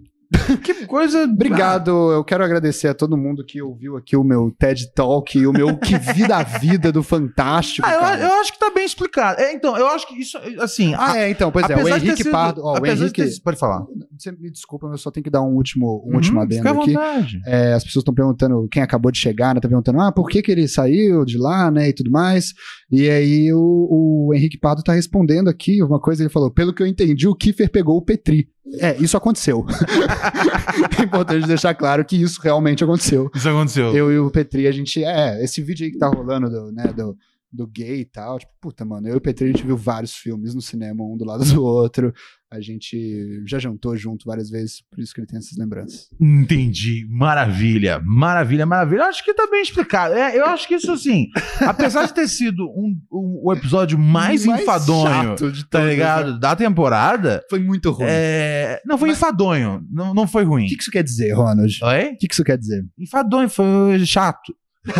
Que coisa.
Obrigado, eu quero agradecer a todo mundo que ouviu aqui o meu TED Talk e o meu Que Vida a Vida do Fantástico.
Ah, eu,
cara.
eu acho que tá bem explicado. É, então, eu acho que isso, assim.
Ah, é, então, pois é, o
apesar de ter
Henrique
sido-
Pardo. ó, o
apesar de
Henrique.
ter sido- pode falar.
Você me desculpa, mas eu só tenho que dar um último, um último
Uhum,
adendo
fica à
aqui.
vontade.
É, as pessoas estão perguntando, quem acabou de chegar, né? Tá perguntando, ah, por que, que ele saiu de lá, né? E tudo mais. E aí o, o Henrique Pardo tá respondendo aqui uma coisa, ele falou: pelo que eu entendi, o Kiefer pegou o Petri. É, isso aconteceu. é importante deixar claro que isso realmente aconteceu.
Isso aconteceu.
Eu e o Petri, a gente. É, esse vídeo aí que tá rolando do, né, do, do gay e tal. Tipo, puta, mano, eu e o Petri, a gente viu vários filmes no cinema, um do lado do outro. A gente já jantou junto várias vezes, por isso que ele tem essas lembranças.
Entendi. Maravilha, maravilha, maravilha. Eu acho que tá bem explicado. É, eu acho que isso, assim, apesar de ter sido um, um- o episódio mais, enfadonho,
chato de
tá
todas, né?
ligado? Da temporada.
Foi muito ruim.
é, Não, foi
Mas-
enfadonho. Não, não foi ruim.
O que, que isso quer dizer, Ronald?
Oi?
O que, que isso quer dizer?
Enfadonho, foi chato.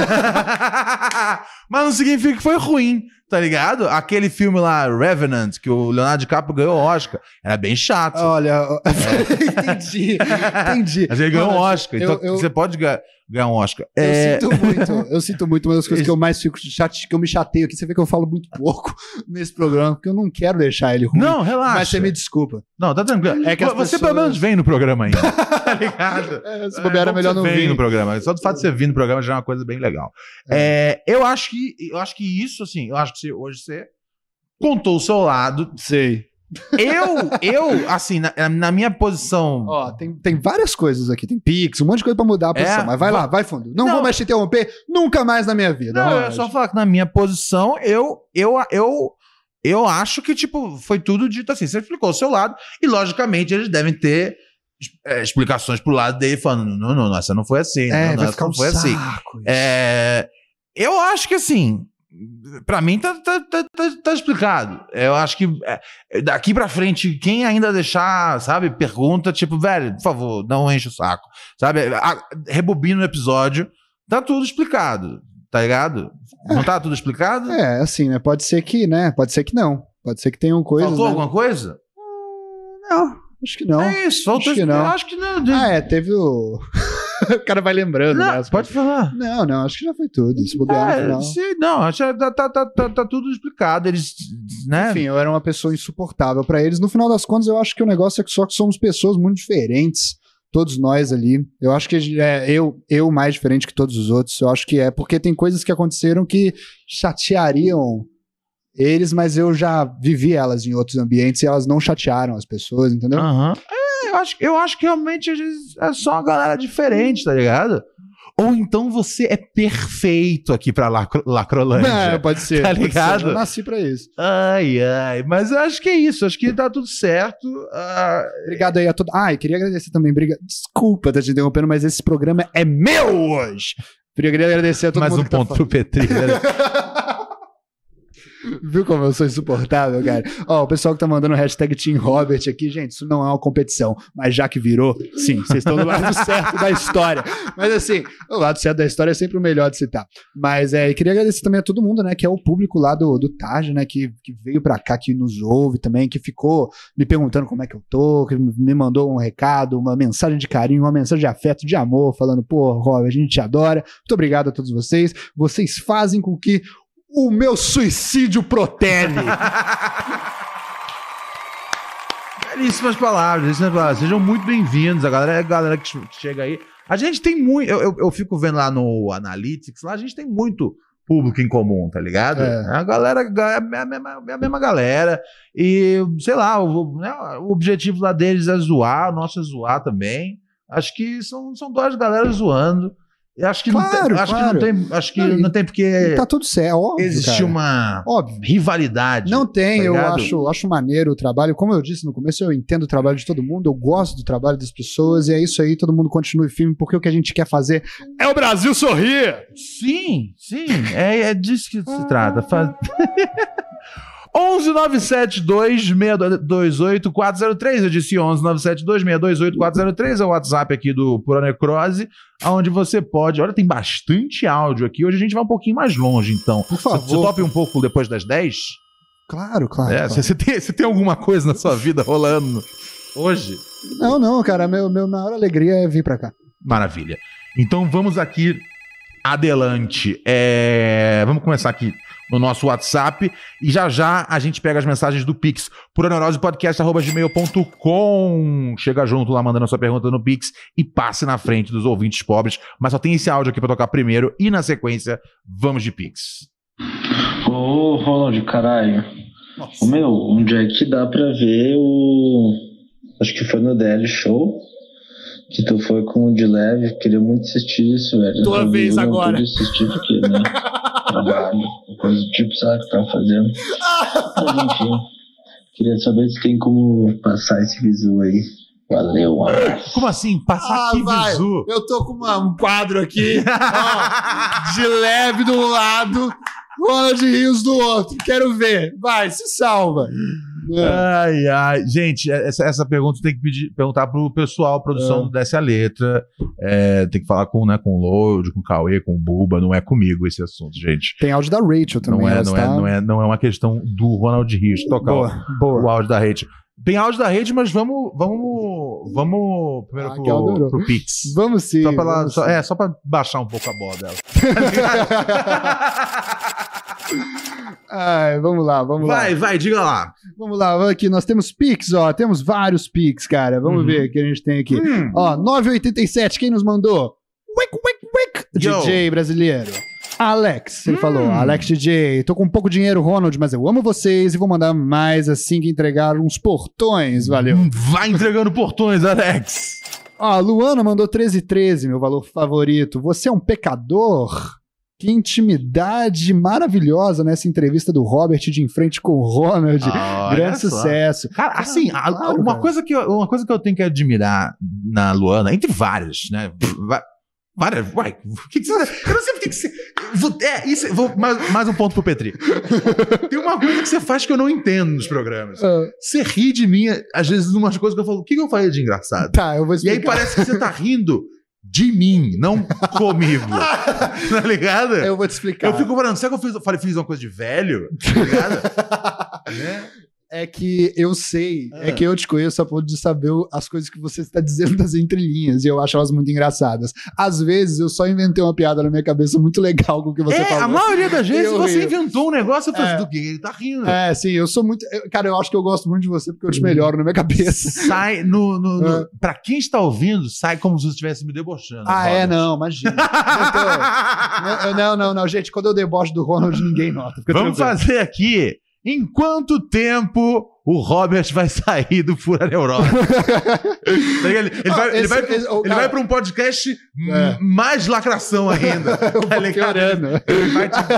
Mas não significa que foi ruim, tá ligado? Aquele filme lá, Revenant, que o Leonardo DiCaprio ganhou o Oscar, era bem chato.
Olha, entendi, entendi.
Mas ele ganhou um
Ronald,
Oscar,
eu-
então
eu-
você pode ga- ganhar um Oscar.
Eu
É,
sinto muito, eu sinto muito, uma das coisas que eu mais fico chate, que eu me chateio aqui, você vê que eu falo muito pouco nesse programa, porque eu não quero deixar ele ruim.
Não, relaxa.
mas você me desculpa.
Não, tá tranquilo.
É que as
você
pessoas-
pelo menos vem no programa ainda. tá ligado?
É, se bobear, era
bom
melhor
que
não
você vem
vir.
no programa. Só do fato de você vir no programa já é uma coisa bem legal. É, eu, acho que, eu acho que isso, assim, eu acho que você- hoje você contou o seu lado.
Sei.
Eu, eu assim, na, na minha posição.
Ó, tem, tem várias coisas aqui. Tem Pix, um monte de coisa pra mudar a posição.
É?
mas vai
Va-
lá, vai fundo. Não,
Não.
vou mais te interromper nunca mais na minha vida.
não, eu
Ronald.
só falar que na minha posição, eu, eu, eu, eu acho que, tipo, foi tudo dito assim. Você explicou o seu lado, e logicamente eles devem ter. é, explicações pro lado dele falando: não, não, não, essa não foi assim.
É,
não, não,
vai
essa
ficar um
não foi assim.
saco. isso.
É, eu acho que assim, pra mim tá, tá, tá, tá- tá explicado. Eu acho que é, daqui pra frente, quem ainda deixar, sabe, pergunta, tipo, velho, por favor, não enche o saco. Sabe, A- rebobina o episódio, tá tudo explicado, tá ligado? Não tá tudo explicado?
É, assim, né? Pode ser que, né? Pode ser que não. Pode ser que tenham coisas.
Faltou
né?
alguma coisa?
Não, acho que não.
é isso, faltou
acho que
expli-
não.
Acho que não.
Ah, é, teve o. o cara vai lembrando.
Não,
né, as
pode falar.
coisas. não, não, acho que já foi tudo. Se bobear
É,
no final.
sim, não, acho que tá, tá, tá, tá, tá tudo explicado. Eles, né?
Enfim, eu era uma pessoa insuportável pra eles. No final das contas, eu acho que o negócio é que só que somos pessoas muito diferentes. Todos nós ali. Eu acho que é, eu, eu mais diferente que todos os outros. Eu acho que é, porque tem coisas que aconteceram que chateariam eles, mas eu já vivi elas em outros ambientes e elas não chatearam as pessoas, entendeu?
Aham. É, eu, acho, eu acho que realmente às vezes, é só uma galera diferente, tá ligado? Ou então você é perfeito aqui pra Lacro,
É,
Lacrolândia.
pode ser.
Ah, Tá
pode ser.
ligado?
Eu nasci pra isso.
Ai, ai. Mas eu acho que é isso. Acho que tá tudo certo. Ah,
Obrigado aí a todo. Ah, e queria agradecer também. Briga... Desculpa estar te interrompendo, mas esse programa é meu hoje. Queria agradecer a todo
mais
mundo.
um
que tá
ponto pro Petreira.
Viu como eu sou insuportável, cara? Ó, o pessoal que tá mandando o hashtag Team Robert aqui, gente, isso não é uma competição. Mas já que virou, sim, vocês estão do lado certo da história. Mas assim, o lado certo da história é sempre o melhor de citar. Mas é, e queria agradecer também a todo mundo, né? Que é o público lá do, do Taj, né? Que, que veio pra cá, que nos ouve também, que ficou me perguntando como é que eu tô, que me mandou um recado, uma mensagem de carinho, uma mensagem de afeto, de amor, falando, pô, Robert, a gente te adora. Muito obrigado a todos vocês. Vocês fazem com que o meu suicídio protele.
Belíssimas palavras, belíssimas palavras. Sejam muito bem-vindos. A galera, a galera que che- que chega aí. A gente tem muito. Eu, eu, eu fico vendo lá no Analytics, lá a gente tem muito público em comum, tá ligado?
É.
É. A galera ga- é a mesma, é a mesma galera. E, sei lá, o, né, o objetivo lá deles é zoar, o nosso é zoar também. Acho que são, são duas galeras zoando. E acho que não
Claro,
tem, acho
claro.
que não tem, acho que
Não, e-
não tem porque
E tá tudo certo, óbvio.
É. existe
cara.
uma
Óbvio.
rivalidade.
Não tem,
tá
eu
ligado?
acho, acho maneiro o trabalho. Como eu disse no começo, eu entendo o trabalho de todo mundo, eu gosto do trabalho das pessoas, e é isso aí, todo mundo continue firme, porque o que a gente quer fazer é o Brasil sorrir!
Sim, sim. É, é disso que se trata.
Uhum.
Fa- 11 972 628 403. Eu disse 11 972 628 403. É o WhatsApp aqui do Pura Necrose, onde você pode. Olha, tem bastante áudio aqui. Hoje a gente vai um pouquinho mais longe, então.
Por
Você
favor. Ah, tá
você topa um pouco depois das 10?
Claro, claro.
É,
claro.
você, você tem, você tem alguma coisa na sua vida rolando hoje?
Não, não, cara, meu, meu maior alegria é vir pra cá.
Maravilha. Então vamos aqui adelante. É, Vamos começar aqui no nosso WhatsApp e já já a gente pega as mensagens do Pix por aneurosepodcast.gmail.com. Chega junto lá mandando a sua pergunta no Pix e passe na frente dos ouvintes pobres. Mas só tem esse áudio aqui pra tocar primeiro e na sequência vamos de Pix.
Ô, Roland, caralho.
Nossa.
Ô, meu, onde é que dá pra ver o. Acho que foi no DL Show. Que tu foi com o de leve. Queria muito assistir isso, velho.
Tua
Eu
vez
não pude
agora.
assistir porque, né? Trabalho, coisa do tipo, sabe, que tá fazendo. Mas, enfim. Queria saber se tem como passar esse visu aí. Valeu, um abraço.
Como assim? Passar
Ah,
aqui,
vai.
Bizu?
Eu tô com um quadro aqui, de leve de um lado, Ronald Rios do outro. Quero ver. Vai, se salva.
Ai, ai. Gente, é, essa, essa pergunta tem que pedir, perguntar pro pessoal,
Ah.
produção do Desce a Letra. É, tem que falar com, né, com o Load, com o Cauê, com o Buba. Não é comigo esse assunto, gente.
Tem áudio da Rachel
Não
também. tá?
é,
ela
não, é,
está-
não, é, não é uma questão do Ronald Rios tocar o-
Boa, boa.
o áudio da rede. Tem áudio da rede, mas vamos. Vamos. Vamos primeiro
Ah, que
pro,
adorou.
pro Pix.
Vamos sim.
Só pra, ela-
vamos
só-
sim.
é, só pra baixar um pouco a bola dela.
Ai, vamos lá, vamos lá.
vai, vai, diga lá.
Vamos lá, vamos aqui. Nós temos Pix, ó. Temos vários Pix, cara. Vamos
Uhum.
ver o que a gente tem aqui.
Hum.
Ó, 987, quem nos mandou? Wick, wick, wick.
Yo. Hum.
DJ brasileiro. Alex, ele falou, Alex DJ, tô com um pouco dinheiro, Ronald, mas eu amo vocês e vou mandar mais assim que entregar uns portões, valeu.
Hum, Vai entregando portões, Alex.
Ó, a Luana mandou 1313, meu valor favorito. Você é um pecador? Que intimidade maravilhosa nessa entrevista do Robert de em frente com o Ronald.
Ah, Olha
Grande
só.
sucesso.
Cara, assim, a-
claro,
uma,
cara.
Coisa que eu, uma coisa que eu tenho que admirar na Luana, entre várias, né? Va- Várias. Uai, o que, que você. Eu não sei por que que você. vou- É, isso. Vou, mais, mais um ponto pro Petri. Tem uma coisa que você faz que eu não entendo nos programas.
Ah,
Você ri de mim, às vezes, umas coisas que eu falo, o que, que eu falei de engraçado?
tá, eu vou
E aí
explicar.
parece que você tá rindo de mim, não comigo. tá ligado?
Eu vou te explicar.
Eu fico falando, será que eu fiz, eu falei, fiz uma coisa de velho? Tá ligado? né?
é que eu sei,
Ah.
é que eu te conheço a ponto de saber o- as coisas que você está dizendo das entrelinhas, e eu acho elas muito engraçadas. Às vezes eu só inventei uma piada na minha cabeça muito legal com o que você
é,
falou.
a maioria das vezes
Eu
você
rio.
inventou um negócio, eu falei,
É.
do que ele tá rindo?
É, sim, eu sou muito. eu- cara, eu acho que eu gosto muito de você porque eu
Hum.
te melhoro na minha cabeça.
Sai no. no, no- Pra quem está ouvindo, sai como se você estivesse me debochando.
Ah, é?
Robert.
Não, imagina. Eu tô- eu- não, não, não, gente. Quando eu deboche do Ronald, ninguém nota. fica
Vamos
tranquilo.
fazer aqui. Em quanto tempo o Robert vai sair do Fura Neurose? Ele, ele
Ah,
vai, ele
esse-
vai-
esse- o
ele
cara-
vai pra um podcast m-
É. Um
mais lacração ainda.
Eu vou
Tá ligado?
piorando.
Ele vai, tipo,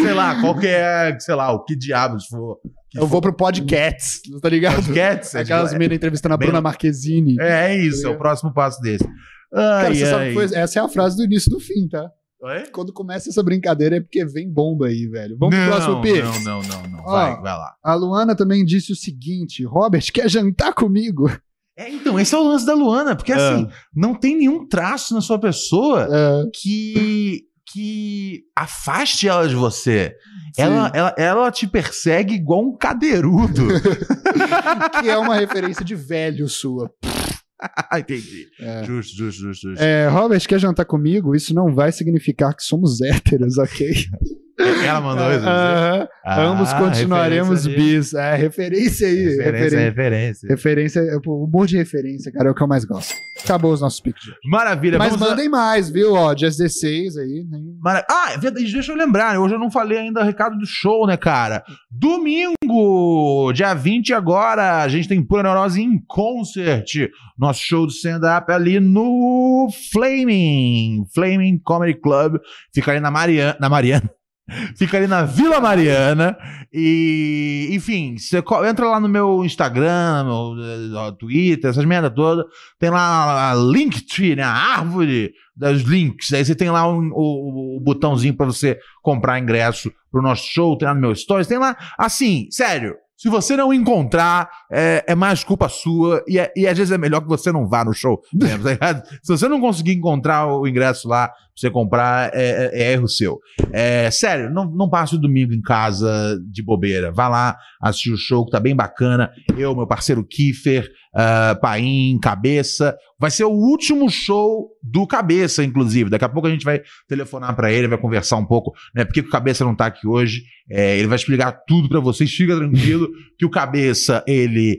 sei lá, qual que é, sei lá, o que diabos for.
Eu vou pro podcast, tá ligado?
Podcast, sei
Aquelas
lá.
meninas entrevistando a
Bem-
Bruna Marquezine.
É, é isso, é o próximo passo desse. Ai,
Cara, você sabe
ai.
que foi- essa é a frase do início e do fim, tá?
Oi?
Quando começa essa brincadeira é porque vem bomba aí, velho. Vamos
não,
pro próximo P.
Não, não, não, não.
Ó.
Vai, vai lá.
A Luana também disse o seguinte: Robert, quer jantar comigo?
É, então, esse é o lance da Luana, porque assim, não tem nenhum traço na sua pessoa
É,
que, que afaste ela de você.
sim.
Ela, ela, ela te persegue igual um cadeirudo.
Que é uma referência de velho sua.
Ah, Entendi.
É.
Justo, justo, justo, justo.
É, Robert, quer jantar comigo? Isso não vai significar que somos héteros, ok?
É, Ela mandou isso. você?
Aham.
Ah,
É. Ambos continuaremos
referência de-
bis. É, referência aí.
Referência,
Referência.
referência.
Referência, é, pô, um monte de referência, cara, é o que eu mais gosto. Acabou os nossos pictures.
Maravilha.
Mas
vamos a-
mandem mais, viu? Ó, dia 16 aí. né?
Mara- Ah, é verdade, deixa eu lembrar, né? hoje eu não falei ainda o recado do show, né, cara? Domingo, dia 20 agora, a gente tem Pura Neurose em concert, nosso show de stand-up ali no Flaming, Flaming Comedy Club, fica ali na Mariana, na Mariana. Fica ali na Vila Mariana. E, enfim, você co- entra lá no meu Instagram, meu eh, Twitter, essas merda toda. Tem lá a Linktree, né? A árvore das links. Aí você tem lá um- o, o botãozinho pra você comprar ingresso pro nosso show, tem lá no meu stories, tem lá. Assim, sério, se você não encontrar, é, é mais culpa sua e, é- e às vezes é melhor que você não vá no show. mesmo, tá ligado? se você não conseguir encontrar o ingresso lá pra você comprar, é, é- é erro seu. É, sério, não, não passe o domingo em casa de bobeira. Vá lá assistir o show que tá bem bacana. Eu, meu parceiro Kiefer, ah, Paim, Cabeça, Vai ser o último show do Cabeça, inclusive. Daqui a pouco a gente vai telefonar pra ele, vai conversar um pouco, né? Porque o Cabeça não tá aqui hoje. É, ele vai explicar tudo pra vocês. Fica tranquilo que o Cabeça, ele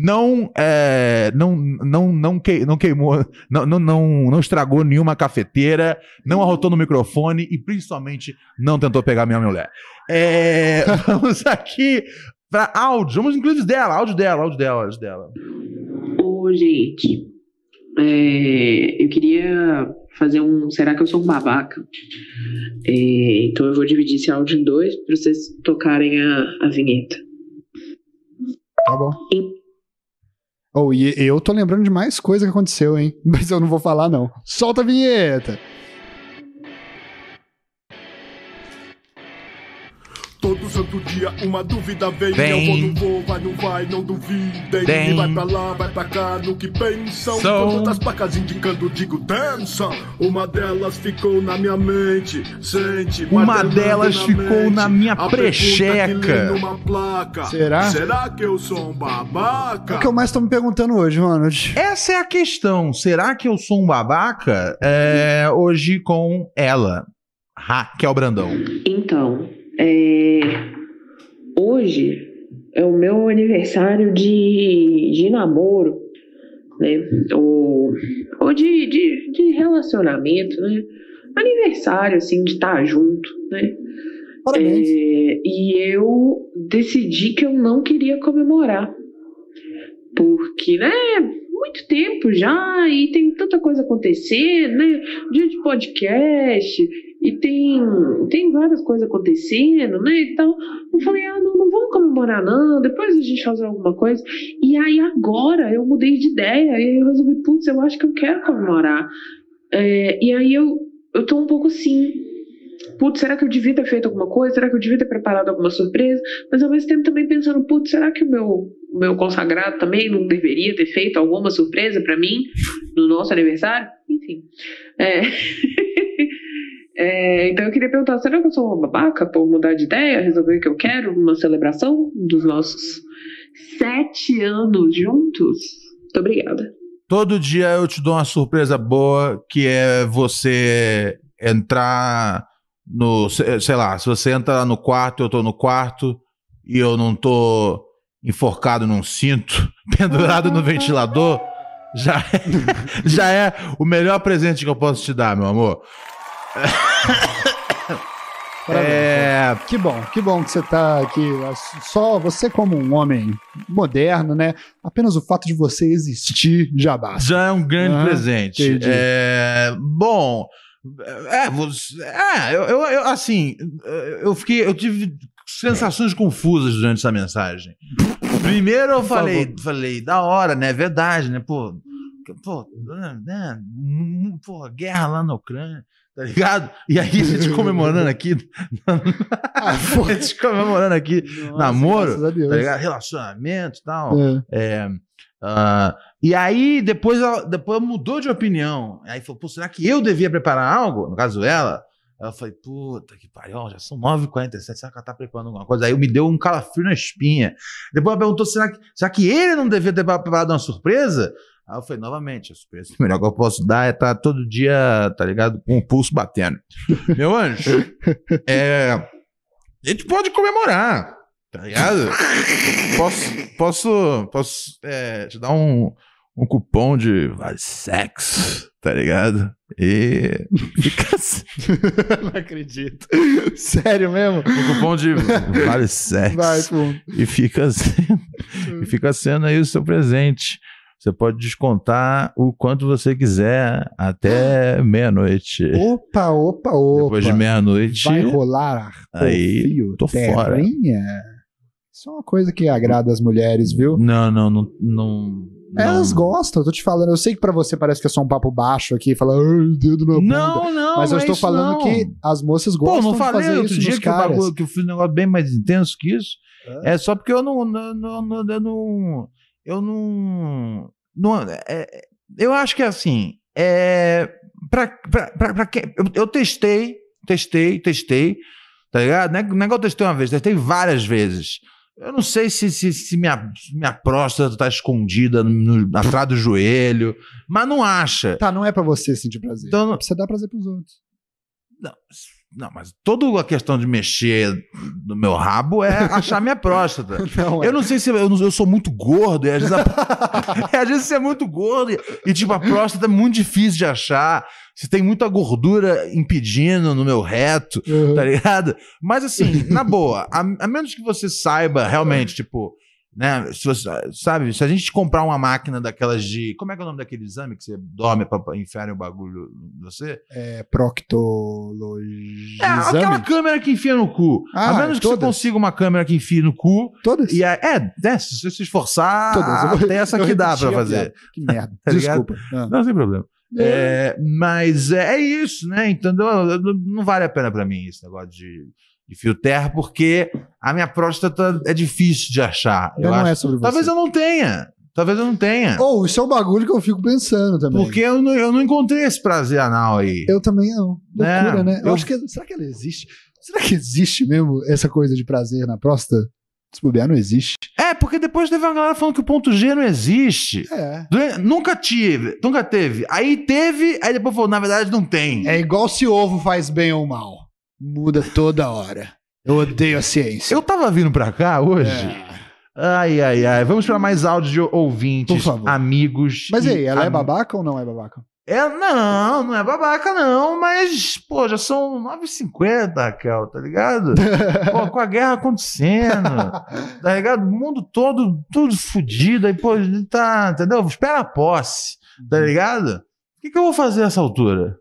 não é, não não não, que- não queimou não, não não não estragou nenhuma cafeteira não arrotou no microfone e principalmente não tentou pegar minha mulher É, vamos aqui pra áudio vamos inclusive dela áudio dela áudio dela áudio dela
Ô, gente, é, eu queria fazer um. Será que eu sou um babaca? É, então eu vou dividir esse áudio em dois para vocês tocarem a, a vinheta.
Tá bom. Oh, e eu tô lembrando de mais coisa que aconteceu, hein? Mas eu não vou falar, não. Solta a vinheta!
Todo santo dia uma dúvida vem.
Vem.
Eu vou, não vou, vai, não vai, não duvidem.
Tem.
E vai pra lá, vai pra cá, no que pensam.
São.
Com tantas placas indicando, digo, dança. Uma delas ficou na minha mente, sente.
Uma
martelando
delas ficou
mente.
na minha
A pergunta que
precheca.
li numa placa.
Será?
Será que eu sou um
É
babaca?
o que eu mais tô me perguntando hoje, Ronald.
Essa é a questão. Será que eu sou um babaca? É, hoje com ela, Raquel Brandão.
Então, é, hoje é o meu aniversário de, de namoro, né? Ou, ou de, de, de relacionamento, né? Aniversário, assim, de estar junto, né?
Parabéns.
É, e eu decidi que eu não queria comemorar. Porque, né, muito tempo já, e tem tanta coisa acontecendo, né? Dia de podcast, e tem, tem várias coisas acontecendo, né? Então, eu falei, ah, não, não vamos comemorar, não, depois a gente faz alguma coisa. E aí agora eu mudei de ideia, e eu resolvi, putz, eu acho que eu quero comemorar. É, e aí eu, eu tô um pouco assim, putz, será que eu devia ter feito alguma coisa? Será que eu devia ter preparado alguma surpresa? Mas ao mesmo tempo também pensando, putz, será que o meu, o meu consagrado também não deveria ter feito alguma surpresa pra mim no nosso aniversário? Enfim. É. É, então eu queria perguntar, será que eu sou uma babaca por mudar de ideia, resolver o que eu quero, uma celebração dos nossos sete anos juntos? Muito obrigada.
Todo dia eu te dou uma surpresa boa, que é você entrar no. se- Sei lá, se você entra no quarto, eu tô no quarto e eu não tô enforcado num cinto, pendurado no ventilador, já é, já é o melhor presente que eu posso te dar, meu amor.
Parabéns,
é,
Que bom, que bom que você tá aqui. Só você como um homem moderno, né? Apenas o fato de você existir já basta.
já é um grande
Aham,
presente.
Ah, entendi.
É, bom, é, você- é, eu, eu- eu, assim, eu fiquei, eu tive sensações confusas durante essa mensagem. Primeiro eu falei, falei, da hora, né? Verdade, né? Pô, que- pô, né? hum, pô, guerra lá na Ucrânia, tá ligado? E aí a gente comemorando aqui,
Ah,
a gente comemorando aqui, Namoro,
Graças a Deus.
tá ligado? Relacionamento e tal.
É.
É, ah, e aí, depois ela, depois ela mudou de opinião. Aí falou, pô, será que eu devia preparar algo? No caso, ela. Ela falou, puta que pariu, ó, já são 9h47, será que ela tá preparando alguma coisa? Aí me deu um calafrio na espinha. Depois ela perguntou, será que, será que ele não devia ter preparado uma surpresa? Aí eu falei, novamente, a surpresa o melhor que eu posso dar é estar todo dia, tá ligado, com o pulso batendo. Meu anjo, é, a gente pode comemorar, tá ligado? posso, posso, posso é, te dar um, um cupom de vale sexo, tá ligado? E fica assim.
Não acredito. É. Sério mesmo?
Um cupom de vale sexo.
Vai, pô.
E fica sendo, e fica sendo aí o seu presente. Você pode descontar o quanto você quiser até meia-noite.
Opa, opa, opa.
Depois de meia-noite.
Vai rolar
Aí,
fio
tô fora.
terrinha? Isso é uma coisa que agrada as mulheres, viu?
Não, não, não. não
Elas
não.
gostam, É, eu tô te falando. Eu sei que pra você parece que é só um papo baixo aqui, falar, ai, dedo na bunda.
Não, não.
Mas eu
não é
estou
isso,
falando
não.
que as moças
Pô,
gostam
não
de fazer
falei outro
isso
dia
nos
que, o
caras.
bagulho, que eu fiz um negócio bem mais intenso que isso. É, só porque eu não. não- não- não- eu não. Eu não. não- é- é- eu acho que é assim. É, pra, pra, pra, pra quem- eu, eu testei, testei, testei. Tá ligado? Não é, não é que eu testei uma vez, testei várias vezes. Eu não sei se, se, se minha, minha próstata tá escondida no- atrás do joelho, mas não acha.
Tá, não é pra você sentir prazer.
Então,
É pra você dar prazer pros outros.
Não, s- não, mas toda a questão de mexer no meu rabo é achar minha próstata.
Não, é.
Eu não sei se eu, não- eu sou muito gordo, e às vezes, a- e às vezes você é muito gordo e, e, tipo a próstata é muito difícil de achar. Se tem muita gordura impedindo no meu reto,
Uhum.
tá ligado? Mas assim, na boa, a, a menos que você saiba realmente, tipo, né, se você, sabe, se a gente comprar uma máquina daquelas de, como é que é o nome daquele exame que você dorme para enfiar o bagulho em você?
É
É, aquela
proctologizame?
câmera que enfia no cu.
Ah,
a menos que você
todas.
consiga uma câmera que enfia no cu.
Todas?
E aí, é, né, se você se esforçar,
Todas. Eu vou-
tem essa
eu
que dá
repeti
pra
a
fazer.
piada. Que merda.
Tá ligado?
Desculpa. Ah.
Não, sem problema. É, mas é isso, né? Entendeu? Eu- eu- Não vale a pena pra mim esse negócio de, de fio terra, porque a minha próstata é difícil de achar.
Ainda
eu
não
acho.
é sobre você.
Talvez eu não tenha. Talvez eu não tenha.
Ou isso é um bagulho que eu fico pensando também.
Porque eu não, eu não encontrei esse prazer anal aí.
Eu também não.
Né?
Loucura, né? Eu
Eu-
acho que. Será que ela existe? Será que existe mesmo essa coisa de prazer na próstata? Se bobear, não existe.
É, porque depois teve uma galera falando que o ponto G não existe.
É.
Durante- Nunca tive, nunca teve. Aí teve, aí depois falou, na verdade não tem.
É igual se ovo faz bem ou mal. Muda toda hora. Eu odeio a ciência. É.
Eu tava vindo pra cá hoje. Ai, ai, ai. Vamos pra mais áudios de ouvintes,
Por favor.
amigos.
Mas e
e
aí, ela é
am-
babaca ou não é babaca?
É, não, não é babaca, não, mas, pô, já são 9h50, Raquel, tá ligado? Pô, com a guerra acontecendo, tá ligado? O mundo todo, tudo fodido, aí, pô, tá, entendeu? Espera a posse, tá ligado? O que, que eu vou fazer nessa altura?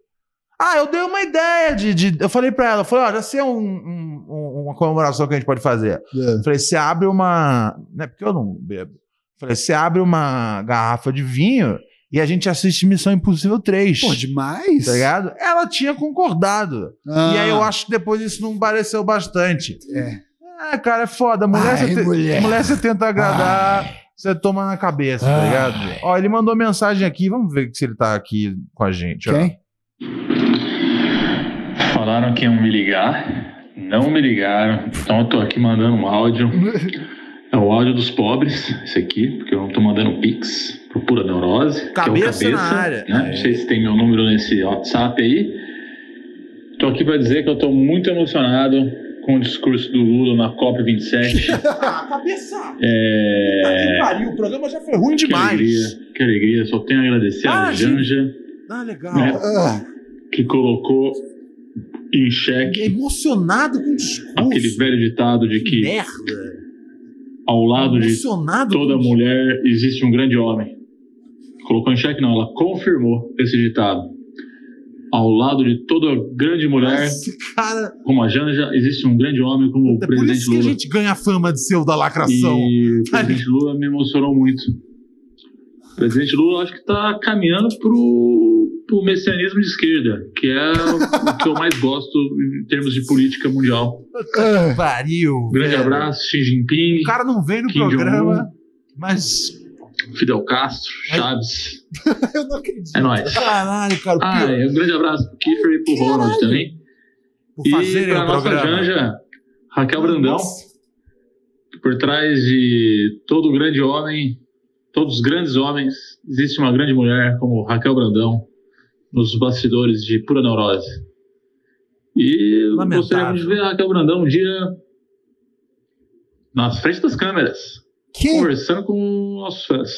Ah, eu dei uma ideia de. de- eu falei pra ela, eu falei, ó, já sei um- um- um- uma comemoração que a gente pode fazer.
É.
Eu falei, você abre uma. Não é porque eu não bebo. Eu falei, você abre uma garrafa de vinho e a gente assiste Missão Impossível 3.
Pô, demais.
Tá ligado? Ela tinha concordado.
Ah.
E aí eu acho que depois isso não pareceu bastante.
É.
Ah, cara, é foda. Mulher,
Ai,
você, te-
mulher.
mulher você tenta agradar, você toma na cabeça, tá
Ai.
ligado? Ó, ele mandou mensagem aqui, vamos ver se ele tá aqui com a gente. ó.
Quem?
Olá,
falaram que iam me ligar, não me ligaram, então eu tô aqui mandando um áudio. É o áudio dos pobres, esse aqui, porque eu não tô mandando pix pro Pura Neurose.
Cabeça
que é o cabeça
na área.
né? Não sei se tem meu número nesse WhatsApp aí. Tô aqui pra dizer que eu tô muito emocionado com o discurso do Lula na COP27.
Ah, cabeça!
É...
Que pariu, o programa já foi ruim
Que é alegria,
demais.
que alegria. Só tenho a agradecer
Ah,
a
gente.
Janja,
Ah, legal.
É.
Ah,
que colocou em xeque
Emocionado com o discurso.
aquele velho ditado de que
Merda.
ao lado de
Emocionado
toda
com o
mulher existe um grande homem. Colocou em xeque, não, ela confirmou esse ditado. Ao lado de toda grande mulher,
Esse cara.
como a Janja, existe um grande homem como o
É por
presidente
isso que a
Lula.
gente tá ganha fama de ser o da lacração.
E o presidente Lula me emocionou muito. O presidente Lula acho que está caminhando pro, pro messianismo de esquerda, que é o que eu mais gosto em termos de política mundial.
ah.
Pariu.
Um grande
velho.
abraço, Xi Jinping,
O cara não vem no
Kim
programa, mas.
Fidel Castro, Chaves.
Eu não acredito.
É nóis.
Caralho, cara. o
Ah,
pior-
e um grande abraço pro Kiefer e pro Ronald também.
por
E
fazerem
pra
o
nossa
programa.
Janja, Raquel Brandão,
Nossa.
por trás de todo grande homem, todos os grandes homens, existe uma grande mulher como Raquel Brandão nos bastidores de pura neurose. E eu
Lamentável.
gostaria muito de ver a Raquel Brandão um dia na frente das câmeras,
Que?
conversando com nossos fãs.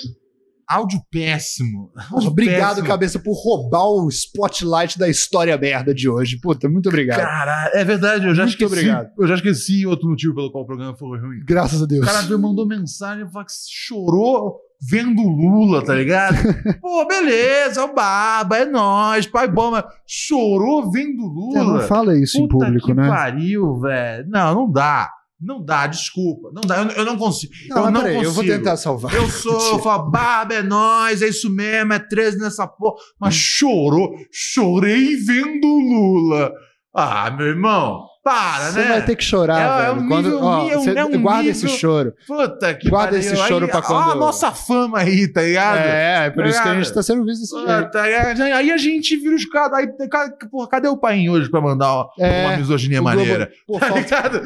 Áudio péssimo. Áudio
Obrigado,
péssimo.
cabeça, por roubar o spotlight da história merda de hoje. Puta, muito obrigado.
Caralho, é verdade, eu já
Muito
esqueci.
obrigado.
Eu já esqueci outro motivo pelo qual o programa foi ruim.
Graças a
O
Deus.
cara me mandou mensagem e falou que chorou vendo o Lula, tá ligado? Pô, beleza, é o baba, é nóis, pai bom, mas chorou vendo o
Você É, não
Lula.
fala isso em público,
que
né?
pariu, velho. Não, não dá. Não dá, desculpa. Não dá, eu, eu não consigo.
Não,
eu
mas
não
peraí,
consigo.
eu vou tentar salvar.
Eu sou, eu falo, barba é nóis, é isso mesmo, é 13 nessa porra. Mas
Hum.
chorou, chorei vendo o Lula. Ah, meu irmão, para,
Você
né?
vai ter que chorar,
É- é um
velho.
nível-
Quando, ó,
é um-
você
é um
guarda
nível-
esse choro.
Puta que
Guarda esse choro
aí,
pra quando-
Ó a nossa fama aí, tá ligado?
É, é por isso que a gente
Obrigado.
tá sendo visto desse
Ah,
jeito.
tá ligado? Aí a gente vira os caras. Aí, ca- porra, cadê o pai hoje pra mandar uma,
É,
uma misoginia
o Globo-
maneira?
Pô,
Tá
falta-
ligado?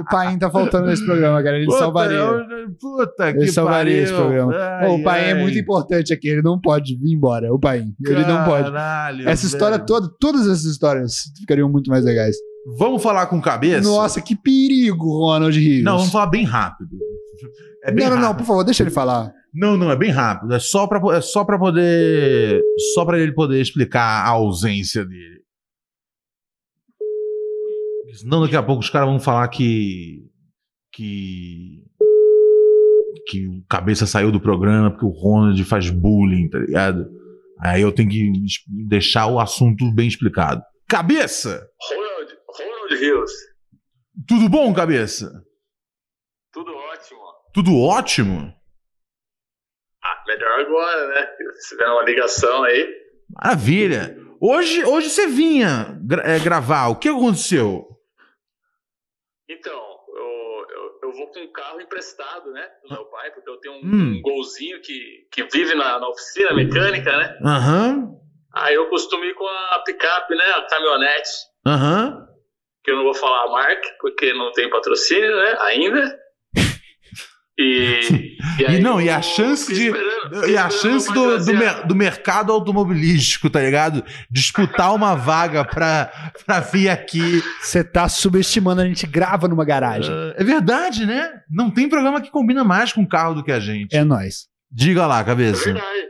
o Paim tá faltando nesse programa, cara. Ele
Puta,
salvaria.
eu- Puta que
Ele salvaria esse programa.
Ai,
Pô, o Paim é
ai.
muito importante aqui. Ele não pode vir embora, o Paim. Ele não pode.
Caralho,
Essa história
velho.
toda, todas essas histórias ficariam muito mais legais.
Vamos falar com cabeça?
Nossa, que perigo, Ronald Rios.
Não, vamos falar bem rápido. É bem
não, não, não,
rápido.
por favor, deixa ele falar.
não, não, é bem rápido. É só pra, é só pra poder. Só pra ele poder explicar a ausência dele. Porque Senão daqui a pouco os caras vão falar que. Que. Que o cabeça saiu do programa porque o Ronald faz bullying, tá ligado? Aí eu tenho que es- deixar o assunto bem explicado. Cabeça!
Ronald, Ronald Rios,
Tudo bom, cabeça?
tudo ótimo.
Tudo ótimo?
Ah, melhor agora, né? Se tiver uma ligação aí.
Maravilha. Hoje, hoje você vinha gra- é, gravar. O que aconteceu?
Então, eu, eu, eu vou com um carro emprestado, né? Do meu pai, porque eu tenho um,
Hum.
um golzinho que, que vive na, na oficina mecânica, né?
Aham.
Aí eu costumo ir com a picape, né? A caminhonete,
Aham.
que eu não vou falar a marca, porque não tem patrocínio, né? Ainda. E,
E não, e a
eu
chance de-
fiquei esperando,
E
fiquei
a
esperando
chance
meu
do,
pai
do,
trazer a-
mer- do mercado automobilístico, tá ligado? Disputar uma vaga pra, pra vir aqui.
Você tá subestimando, a gente grava numa garagem.
Ah, É verdade, né? Não tem programa que combina mais com carro do que a gente.
É nóis.
Diga lá,
É
cabeça.
verdade.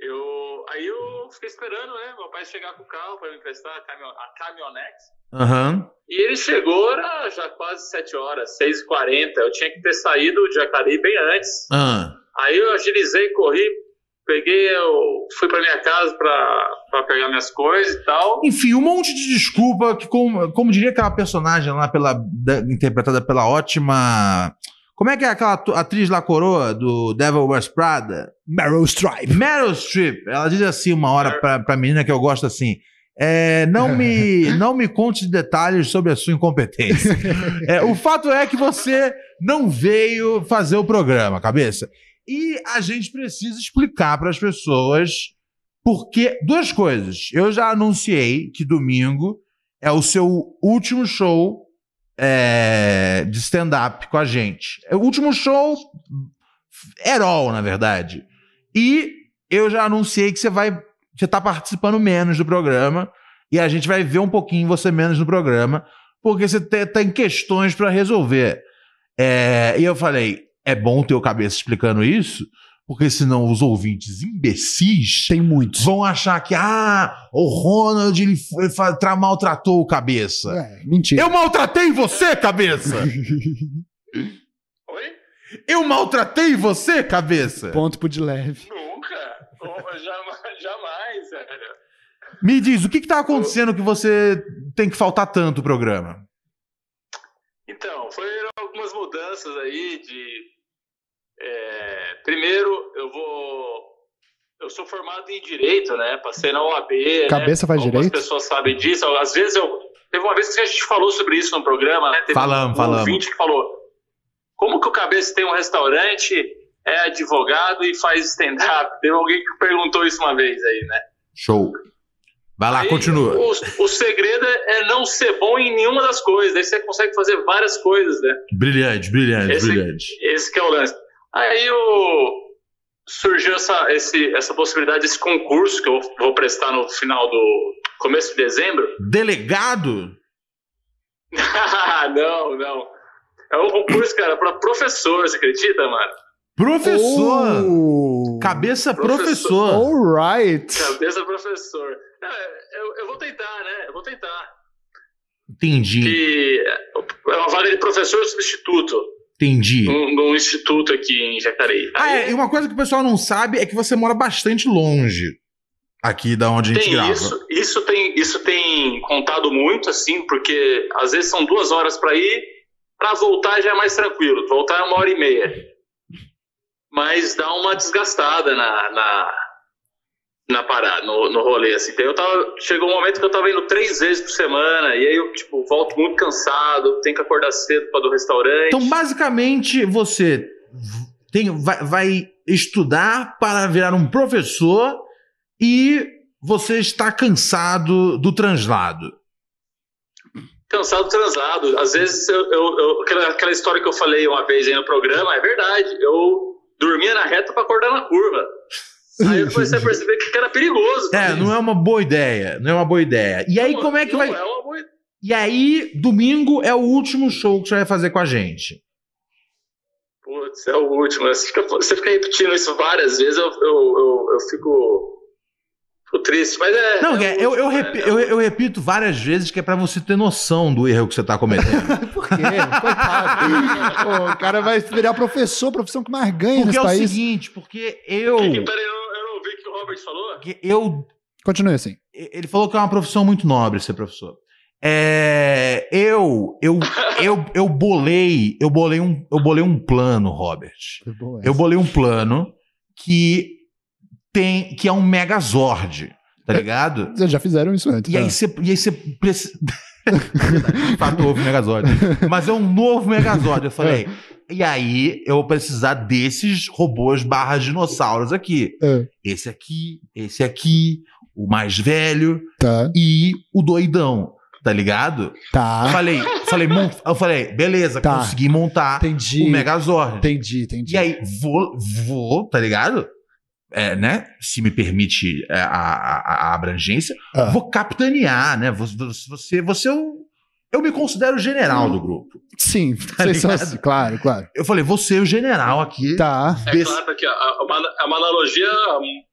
Eu, aí eu fiquei esperando, né? Meu pai chegar com o carro para me emprestar a, caminho, a caminhonete.
Aham.
E ele chegou, era já quase 7 horas, 6h40. Eu tinha que ter saído de Jacareí bem antes.
Ah.
Aí eu agilizei, corri, peguei, eu fui para minha casa para pegar minhas coisas e tal.
Enfim, um monte de desculpa que, como, como diria aquela personagem lá, pela, da- interpretada pela ótima. Como é que é aquela atu- atriz lá coroa do Devil Wears Prada?
Meryl Streep.
Meryl Streep. Ela diz assim uma hora pra, pra menina que eu gosto assim. é, não, me, não me conte detalhes sobre a sua incompetência. É, o fato é que você não veio fazer o programa, cabeça. E a gente precisa explicar para as pessoas Porque, duas coisas. Eu já anunciei que domingo é o seu último show é, de stand-up com a gente. É o último show herol, na verdade. E eu já anunciei que você vai. Você tá participando menos do programa. E a gente vai ver um pouquinho você menos no programa. Porque você te- tem questões para resolver. É, e eu falei: é bom ter o cabeça explicando isso, porque senão os ouvintes imbecis
Tem muitos.
vão achar que, ah, o Ronald ele, f- ele fa- tra- maltratou o cabeça.
É, mentira.
Eu maltratei você, cabeça!
Oi?
Eu maltratei você, cabeça!
Ponto pro de leve.
Nunca. Como- Jamais, jamais, velho.
Me diz, o que, que tá acontecendo que você tem que faltar tanto o programa?
Então, foram algumas mudanças aí de. é, primeiro, eu vou. Eu sou formado em direito, né? Passei na OAB. né?
Cabeça faz
Algumas
direito?
pessoas sabem disso. Às vezes eu. Teve uma vez que a gente falou sobre isso no programa, né? Teve
Falamos,
um
falamos.
ouvinte que falou: Como que o cabeça tem um restaurante, é advogado e faz stand-up? Teve alguém que perguntou isso uma vez aí, né?
Show. Vai lá,
Aí,
Ah, continua.
O, o segredo é não ser bom em nenhuma das coisas. Daí você consegue fazer várias coisas, né?
Brilhante, brilhante,
Esse-
brilhante.
Esse que é o lance. Aí o... surgiu essa, esse- essa possibilidade, esse concurso que eu vou prestar no final do começo de dezembro.
Delegado?
não, não. É um concurso, cara, pra professor, você acredita, mano?
Professor!
Oh.
Cabeça professor.
Professor.
Alright.
Cabeça professor. É, Eu, eu vou tentar, né? Eu vou tentar.
Entendi,
Que é uma vaga de professor substituto
entendi.
num, num instituto aqui em Jacareí.
Ah,
Aí-
é, e uma coisa que o pessoal não sabe é que você mora bastante longe aqui da onde a gente
Tem
grava.
isso, isso tem, isso tem contado muito, assim, porque às vezes são duas horas pra ir, pra voltar já é mais tranquilo, voltar é uma hora e meia. Mas dá uma desgastada na, na, na parada, no, no rolê, assim. Então, eu tava, chegou um momento que eu tava indo três vezes por semana, e aí eu, tipo, volto muito cansado, tenho que acordar cedo pra do restaurante.
Então, basicamente, você v- tem, vai, vai estudar para virar um professor e você está cansado do translado.
Cansado, transado. Às vezes, eu, eu- eu- aquela, aquela história que eu falei uma vez aí no programa, é verdade. Eu dormia na reta pra acordar na curva. Aí eu comecei a perceber que era perigoso.
É, não é uma boa ideia. Não é uma boa ideia. E aí, como é que vai.
É uma boa-
E aí, domingo é o último show que você vai fazer com a gente.
Putz, é o último. Você fica, você fica repetindo isso várias vezes, eu, eu, eu, eu fico, fico triste. Mas é.
Não, é,
é o
eu, eu,
último,
repi-
né?
eu, eu repito várias vezes que é para você ter noção do erro que você tá cometendo.
Por quê? Coitado. Pô, o cara vai virar professor, profissão que mais ganha
Porque
nesse
é o
país.
seguinte, porque eu.
Que que- Peraí, eu, não- eu não ouvi o que o Robert falou.
que Eu
Continue assim.
ele falou que é uma profissão muito nobre ser professor. É, eu, eu, eu, eu bolei, eu bolei um, eu bolei um plano, Robert.
Foi boa essa.
Eu bolei um plano que tem, que é um Megazord, tá ligado?
Vocês já fizeram isso antes.
E aí
né?
você, e aí você precisa. De fato, houve Tá Megazord. Mas é um novo Megazord. Eu falei. E aí, eu vou precisar desses robôs barra dinossauros aqui.
É.
Esse aqui, esse aqui, o mais velho,
Tá,
e o doidão, tá ligado? Eu
tá.
falei, falei, mon- eu falei, beleza,
Tá.
consegui montar
Entendi.
o Megazord.
Entendi, entendi.
E aí, vou, vou, tá ligado? É, né? Se me permite é, a, a- a abrangência,
Ah.
vou capitanear, né? Você, você, você é o- eu me considero o general do grupo.
Sim, vocês são
tá ligado?
assim, claro, claro.
Eu falei, você é o general aqui.
Tá.
É
desse-
claro que a- a- uma- é uma analogia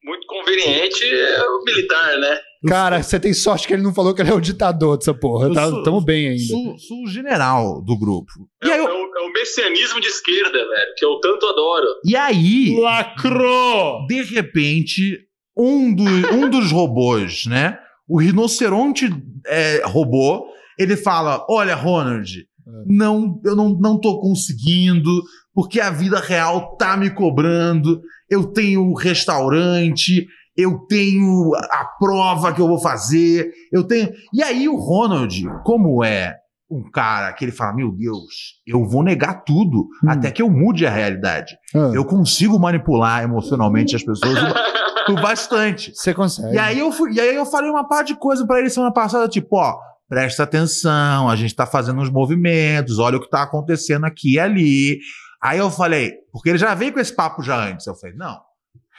muito conveniente é o militar, né?
Cara, você tem sorte que ele não falou que ele é o ditador dessa porra.
Eu
Tá,
sou-
tamo bem ainda.
Sou, sou o general do grupo.
É,
E aí,
o-
eu-
é o, é o messianismo de esquerda, velho, que eu tanto adoro.
e aí
Lacrou!
de repente, um, do- um dos robôs, né? O rinoceronte é, robô, ele fala: Olha, Ronald,
É.
não, eu não, não tô conseguindo, porque a vida real tá me cobrando. Eu tenho o restaurante, eu tenho a prova que eu vou fazer, eu tenho. E aí, o Ronald, como é um cara que ele fala: Meu Deus, eu vou negar tudo
Hum.
até que eu mude a realidade.
Ah,
Eu consigo manipular emocionalmente as pessoas Por bastante.
Você consegue.
E aí eu fui, e aí eu falei uma par de coisa pra ele semana passada, tipo, ó, presta atenção, a gente tá fazendo uns movimentos, olha o que tá acontecendo aqui e ali. Aí eu falei, porque ele já veio com esse papo já antes, eu falei, não,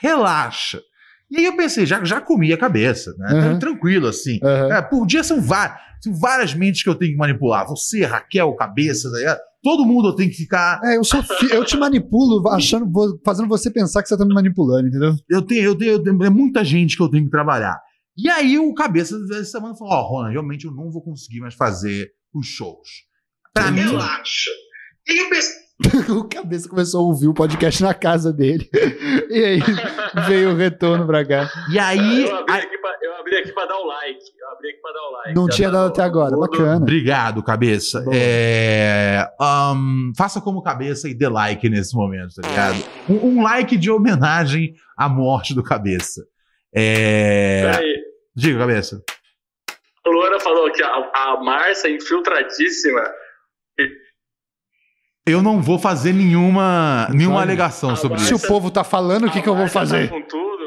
relaxa. E aí eu pensei, já, já comi a cabeça, né?
Uhum.
Tranquilo, assim.
Aham.
É, por dia são várias, são várias mentes que eu tenho que manipular. Você, Raquel, cabeça, tá ligado? todo mundo eu tenho que ficar.
É, eu sou fi- eu te manipulo achando, vo- fazendo você pensar que você tá me manipulando, entendeu?
Eu tenho, eu tenho, eu tenho é muita gente que eu tenho que trabalhar. E aí o cabeça dessa semana falou: Ó, Ronald, realmente eu não vou conseguir mais fazer os shows. Pra mim,
Relaxa. E eu pensei,
O cabeça começou a ouvir o podcast na casa dele. E aí veio o retorno pra cá.
e aí.
eu, abri
aí-
aqui pra, eu abri aqui pra dar o like. Eu abri aqui pra dar o like.
Não
Já
tinha
tá
dado
no-
até agora.
no-
Bacana.
Obrigado, cabeça.
Boa.
É, ahn, faça como cabeça e dê like nesse momento, tá ligado? Um, um like de homenagem à morte do cabeça. É,
Peraí.
diga, cabeça.
A Luana falou que a, a Marcia infiltradíssima.
Eu não vou fazer nenhuma, nenhuma
Olha.
alegação
Ah,
sobre
vai.
Se
isso.
o povo tá falando, o que,
A
que eu vou
Márcia tá
fazer?
com tudo.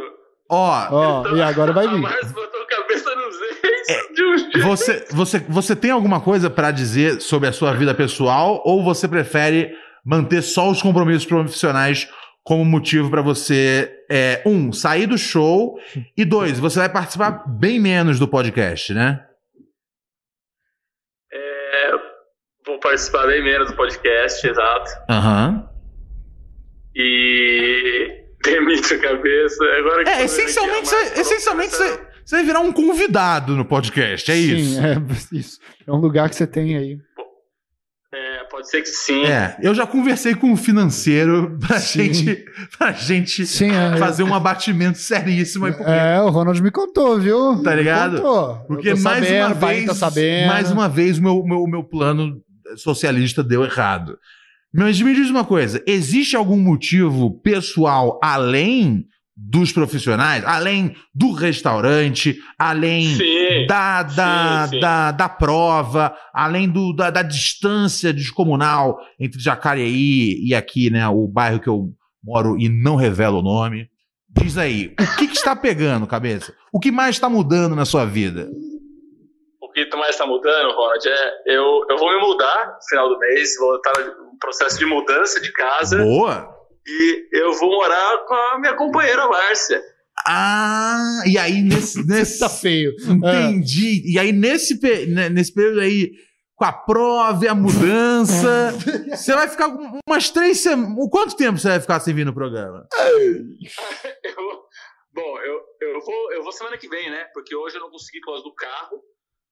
Ó,
Ó, e agora vai
A
vir.
Márcia botou cabeça nos ex.
É.
de um jeito.
você, você, você tem alguma coisa pra dizer sobre a sua vida pessoal ou você prefere manter só os compromissos profissionais como motivo pra você, é, um, sair do show e dois, você vai participar bem menos do podcast, né?
É, vou participar bem menos do podcast, exato.
Aham.
E demite a cabeça. Agora que eu
É,
tô
essencialmente,
vendo aqui a
você,
Márcia
essencialmente
falou,
você, você vai virar um convidado no podcast, é isso.
Sim, é isso. É um lugar que você tem aí.
é, pode ser que sim.
É, eu já conversei com o financeiro pra
Sim.
gente, pra gente
Sim, é.
fazer um abatimento seríssimo aí pro
É, o Ronald me contou, viu?
Tá
Me
ligado?
Contou. Eu
Porque
tô
mais
sabendo, o
uma
Bahia
vez,
tá sabendo.
mais uma vez o meu, o meu, o meu plano socialista deu errado. Mas me diz uma coisa, existe algum motivo pessoal além dos profissionais, além do restaurante, além
Sim.
da, da,
sim, sim.
Da, da prova, além do, da, da distância descomunal entre Jacareí e aqui, né, o bairro que eu moro e não revelo o nome. Diz aí, o que, que está pegando, cabeça? O que mais está mudando na sua vida?
O que tu mais está mudando, Ronald, é eu, eu vou me mudar no final do mês, vou estar no processo de mudança de casa
Boa!
e eu vou morar com a minha companheira Márcia.
Ah, e aí nesse. nesse
Tá feio.
entendi. E aí nesse, pe- né, nesse período aí, com a prova e a mudança, você vai ficar com umas três semanas. Quanto tempo você vai ficar sem vir no programa?
Eu- bom, eu, eu, vou, eu vou semana que vem, né? Porque hoje eu não consegui por causa do carro.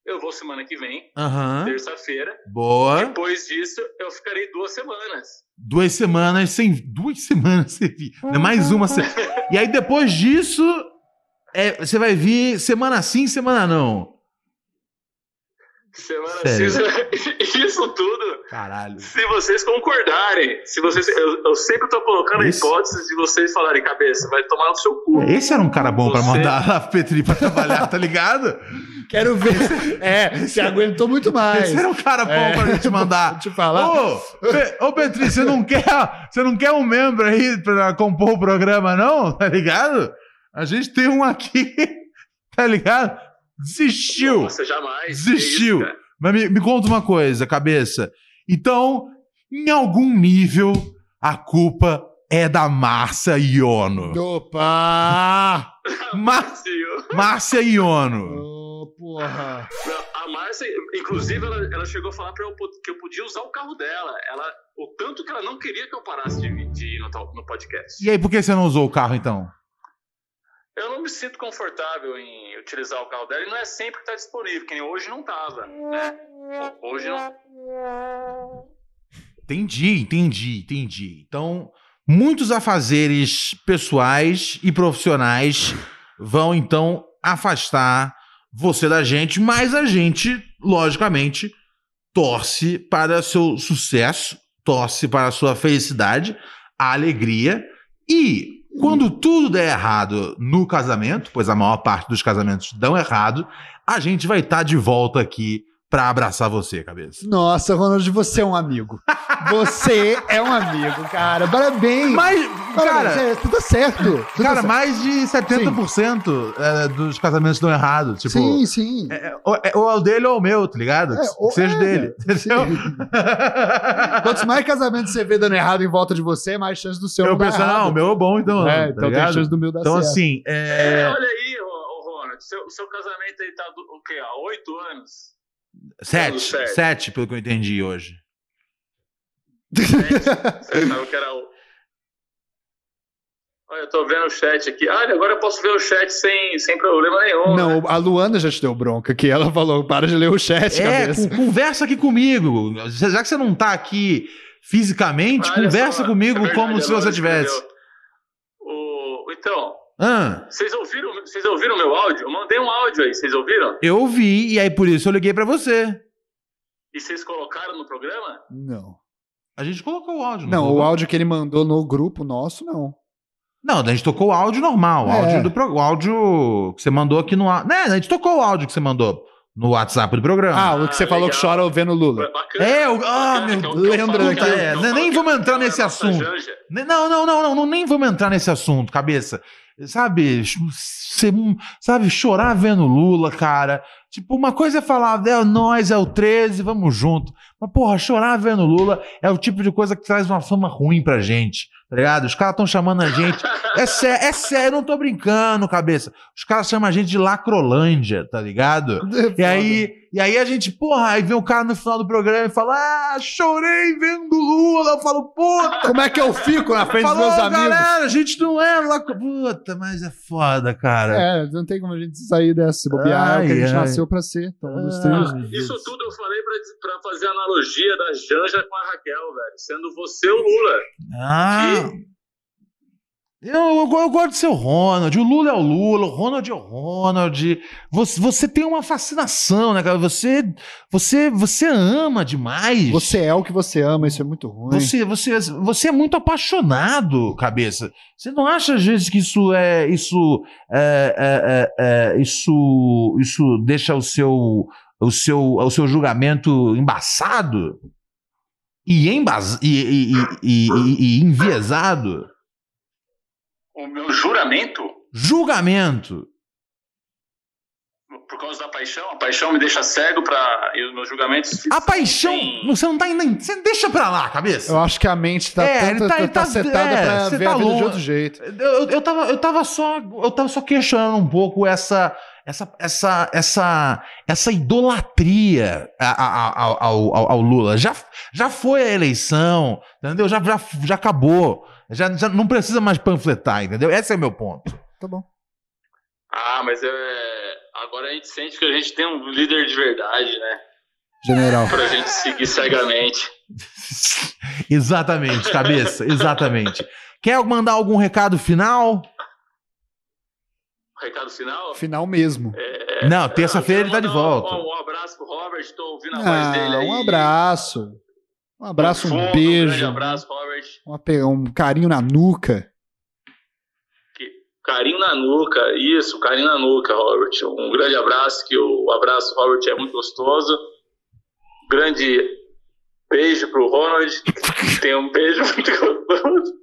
Eu vou semana que vem,
Aham.
terça-feira.
Boa.
Depois disso, eu ficarei duas semanas.
Duas semanas sem. Duas semanas sem vir. Não, Mais uma. se- E aí depois disso, é, você vai vir semana sim, semana não.
Semana
Sério?
sexta- Isso tudo,
Caralho.
se vocês concordarem. Se vocês, eu, eu sempre tô colocando
Isso.
a hipótese de vocês falarem, cabeça, vai tomar no seu cu.
Esse era um cara bom pra
Você-
mandar a Petri pra trabalhar, tá ligado?
Quero ver. É, você aguentou muito mais.
Esse era um cara bom
É.
pra gente mandar.
Vou te falar.
Ô, Pe- ô Petri, você não quer, você não quer um membro aí pra compor o programa, não? Tá ligado? A gente tem um aqui, tá ligado? Desistiu.
Nossa, jamais.
Desistiu.
Que isso, cara.
Mas me, me conta uma coisa, cabeça. Então, em algum nível, a culpa é da Márcia Iono.
Opa!
Ma-
Desistiu.
Márcia Iono.
Ô, porra.
A Márcia, inclusive, ela, ela chegou a falar pra eu, po- que eu podia usar o carro dela. Ela, o tanto que ela não queria que eu parasse de, de ir no, tal- no podcast.
E aí, por que você não usou o carro, então?
Eu não me sinto confortável em utilizar o carro dela e não é sempre que tá disponível, que nem hoje não tava, né? Ho- Hoje não.
Entendi, entendi, entendi. Então, muitos afazeres pessoais e profissionais vão então afastar você da gente, mas a gente, logicamente, torce para seu sucesso, torce para sua felicidade, a alegria e quando tudo der errado no casamento, pois a maior parte dos casamentos dão errado, a gente vai estar de tá volta aqui pra abraçar você, cabeça.
Nossa, Ronald, você é um amigo. Você é um amigo, cara. Parabéns.
Mas,
Parabéns,
cara,
é, tudo certo. Tudo tá
cara
certo.
mais de 70% é, dos casamentos dão errado. Tipo,
sim, sim.
é- ou é, ou é o dele ou é o meu, tá ligado?
É, ou-
que seja
é,
dele.
sim.
Entendeu?
Quantos mais casamentos você vê dando errado em volta de você, mais chance do seu
Eu
dar
penso,
Então errado.
não, o meu é bom, então. tá
É, então tem
ligado?
chance do meu dar
Então,
certo.
assim, é,
Olha aí, ô, ô, Ronald, seu, seu casamento aí tá do, o quê? Há oito anos?
sete,
sério.
sete, pelo que eu entendi hoje.
assim,
Você sabe que era o. Olha, eu tô vendo o chat aqui. Ah, Olha, agora eu posso ver o chat sem, sem problema nenhum. né?
Não, a Luana já te deu bronca, que ela falou, para de ler o chat,
É,
cabeça.
con- conversa aqui comigo. Já que você não tá aqui fisicamente,
Olha
conversa
só,
comigo
é verdade,
como se
agora
você
eu escrevi,
tivesse.
ó. O, então,
Ah,
vocês ouviram, vocês ouviram meu áudio? Eu mandei um áudio aí, vocês ouviram?
eu ouvi, e aí por isso eu liguei pra você.
E vocês colocaram no programa?
Não.
A gente colocou o áudio.
Não,
colocou?
o áudio que ele mandou no grupo nosso, não.
Não, a gente tocou o áudio normal, o
É.
áudio do pro- o áudio que você mandou aqui no... á- Né, a gente tocou o áudio que você mandou no WhatsApp do programa.
Ah, o que você
Ah,
falou
legal.
que chora vendo Lula.
Bacana.
é, o... Ah,
bacana,
meu
que é o
Deus.
que eu
lembra
falo que
daquele-
é-
é,
eu
nem-
falo
nem
que
vamos
é
entrar nesse
nossa
assunto.
janja.
Ne- Não, não, não, não, não, nem vamos entrar nesse assunto, cabeça. Sabe, ch- ser um- sabe, chorar vendo Lula, cara. Tipo, uma coisa é falar, é nós, é o 13, vamos junto. Mas, porra, chorar vendo Lula é o tipo de coisa que traz uma fama ruim pra gente, tá ligado? Os caras estão chamando a gente. É sério, é sério, eu não tô brincando, cabeça. Os caras chamam a gente de Lacrolândia, tá ligado? E aí, e aí a gente, porra, aí vem o cara no final do programa e fala: Ah, chorei vendo Lula. Eu falo, puta.
Como é que eu fico na frente
Falou,
dos meus amigos?
galera, a gente não é lá. Puta, mas é foda, cara.
É, não tem como a gente sair dessa, se bobear, é o que a
Ai,
gente
ai.
nasceu pra ser. Então, um dos
Ah.
trilhos.
Isso tudo eu falei pra, pra fazer a analogia da Janja com a Raquel, velho. Sendo você o Lula.
Ah. Eu, eu, go- eu gosto de ser o Ronald, o Lula é o Lula, o Ronald é o Ronald. Você, você tem uma fascinação, né, cara? Você, você, você ama demais.
Você é o que você ama, isso é muito ruim.
Você, você, você é muito apaixonado, cabeça. Você não acha às vezes que isso é isso é, é, é, é, isso isso deixa o seu o seu o seu julgamento embaçado e, embas, e, e, e- e- e- e enviesado?
O meu juramento,
Julgamento.
por causa da paixão, a paixão me deixa cego pra, e os meus julgamentos.
A paixão.
Sim.
Você não tá nem. Você deixa pra lá, cabeça.
Eu acho que a mente tá,
É, ele
tanto,
tá-
tá,
ele tá-
setada
é,
pra
você
ver
tá
a vida
longe.
de outro jeito.
Eu, eu, eu tava, eu tava só, eu tava só questionando um pouco essa, essa, essa, essa, essa idolatria a- a- a- ao, ao- ao Lula. Já, já foi a eleição, entendeu? Já, já, já acabou. Já, já não precisa mais panfletar, entendeu? Esse é o meu ponto.
Tá bom.
Ah, mas é. Agora a gente sente que a gente tem um líder de verdade, né?
General.
Pra gente seguir cegamente.
exatamente, cabeça, exatamente. Quer mandar algum recado final?
Recado final?
Final mesmo.
não, terça-feira ele tá de
Mandar um-
volta.
Um, um abraço pro Robert, tô ouvindo a voz dele
Ah,
aí.
um abraço. Um abraço,
Fundo,
um
Um grande
beijo.
abraço, Robert.
um ape- Um carinho na nuca.
Carinho na nuca, isso, carinho na nuca, Robert. Um grande abraço, que o abraço, Robert, é muito gostoso. Grande beijo pro Ronald, que tem um beijo muito gostoso.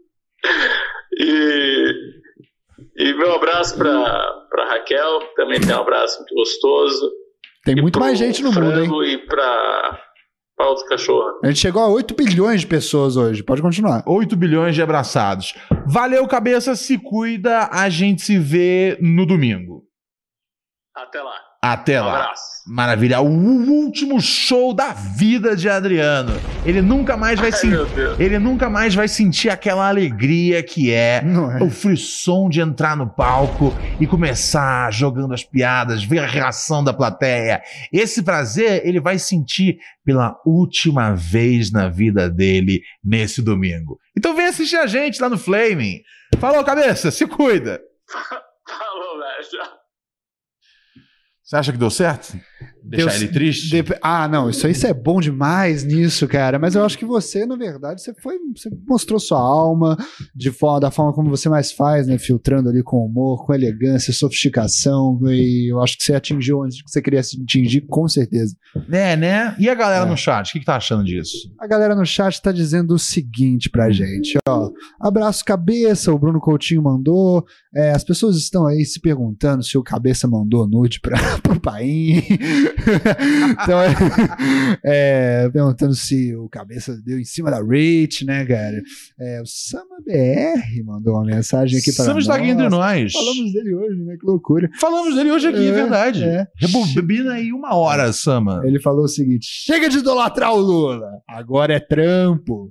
E, e meu abraço pra, pra Raquel, que também tem um abraço muito gostoso.
Tem
E
muito
pro
mais gente no mundo, hein?
Frango E pra, pra outra cachorra.
A gente chegou a 8 bilhões de pessoas hoje. Pode continuar.
8 bilhões de abraçados. Valeu, cabeça, se cuida. A gente se vê no domingo.
Até lá.
Até
Tá
Um
lá.
abraço.
Maravilha. O último show da vida de Adriano. Ele nunca mais vai
Ai,
sentir.
meu Deus.
Ele nunca mais vai sentir aquela alegria que é
Não é?
o frisson de entrar no palco e começar jogando as piadas, ver a reação da plateia. Esse prazer ele vai sentir pela última vez na vida dele nesse domingo. Então vem assistir a gente lá no Flaming. Falou, cabeça, se cuida.
Falou, velho.
Você acha que deu certo? Deixar
Deus-
ele triste?
Dep- Ah, não, isso aí você é bom demais nisso, cara. Mas eu acho que você, na verdade, você foi, você mostrou sua alma de forma, da forma como você mais faz, né? Filtrando ali com humor, com elegância, sofisticação. E eu acho que você atingiu onde que você queria se atingir, com certeza.
É, né? E a galera
É.
no chat, o que, que tá achando disso?
A galera no chat tá dizendo o seguinte
Uhum.
pra gente, ó. Abraço cabeça, o Bruno Coutinho mandou. É, as pessoas estão aí se perguntando se o cabeça mandou nude pra, pro Paim. então, é, é, perguntando se o cabeça deu em cima da Rich, né, cara? É, o Sama BR mandou uma mensagem aqui para
Estamos
nós.
tá aqui entre nós. Falamos,
Falamos dele hoje, né? Que loucura.
dele hoje aqui, é,
É,
verdade.
é.
Rebobina aí uma hora, Sama.
Ele falou o seguinte: chega de idolatrar o Lula. Agora é trampo.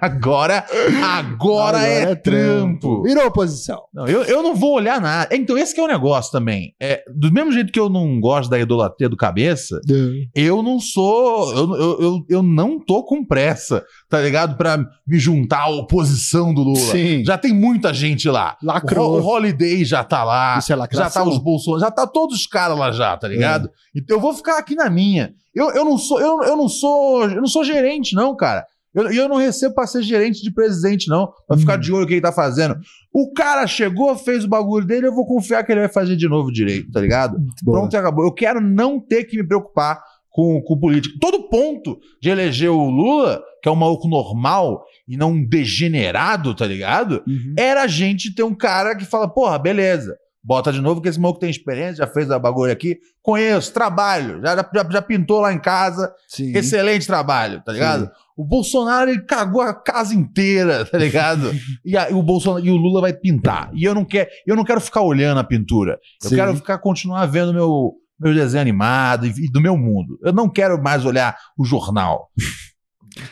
Agora, agora, é, trampo.
Virou oposição.
Não, eu, eu não vou olhar nada. Então, esse que é o negócio também. É, do mesmo jeito que eu não gosto da idolatria do cabeça,
É.
eu não sou. Eu, eu, eu, eu não tô com pressa, tá ligado? Pra me juntar à oposição do Lula.
Sim.
Já tem muita gente lá. O, Ho-
Lacrou.
o Holiday já tá lá.
Isso
Já
é
tá
lacração.
os Bolsonaro, já tá todos os caras lá já, tá ligado? Então eu vou ficar aqui na minha. Eu, eu não sou, eu, eu não sou, eu não sou gerente, não, cara. Eu, eu não recebo pra ser gerente de presidente, não. Pra ficar de olho o que ele tá fazendo. O cara chegou, fez o bagulho dele, eu vou confiar que ele vai fazer de novo direito, tá ligado?
Muito bom.
Pronto e acabou. Eu quero não ter que me preocupar com, com político. Todo ponto de eleger o Lula, que é um maluco normal e não um degenerado, tá ligado?
Uhum.
era a gente ter um cara que fala, porra, beleza, bota de novo que esse maluco tem experiência, já fez a bagulho aqui, conheço, trabalho, já, já, já pintou lá em casa,
Sim.
excelente trabalho, é, tá ligado?
Sim.
O Bolsonaro, ele cagou a casa inteira, tá ligado? e, a- e o Bolsonaro, e o Lula vai pintar. E eu não, quero eu não quero ficar olhando a pintura. Eu
Sim.
quero ficar, continuar vendo meu, meu desenho animado e, e do meu mundo. Eu não quero mais olhar o jornal.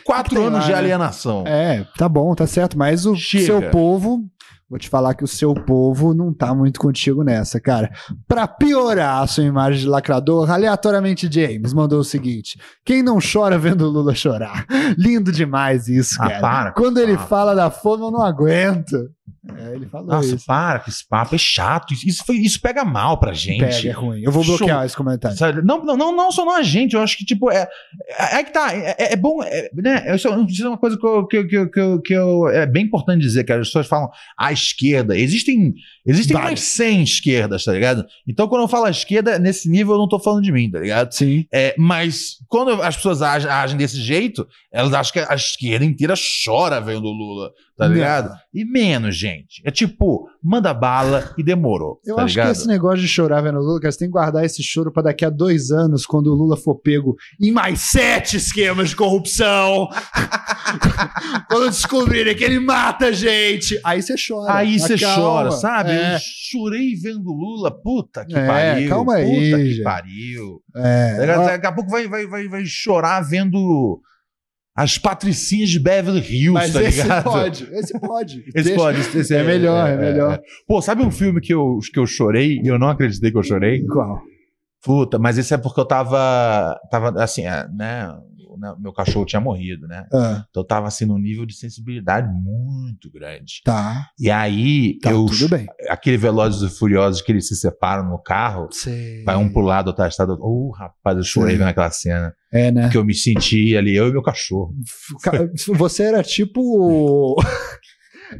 Quatro
Tem
anos
lá,
de
né?
alienação.
É, tá bom, tá certo. Mas o
Chega.
seu povo. Vou te falar que o seu povo não tá muito contigo nessa, cara. Pra piorar a sua imagem de lacrador, aleatoriamente James mandou o seguinte: quem não chora vendo o Lula chorar? Lindo demais isso,
Ah,
cara.
para.
Quando ele
Ah.
fala da fome, eu não aguento. É, ele falou
Nossa,
isso.
para com esse papo, é chato. Isso, isso foi- isso pega mal pra gente.
Pega, é ruim. Eu vou bloquear esse comentário.
Sabe? Não, não, não, não só não a gente, eu acho que, tipo, é, é, é que tá, é, é- é bom, é, né? Isso é um- isso é uma coisa que eu, que, eu- que, eu- que, eu- que eu- é bem importante dizer, que as pessoas falam a esquerda. Existem, existem
Várias.
mais 100 esquerdas, tá ligado? Então, quando eu falo a esquerda, nesse nível eu não tô falando de mim, tá ligado?
Sim.
É, mas quando as pessoas age- agem, desse jeito, elas acham que a esquerda inteira chora vendo o Lula, tá
Não.
ligado? E menos, gente. É tipo, manda bala e demorou.
Eu
tá
acho
ligado?
que esse negócio de chorar vendo o Lula, cara, você tem que guardar esse choro pra daqui a dois anos, quando o Lula for pego em mais sete esquemas de corrupção. quando descobrirem que ele mata gente. Aí você chora.
Aí
é. Mas
você
calma.
chora, sabe?
É,
Eu chorei vendo o Lula, puta que
É,
pariu.
calma aí,
Puta que
gente.
pariu.
é.
Tá ligado? Daqui a pouco vai, vai, vai, vai chorar vendo as patricinhas de Beverly Hills,
Mas
tá
esse
ligado?
pode, esse pode.
Esse
Deixa-
pode, esse- esse
É melhor, é melhor.
Pô, sabe um filme que eu, que eu chorei e eu não acreditei que eu chorei?
Qual?
Puta, mas isso é porque eu tava. Tava assim, é, né? o- né, Meu cachorro tinha morrido, né?
Ah,
Então eu tava assim num nível de sensibilidade muito grande.
tá,
E aí,
tá,
eu,
tudo bem.
aquele Velozes e Furiosos que eles se separam no carro,
Sei.
vai um pro lado, outro atrás do outro. Ô, rapaz, eu chorei
Sim.
vendo aquela cena.
É, né?
Porque eu me senti ali, eu e meu cachorro.
Ca- Você era tipo.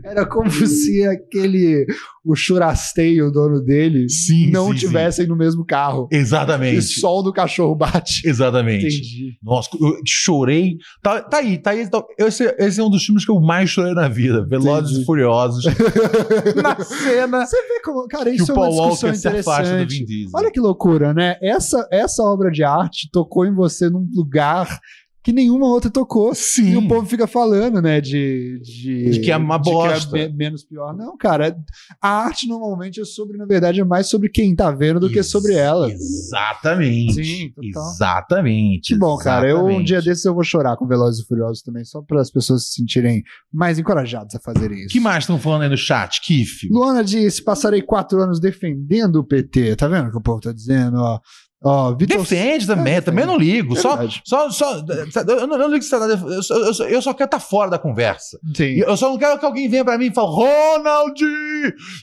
Era como
Hum.
se aquele. O Churastei e o dono dele
Sim,
não
sim, sim.
tivessem no mesmo carro. E o
Exatamente.
sol do cachorro bate.
Exatamente.
Entendi.
Nossa, eu chorei. Tá, tá aí, tá aí. Tá, esse, esse é um dos filmes que eu mais chorei na vida. Velozes
Entendi.
e Furiosos. na cena
Você vê como. Cara,
que o
isso é uma
Paul
discussão
Walker se afasta do Vin
interessante.
Diesel.
Olha que loucura, né? Essa, essa obra de arte tocou em você num lugar que nenhuma outra tocou.
Sim.
E o povo fica falando, né, de... De,
De que é uma
de que
bosta.
me- menos pior. Não, cara, a arte normalmente é sobre, na verdade, é mais sobre quem tá vendo do que sobre ela.
Exatamente.
Sim, total.
Exatamente.
Que bom, cara. Eu, um
exatamente.
dia desses eu vou chorar com Velozes e Furiosos também, só para as pessoas se sentirem mais encorajadas a fazerem isso.
que mais estão falando aí no chat, Kiff?
Luana disse: passarei quatro anos defendendo o PT. Tá vendo o que o povo tá dizendo? Ó, Ó, Vitor.
Defende também,
É,
também eu não ligo.
É
só,
verdade.
só, só, eu não, eu não ligo se tá, eu, só, eu, só, eu só quero estar fora da conversa.
Sim.
E Eu só não quero que alguém venha pra mim e fale: Ronald,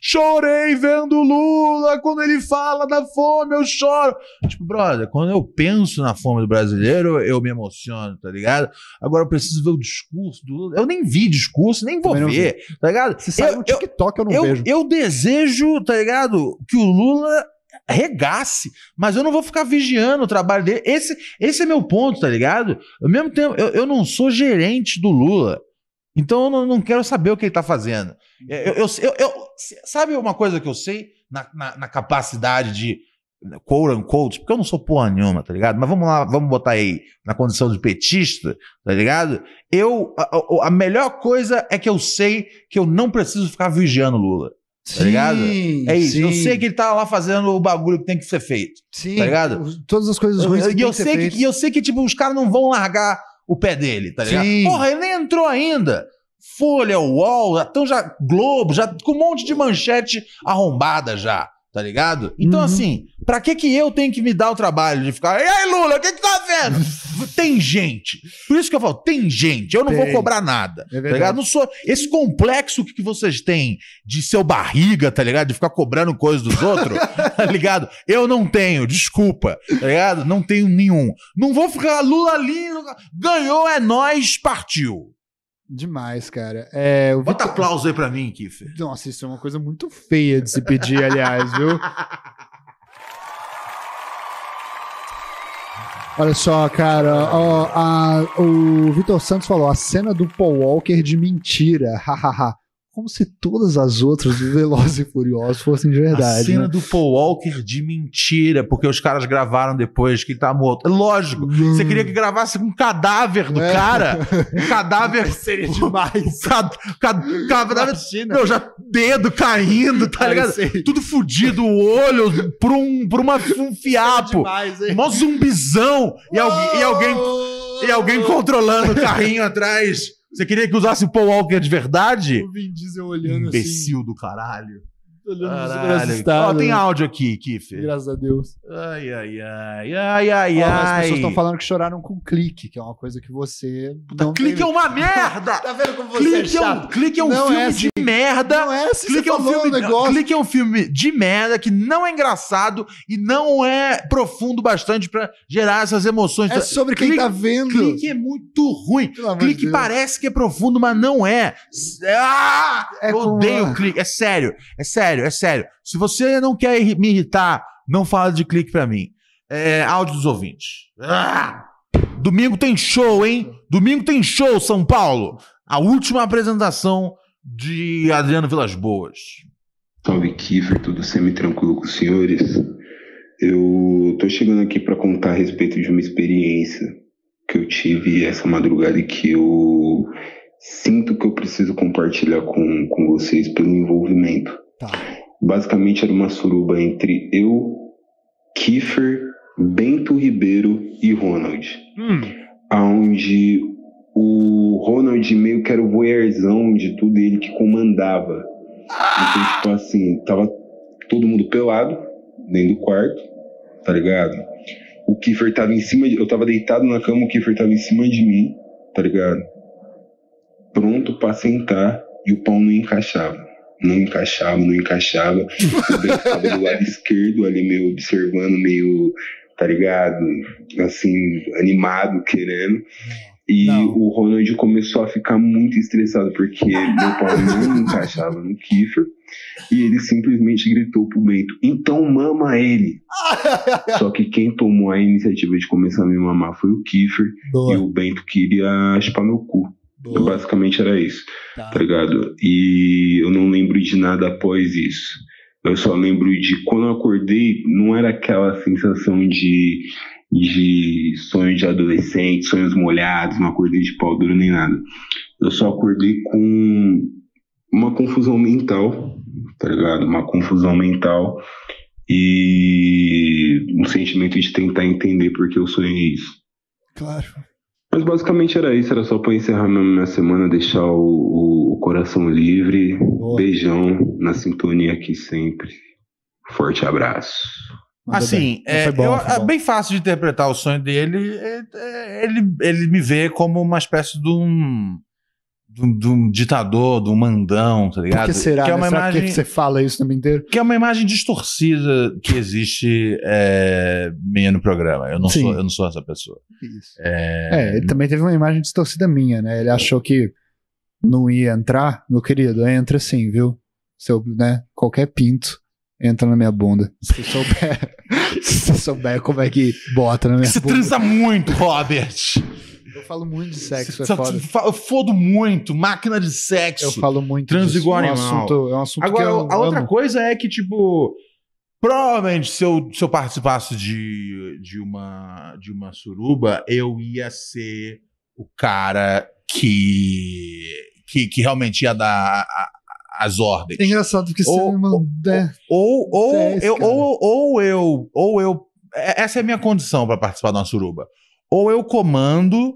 chorei vendo Lula. Quando ele fala da fome, eu choro. Tipo, brother, quando eu penso na fome do brasileiro, eu me emociono, tá ligado? Agora eu preciso ver o discurso do Lula. Eu nem vi discurso, nem vou
Também não
ver, tá ligado?
Se sai
Eu-
no
eu-
TikTok, eu, não
eu,
vejo.
eu desejo, tá ligado? Que o Lula regasse, mas eu não vou ficar vigiando o trabalho dele. Esse, esse é meu ponto, tá ligado? Ao mesmo tempo, eu, eu não sou gerente do Lula. Então eu não, não quero saber o que ele tá fazendo. Eu,
Uhum.
eu- eu- eu- sabe uma coisa que eu sei na, na- na capacidade de quote unquote, porque eu não sou porra nenhuma, tá ligado? Mas vamos lá, vamos botar aí na condição de petista, tá ligado? Eu, a- a- a melhor coisa é que eu sei que eu não preciso ficar vigiando o Lula. tá ligado?
Sim,
É isso. Eu
sim,
sei que ele tá lá fazendo o bagulho que tem que ser feito.
Sim.
tá ligado?
Os- Todas as coisas ruins.
E eu, sei que, e eu sei que, tipo, os caras não vão largar o pé dele, tá ligado?
Sim.
Porra, ele nem entrou ainda. Folha, UOL, então já Globo, já com um monte de manchete arrombada já, tá ligado? Então,
Uhum.
assim, pra que que eu tenho que me dar o trabalho de ficar, e aí, Lula, o que que tá vendo? tem gente. Por isso que eu falo, tem gente, eu não vou
Tem.
cobrar nada.
É
Tá ligado?
verdade.
Não sou. Esse complexo que que vocês têm de seu barriga, tá ligado? De ficar cobrando coisa dos outros, tá ligado? Eu não tenho, desculpa, tá ligado? Não tenho nenhum. Não vou ficar Lula ali, ganhou, é nós, partiu.
Demais, cara. É, o
Bota
Vitor-
aplauso aí pra mim, Kiffer.
Nossa, isso é uma coisa muito feia de se pedir, aliás, viu? Olha só, cara, ó, a- o Vitor Santos falou, a cena do Paul Walker de mentira, hahaha. Como se todas as outras do Veloz e Furioso fossem de verdade,
a cena
né?
do Paul Walker de mentira, porque os caras gravaram depois que ele tá morto. É lógico. Você queria que gravasse com um cadáver do
É.
cara? Um cadáver. Seria demais. Um cadáver
Imagina,
Meu, já dedo caindo, tá ligado? Tudo fudido, o olho pra um, pra uma, um fiapo.
demais,
Mó zumbizão. E, alguém- e alguém, e alguém controlando o carrinho atrás. Você queria que usasse o Paul Walker de verdade?
O Vin Diesel olhando assim,
Imbecil do caralho.
olhando assim,
Caralho. Ó, tem áudio aqui, Kiffer.
Graças a Deus.
Ai, ai, ai, ai, ai,
Ó, as pessoas
ai.
estão falando que choraram com clique, que é uma coisa que você. não
Clique é
teve.
uma merda!
Tá vendo como você
Clique é um, clique é um
Não é
filme
assim.
de merda.
Não é assim,
Clique
você
é, um
falou
filme,
um negócio.
Clique é um filme de merda que não é engraçado e não é profundo bastante pra gerar essas emoções.
É sobre quem
Clique-
tá vendo.
Clique é muito ruim.
Pelo amor de
Clique
Deus.
parece que é profundo, mas não é. S- Ah,
É
eu
com
odeio
a-
clique. É sério, é sério, é sério. Se você não quer irri- me irritar, não fala de clique pra mim. É áudio dos ouvintes. Ah! Domingo tem show, hein? Domingo tem show, São Paulo. A última apresentação de Adriano Vilas Boas.
Salve Kiefer, tudo semi-tranquilo com os senhores? Eu tô chegando aqui para contar a respeito de uma experiência que eu tive essa madrugada e que eu sinto que eu preciso compartilhar com, com vocês pelo envolvimento.
Tá.
Basicamente era uma suruba entre eu, Kiefer, Bento Ribeiro e Ronald. Onde o Ronald meio que era o voyeurzão de tudo ele que comandava. Então, tipo assim, tava todo mundo pelado dentro do quarto, tá ligado? O Kiefer tava em cima de. Eu tava deitado na cama, o Kiefer tava em cima de mim, tá ligado? Pronto pra sentar e o pau não encaixava. Não encaixava, não encaixava. O Beto tava do lado esquerdo, ali meio observando, meio, tá ligado? Assim, animado, querendo. E
Não.
o Ronald começou a ficar muito estressado, porque meu pau não encaixava no Kiefer. E ele simplesmente gritou pro Bento: então mama ele. Só que quem tomou a iniciativa de começar a me mamar foi o Kiefer. E
Boa,
o Bento queria chupar meu cu.
boa.
Basicamente era isso,
Tá.
tá ligado? E eu não lembro de nada após isso. Eu só lembro de quando eu acordei, não era aquela sensação de, de sonho de adolescente, sonhos molhados, não acordei de pau duro nem nada. Eu só acordei com uma confusão mental, tá ligado? Uma confusão mental e um sentimento de tentar entender por que eu sonhei isso.
Claro.
Mas basicamente era isso, era só pra encerrar mesmo minha semana, deixar o, o- o coração livre.
Boa.
Beijão na sintonia aqui sempre. Forte abraço.
Mandou
assim,
bem.
é,
foi bom,
eu-
foi
é
bom.
bem fácil de interpretar o sonho dele. É- é- Ele, ele me vê como uma espécie de um, de um, de um ditador, de um mandão, tá
Por
ligado?
que será?
Que é
né?
uma
Será que
imagem,
você fala isso o tempo inteiro?
que é uma imagem distorcida que existe é, minha no programa. Eu não,
Sim.
sou, eu não sou essa pessoa.
Isso.
É,
É, ele também teve uma imagem distorcida minha, né? Ele achou que não ia entrar, meu querido, entra sim, viu? Seu, né? Qualquer pinto entra na minha bunda. Se souber, se souber como é que bota na minha
Você
bunda.
transa muito, Robert.
Eu falo muito de sexo, é
Você-
foda.
fa- Eu fodo muito, máquina de
Eu
sexo.
falo muito
Trans
disso.
igual
é um
animal.
assunto, é um assunto
Agora,
que eu
a outra
amo.
coisa é que, tipo, provavelmente se eu, se eu participasse de, de, uma, de uma suruba, eu ia ser o cara que, que, que realmente ia dar a- a- as ordens.
É engraçado que você
Ou-
me manda...
Ou, ou,
É esse
eu,
cara.
ou, ou eu. Ou eu. é- Essa é a minha condição para participar de uma suruba. Ou eu comando,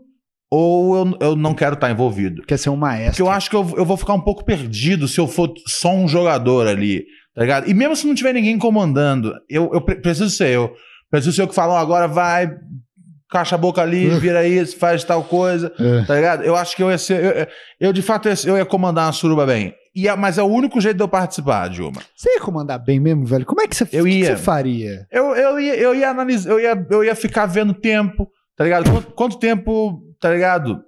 ou eu, eu não quero estar envolvido.
Quer ser um
Porque
maestro.
eu acho que eu, eu vou ficar um pouco perdido se eu for só um jogador ali, tá ligado? E mesmo se não tiver ninguém comandando, eu, eu pre- preciso ser eu. Preciso ser eu que falo, ó, agora vai, caixa a boca ali, vira isso, faz tal coisa,
É.
tá ligado? Eu acho que eu ia ser. Eu, eu- eu, de fato, eu ia, ser- eu ia comandar uma suruba bem. E é- mas é o único jeito de eu participar, Dilma.
Você ia comandar bem mesmo, velho? Como é que você,
Eu
o que
ia.
você faria?
Eu, eu, ia, eu ia analisar, eu ia, eu ia ficar vendo tempo, tá ligado? Quanto, quanto tempo, tá ligado?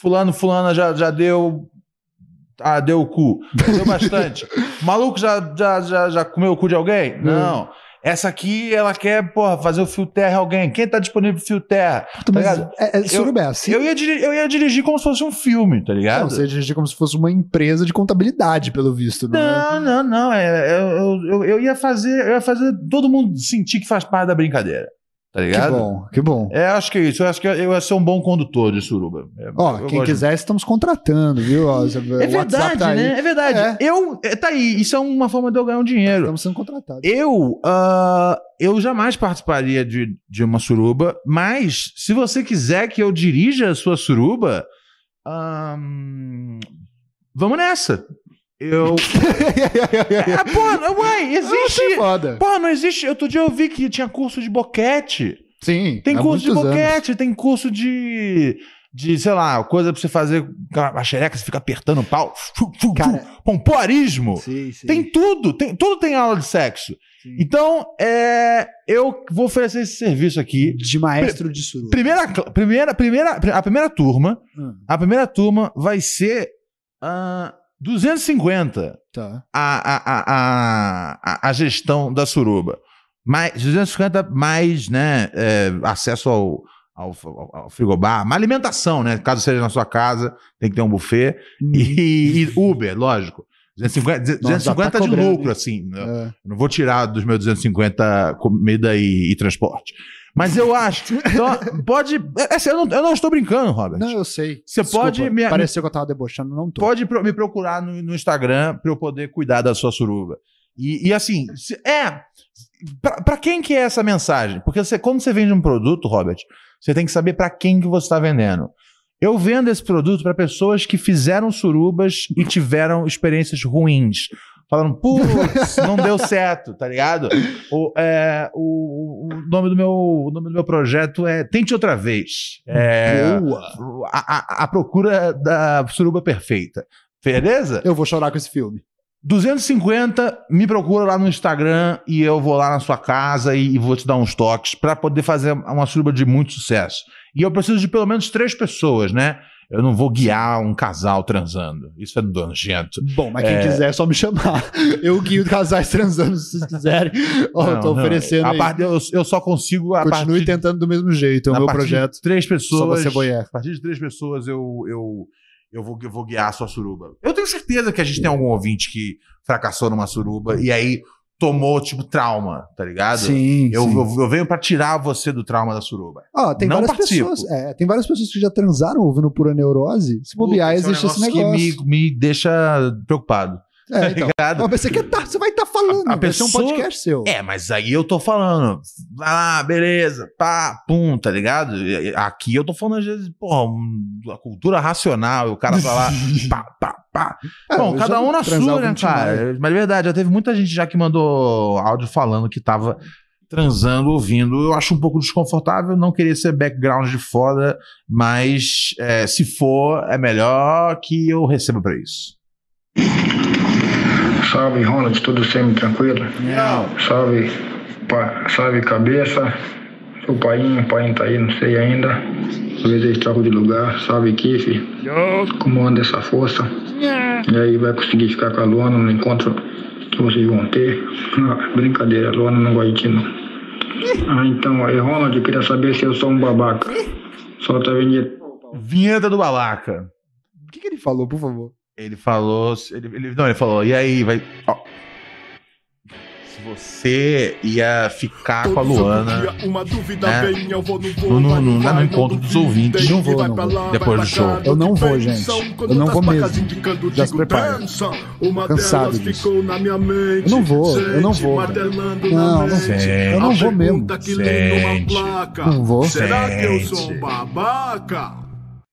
Fulano, fulana já, já deu. Ah, deu o cu. Deu bastante. Maluco já, já, já, já comeu o cu de alguém?
Hum.
Não. Essa aqui, ela quer, porra, fazer o fio terra em alguém. Quem tá disponível pro fio terra?
Puta, mas
Tá ligado?
é, é, suruba é assim?
Eu ia, diri- eu ia dirigir como se fosse um filme, tá ligado?
Não, você dirigir como se fosse uma empresa de contabilidade, pelo visto, não, é?
Não, não, não. É, eu, eu, eu- eu ia fazer, eu ia fazer todo mundo sentir que faz parte da brincadeira. Tá
Que
ligado?
bom, que bom.
É, acho que é isso. Eu acho que eu ia ser um bom condutor de suruba. É,
Ó,
eu
quem
gosto.
quiser, estamos contratando, viu? Ó, o
É
WhatsApp
verdade,
tá aí.
né? É verdade. Eu. é, Tá aí. Isso é uma forma de eu ganhar um dinheiro.
Estamos sendo contratados.
Eu. ah, eu jamais participaria de, de uma suruba, mas se você quiser que eu dirija a sua suruba. ahn, vamos nessa. Eu.
Eu
ah, porra, uai,
achei
existe.
foda.
Porra, não existe. Outro dia eu vi que tinha curso de boquete.
Sim.
Tem
há
curso de
muitos anos.
boquete, tem curso de. De, sei lá, coisa pra você fazer com a xereca, você fica apertando o pau. Fu, fu, fu.
Cara,
Pompoarismo.
sim, sim.
Tem tudo, tem, tudo tem aula de sexo.
Sim.
Então, é, eu vou oferecer esse serviço aqui.
De maestro de suruba.
Primeira, cla- primeira, primeira, a primeira turma,
Hum,
a primeira turma vai ser ah, 250
tá.
a, a, a, a, a gestão da suruba. Mais, 250 mais né, é, acesso ao, ao, ao- ao frigobar, mais alimentação, né? Caso seja na sua casa, tem que ter um buffet. E, e Uber, lógico. 250,
Uhum. Nossa, já tá
250 de
cobrando,
lucro,
hein?
assim. Eu
É.
não vou tirar dos meus 250 comida e, e transporte. Mas eu acho. Então, pode. é- é sério, eu, não, eu não estou brincando, Robert.
Não, eu sei.
Você pode me-
Pareceu que eu tava debochando, não tô.
Pode pro- me procurar no, no Instagram para eu poder cuidar da sua suruba. E, e assim, se- é. Para quem que é essa mensagem? Porque você, quando você vende um produto, Robert, você tem que saber para quem que você está vendendo. Eu vendo esse produto para pessoas que fizeram surubas e tiveram experiências ruins. Falaram, putz, não deu certo, tá ligado? O, é, o- o nome do meu, o nome do meu projeto é Tente Outra Vez. É,
Boa.
a, a- a procura da suruba perfeita. Beleza?
Eu vou chorar com esse filme.
250, me procura lá no Instagram e eu vou lá na sua casa e, e vou te dar uns toques pra poder fazer uma suruba de muito sucesso. E eu preciso de pelo menos três pessoas, né? Eu não vou guiar um casal transando. Isso é nojento.
Bom, mas quem quiser é só me chamar. Eu guio casais transando, se vocês quiserem. Ó, eu tô
Não, não.
oferecendo
A
aí.
parte- eu, eu só consigo a
Continue
partir
tentando do mesmo jeito, é o
A
meu
partir de
projeto.
três pessoas.
Só você voyeur.
A partir de três pessoas eu, eu, eu, vou, eu vou guiar a sua suruba. Eu tenho certeza que a gente tem algum ouvinte que fracassou numa suruba e aí tomou, tipo, trauma, tá ligado?
Sim,
Eu,
sim.
eu, eu venho pra tirar você do trauma da suruba.
Ó, tem
não
várias
participo.
pessoas. é, tem várias pessoas que já transaram ouvindo pura neurose. Se bobear,
Puta, é um
existe esse negócio.
Que me, me deixa preocupado.
É, então.
ligado?
Ó, mas você, quer tá, você vai estar falando,
A- a
vai ser um
pessoa-
podcast seu.
É, mas aí eu tô falando, vai lá, beleza, pá, pum, tá ligado? E- e- Aqui eu tô falando, às vezes, porra, um, a cultura racional, e o cara vai lá, pá, pá, pá.
Cara,
Bom,
É, eu
cada
já
um na
transar
sua,
algum
né,
time,
cara? Mas é verdade, já teve muita gente já que mandou áudio falando que tava transando, ouvindo. Eu acho um pouco desconfortável, não queria ser background de foda, mas é, se for, é melhor que eu receba pra isso.
Salve, Ronald, tudo semi-tranquilo?
Não.
Salve, pa, salve, cabeça. O painho, o painho tá aí, não sei ainda. Às vezes ele troca de lugar. Salve, Kiff. Como anda essa força? E aí, vai conseguir ficar com a Luana no encontro que vocês vão ter? Não, brincadeira, a Luana não vai te não. Ah, então, aí, Ronald, eu queria saber se eu sou um babaca. tá Solta a vinheta.
Vinheta do Balaca.
O que, que ele falou, por favor?
Ele falou. Ele, ele- não, ele falou, e aí, vai. ó. Se você ia ficar Ah, com a Luana.
uma dúvida
né?
vem, eu vou,
No-
não vou,
no-
vai,
no-
não
lá
vai,
no encontro dos
duvidem,
ouvintes.
Não vou,
vai
não
pra
vou.
lá,
Depois
vai
do
pra
show.
cá,
Eu não vou,
diversão,
gente.
quando tá
Eu não
das
vou
placas
mesmo.
indicando
Já se
digo
prepara.
dança, uma
Cansado
delas
disso.
ficou na minha mente.
Eu não vou, eu não
Sente,
vou,
martelando
velho.
na
Não, não
mente.
sente.
Eu não
A
vou mesmo.
pergunta que lê numa
Sente.
placa,
Não vou.
Será que eu
Sente.
sou um babaca?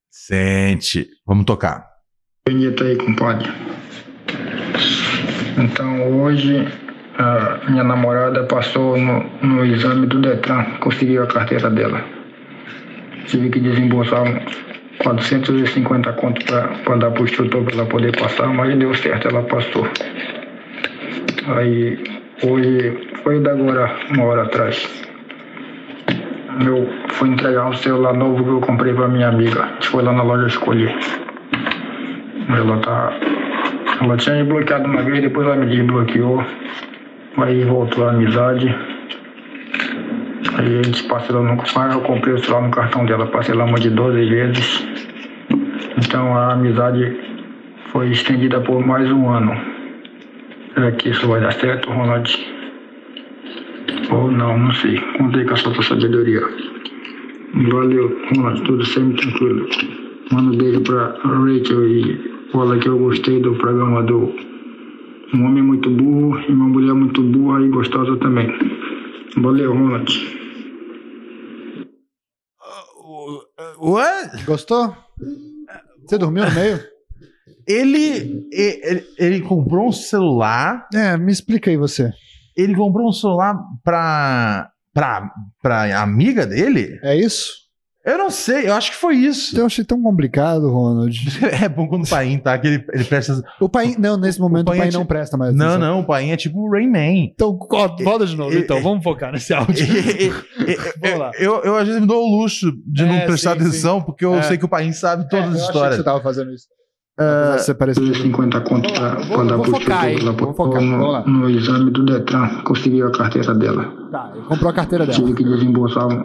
Sente. Vamos tocar.
Bonito aí, compadre. Então hoje a minha namorada passou no, no exame do Detran, conseguiu a carteira dela. Tive que desembolsar um 450 conto para dar pro instrutor para ela poder passar, Tá, mas deu certo, ela passou. Aí hoje foi da agora, uma hora atrás. Eu fui entregar um celular novo que eu comprei pra minha amiga. A gente foi lá na loja escolher. Ela tá. Ela tinha me bloqueado uma vez, depois ela me desbloqueou. Aí voltou a amizade. Aí a gente parcelou no cartão, eu comprei o celular no cartão dela, parcelamos de 12 vezes. Então a amizade foi estendida por mais um ano. Será que isso vai dar certo, Ronald? Ou não, não sei. Contei com a sua sabedoria. Valeu, Ronald, tudo sempre tranquilo. Manda um beijo pra Rachel e fala que eu gostei do programa do Um Homem Muito Burro e uma Mulher Muito Burra e Gostosa também. Valeu, Ronald.
What?
Gostou? Você dormiu no meio?
Ele, ele, ele comprou um celular.
É, me explica aí você.
Ele comprou um celular pra, pra, pra amiga dele?
É isso?
Eu não sei, eu acho que foi isso.
Eu achei tão complicado, Ronald.
É bom quando o Paim tá, que ele, ele presta. atenção.
O pai, não, nesse momento o
pai
pai,
é
não
ti-
presta mais.
Não,
atenção.
não, o Paim é tipo o Rayman.
Então, co- volta de novo,
É,
então.
é.
Vamos focar nesse áudio. Vamos lá.
eu, eu às vezes me dou o luxo de não
É,
prestar
sim,
atenção, porque eu
É.
sei que o Paim sabe
É,
todas
eu
as
achei
histórias. É.
que você tava fazendo isso. Apesar de Você parecer...
250 conto pra,
Vamos lá, vou-
pra dar
vou
pro
focar,
tio
hein?
dela,
Vamos focar, vamos lá.
no, no exame do Detran, conseguiu a carteira dela.
Tá, ele comprou a carteira dela.
Tive que desembolsar um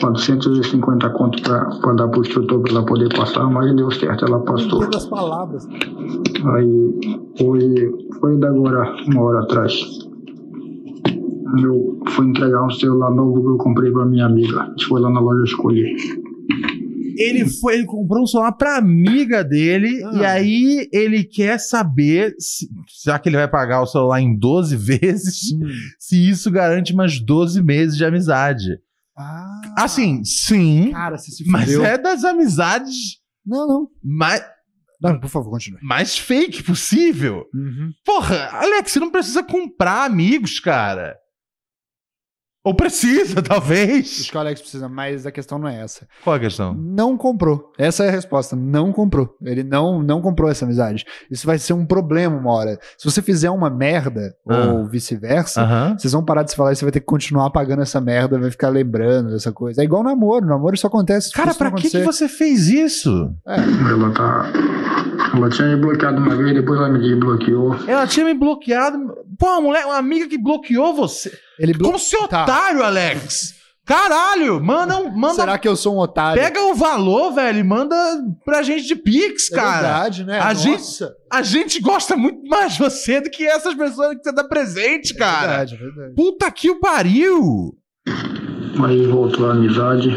450 conto pra, pra dar pro instrutor pra ela poder passar, mas deu certo, ela passou.
Entenda as palavras.
Aí hoje foi da agora, uma hora atrás. Eu fui entregar um celular novo que eu comprei pra minha amiga. A gente foi lá na loja escolher.
Ele foi, ele comprou um celular pra amiga dele
Hum. Ah.
e aí ele quer saber se, já que ele vai pagar o celular em 12 vezes,
Hum.
se isso garante mais 12 meses de amizade.
Ah,
Assim, sim,
Cara, você se
mas
fudeu.
é das amizades
Não, não.
mais,
Não, por favor, continue.
mais fake possível. Porra, Alex, você não precisa comprar amigos, cara. Ou precisa,
Acho
talvez.
que o Alex precisa, mas a questão não é essa.
Qual a questão?
Não comprou. Essa é a resposta. Não comprou. Ele não, não comprou essa amizade. Isso vai ser um problema uma hora. Se você fizer uma merda,
Ah.
ou vice-versa,
Aham.
Vocês vão parar de se falar e você vai ter que continuar apagando essa merda, vai ficar lembrando dessa coisa. É igual namoro, namoro isso acontece.
Cara,
isso não
pra que, que
acontecer.
você fez isso?
Ela tá. Ela tinha me bloqueado uma vez, depois ela me desbloqueou.
Ela tinha me bloqueado. Pô, uma mulher, uma amiga que bloqueou você.
Ele blo-
Como seu
Tá.
otário, Alex! Caralho! Manda um. Manda,
Será que eu sou um otário?
Pega o valor, velho, e manda pra gente de Pix,
É
cara.
verdade, né?
a gente-
Nossa.
A gente gosta muito mais de você do que essas pessoas que você dá presente,
É
cara.
verdade, é verdade.
Puta que o pariu!
Aí voltou a amizade.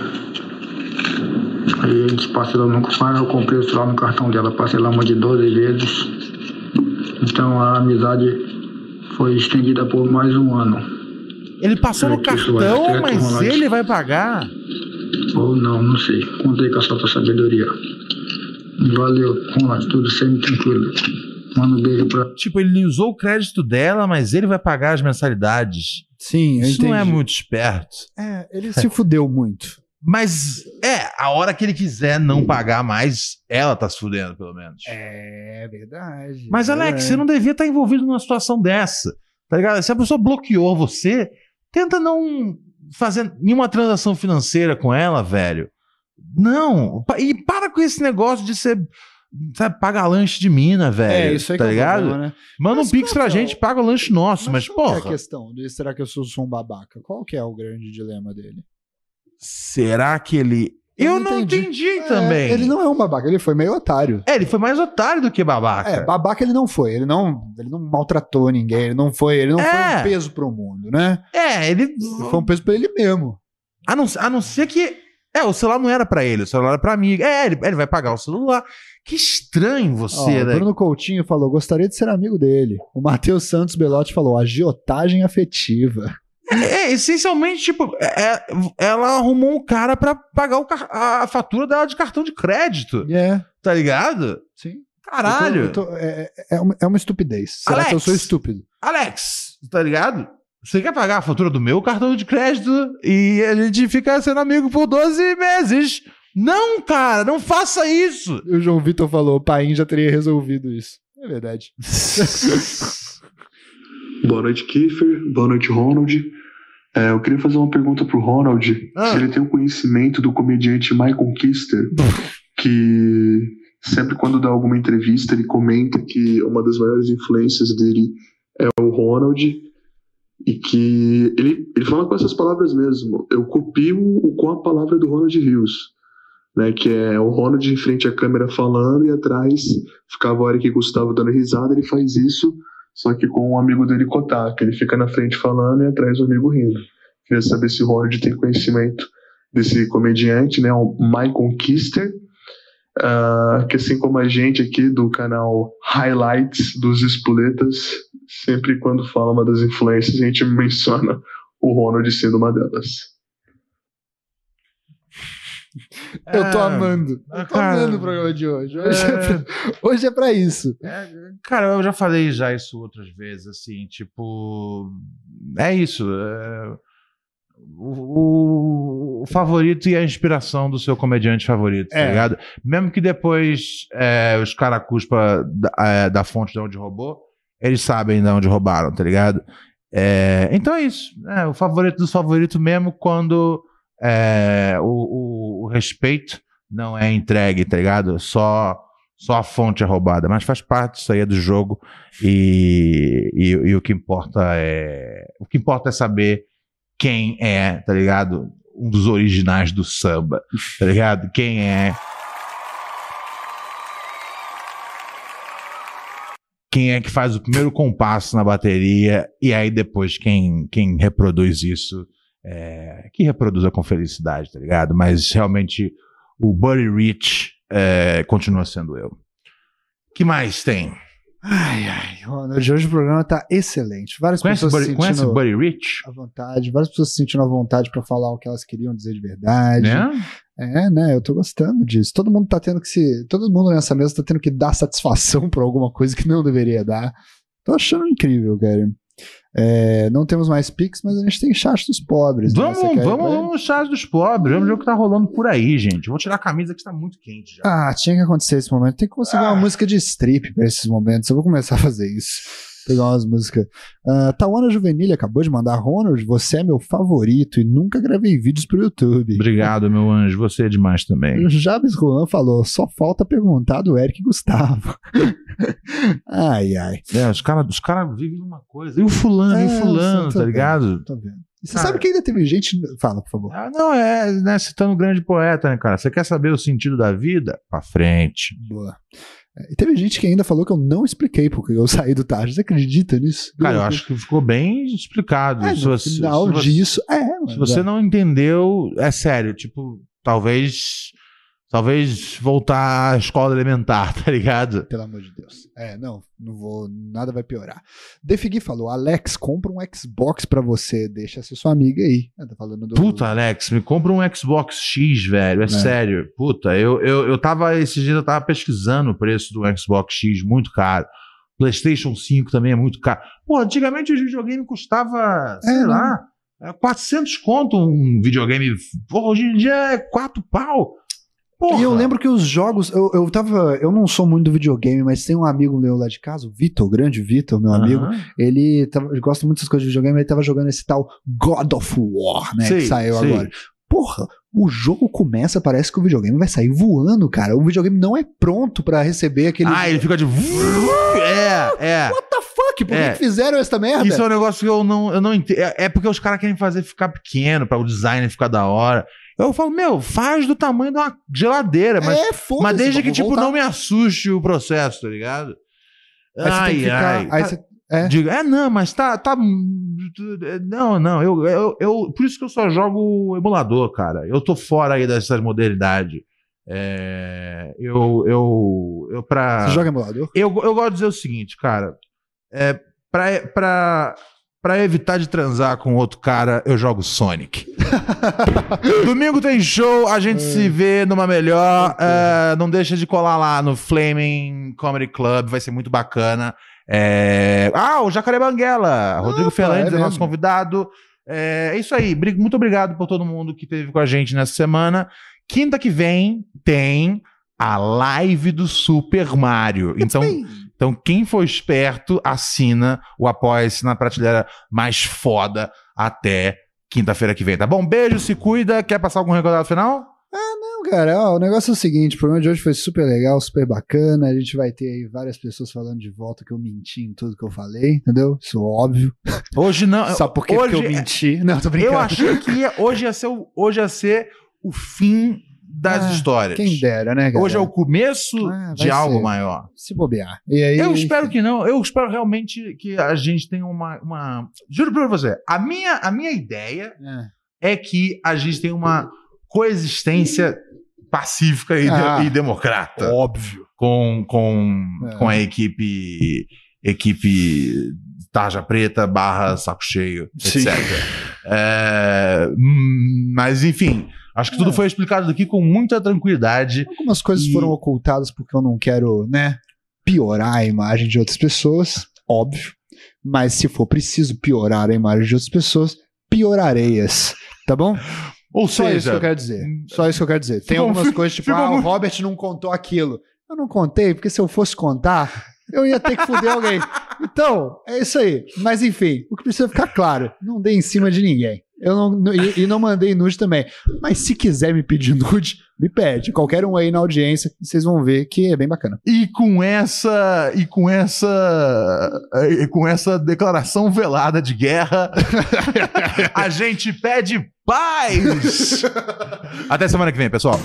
Aí a gente parcelamos, eu comprei o celular no cartão dela, parcelamos de 12 vezes. Então a amizade foi estendida por mais um ano.
Ele passou no
Será que isso vai dar
cartão,
certo,
mas
Ronaldo?
ele vai pagar.
Ou não, não sei. Contei com a sua sabedoria. Valeu, Ronald, tudo sempre tranquilo.
Manda um beijo pra
Tipo, ele usou o crédito dela, mas ele vai pagar as mensalidades.
Sim, eu
Isso
entendi.
não é muito esperto.
É, ele se fudeu muito.
Mas é, a hora que ele quiser não pagar mais, ela tá se fudendo, pelo menos.
É verdade. É.
Mas, Alex, você não devia estar envolvido numa situação dessa. Tá ligado? Se a pessoa bloqueou você, tenta não fazer nenhuma transação financeira com ela, velho. Não. Pa- E para com esse negócio de ser. Sabe, paga lanche de mina, velho.
É, isso aí
tá
que é o
ligado?
problema, né?
Manda
Mas
um pix
qual
pra
que é
gente,
o-
paga o lanche nosso, mas,
qual que é a
porra.
questão de será que eu sou só um babaca? Qual que é o grande dilema dele?
Será que ele. Eu,
Eu não
não entendi,
entendi.
também.
É, ele não é um babaca, ele foi meio otário.
É, ele foi mais otário do que babaca.
É, babaca ele não foi, ele não, ele não maltratou ninguém, ele não foi, ele não
É.
foi um peso pro mundo, né?
É, ele.
Ele foi um peso pra ele mesmo.
A não, a não ser que. É, o celular não era pra ele, o celular era pra amiga. É, ele, ele vai pagar o celular. Que estranho
Ó,
você,
o
né?
Bruno Coutinho falou: gostaria de ser amigo dele. O Matheus Santos Belotti falou: agiotagem afetiva.
É, essencialmente, tipo, é- é- ela arrumou um cara pra pagar o car- a a fatura dela de cartão de crédito.
É,
Tá ligado? Então,
sim.
Caralho.
Eu tô- eu tô- é, é- é uma, é uma estupidez. Será
Alex.
que eu sou estúpido?
Alex, tá ligado? Você quer pagar a fatura do meu cartão de crédito e a gente fica sendo amigo por 12 meses. Não, cara, não faça isso.
E o João Vitor falou: o Paim já teria resolvido isso. É verdade.
Boa noite, Kiefer. Boa noite, Ronald. É, eu queria fazer uma pergunta pro Ronald.
Ah.
Se ele tem o conhecimento do comediante Michael Kister, que sempre quando dá alguma entrevista, ele comenta que uma das maiores influências dele é o Ronald. E que ele, ele fala com essas palavras mesmo. Eu copio o- com a palavra do Ronald Rios. Né, que é o Ronald em frente à câmera falando e atrás ficava o Eric Gustavo dando risada. Ele faz isso só que com um amigo dele, Kotak. Ele fica na frente falando e atrás o amigo rindo. Queria saber se o Ronald tem conhecimento desse comediante, né? O Michael Kister, ah, que assim como a gente aqui do canal Highlights dos Espoletas, sempre quando fala uma das influências, a gente menciona o Ronald sendo uma delas.
Eu tô
Ah,
amando. Eu tô
cara.
amando o programa de hoje. Hoje é, pra, hoje é pra isso.
É, cara, eu já falei já isso outras vezes, assim, tipo. É isso. é, o, o- o favorito e a inspiração do seu comediante favorito, tá
É.
ligado? Mesmo que depois é, os caras cuspa da, é, da fonte de onde roubou, eles sabem de onde roubaram, tá ligado? É, então é isso. É, o favorito dos favoritos mesmo quando é, o, o- o respeito não é entregue, tá ligado? Só, só a fonte é roubada. Mas faz parte, isso aí é do jogo. E, e, e o que importa é. O que importa é saber quem é, tá ligado? Um dos originais do samba, tá ligado? Quem é. Quem é que faz o primeiro compasso na bateria e aí depois quem, quem reproduz isso, é, que reproduza com felicidade, tá ligado? Mas realmente o Buddy Rich é, continua sendo eu. que mais tem?
Ai, ai, Ronald, hoje o programa tá excelente. Várias
Conhece, o
pessoas se
Buddy, conhece o
sentindo
Buddy Rich?
à vontade, várias pessoas se sentindo à vontade pra falar o que elas queriam dizer de verdade.
Né?
É, né? Eu tô gostando disso. Todo mundo tá tendo que se. Todo mundo nessa mesa tá tendo que dar satisfação pra alguma coisa que não deveria dar. Tô achando incrível, cara. É, não temos mais Pix, mas a gente tem chat dos pobres. né?
Vamos,
Você
vamos,
quer-
vamos no chás dos pobres. Vamos ver o que tá rolando por aí, gente. Eu Vou tirar a camisa que está muito quente já.
Ah, tinha que acontecer esse momento. Tem que conseguir
Ah.
uma música de strip pra esses momentos. Eu vou começar a fazer isso. Pegar umas músicas. Ah, Tawana Juvenil acabou de mandar. Ronald, você é meu favorito e nunca gravei vídeos pro YouTube.
Obrigado, meu anjo. Você é demais também.
O Jabes Rolan falou: só falta perguntar do Eric Gustavo. ai, ai.
É, os caras os cara vivem numa coisa. E o fulano, e
É,
o fulano,
eu
tá
tô
ligado?
Tô vendo. E Você
Cara.
sabe que ainda teve gente. Fala, por favor.
Ah, não, é, né, citando o grande poeta, né, cara? Você quer saber o sentido da vida? Pra frente.
Boa. E teve gente que ainda falou que eu não expliquei porque eu saí do Tarja. Você acredita nisso?
Cara, eu acho que ficou bem explicado.
É,
Se
no
você-
final
se você-
disso. É, mano,
Se você não entendeu, é sério, tipo, talvez. Talvez voltar à escola elementar, tá ligado?
Pelo amor de Deus. É, não, não vou, nada vai piorar. Defigui falou: Alex, compra um Xbox pra você, deixa essa sua amiga aí. Ela tá falando do.
Puta, Alex, me compra um Xbox X, velho. É, sério. Puta, eu, eu, eu tava. Esses dias eu tava pesquisando o preço do Xbox X, muito caro. PlayStation 5 também é muito caro. Pô, antigamente o videogame custava, sei
É, né?
lá, é, 400 conto um videogame. Pô, hoje em dia é 4 pau. Porra.
E eu lembro que os jogos. Eu, eu tava. Eu não sou muito do videogame, mas tem um amigo meu lá de casa, o Vitor, o grande Vitor, meu
Aham.
um amigo. né, Ele, tava- ele gosta muito dessas coisas de videogame, ele tava jogando esse tal God of War, né?
Sei,
que saiu
sei.
agora. Porra, o jogo começa, parece que o videogame vai sair voando, cara. O videogame não é pronto pra receber aquele.
Ah, ele fica de. É, é.
What the fuck? Por
É.
que que fizeram esta merda?
Isso é um negócio que eu não, eu não entendo. É, é porque os caras querem fazer ficar pequeno, pra o design ficar da hora. Eu falo, meu, faz do tamanho de uma geladeira, mas,
é, foda-se.
mas desde que,
vou
tipo,
voltar.
não me assuste o processo, tá ligado?
Aí você tem que ficar- aí você- é.
Digo, é, não, mas tá. tá não, não, eu, eu, eu- Por isso que eu só jogo emulador, cara. Eu tô fora aí dessas modernidades. É, eu, eu, eu, pra.
Você joga emulador?
Eu, eu gosto de dizer o seguinte, cara. É, pra, pra, pra evitar de transar com outro cara, eu jogo Sonic. Domingo tem show, a gente
Hum.
se vê numa melhor. É, não deixa de colar lá no Flaming Comedy Club, vai ser muito bacana. É, Ah, o Jacaré Banguela. Rodrigo
Opa,
Fernandes é,
é
nosso
mesmo.
convidado. É, é isso aí. Bri- Muito obrigado por todo mundo que esteve com a gente nessa semana. Quinta que vem tem a live do Super Mario. Então, então quem for esperto, assina o Apoia-se na prateleira mais foda até quinta-feira que vem, tá bom? Beijo, se cuida. Quer passar algum recordado final?
Não, cara, ó, o negócio é o seguinte, o programa de hoje foi super legal, super bacana, a gente vai ter aí várias pessoas falando de volta que eu menti em tudo que eu falei, entendeu? Isso é óbvio.
Hoje não.
Sabe por quê?
hoje
Porque eu
é-
menti. Não, tô brincando.
Eu achei que ia- hoje, ia ser o, hoje ia ser o fim das
Ah,
histórias.
Quem dera, né, cara?
hoje é o começo
Ah, vai
de algo
ser.
maior.
Se bobear. E aí...
Eu espero que não. Eu espero realmente que a gente tenha uma. uma- Juro pra você, a minha, a minha ideia
É.
é que a gente tenha uma coexistência pacífica e, de-
Ah.
e democrata
Óbvio.
com, com,
É.
com a equipe. Equipe Tarja Preta barra Saco Cheio,
Sim.
etc. É, hum, mas, enfim, acho que tudo
É.
foi explicado aqui com muita tranquilidade.
Algumas coisas
E-
foram ocultadas porque eu não quero, né, piorar a imagem de outras pessoas, óbvio. Mas se for preciso piorar a imagem de outras pessoas, piorareias, tá bom?
Ou
Só isso
seja,
que eu quero dizer.
hum,
Só isso que eu quero dizer. Tem
ficou
algumas
muito-
coisas, tipo,
ficou
ah, o
muito-
Robert não contou aquilo. Eu não contei, porque se eu fosse contar, eu ia ter que foder alguém. Então, é isso aí. Mas enfim, o que precisa ficar claro: não dei em cima de ninguém. Eu não, não- e, e não mandei nude também. Mas se quiser me pedir nude, me pede. Qualquer um aí na audiência, vocês vão ver que é bem bacana.
E com essa e com essa e com essa declaração velada de guerra, a gente pede paz. Até semana que vem, pessoal.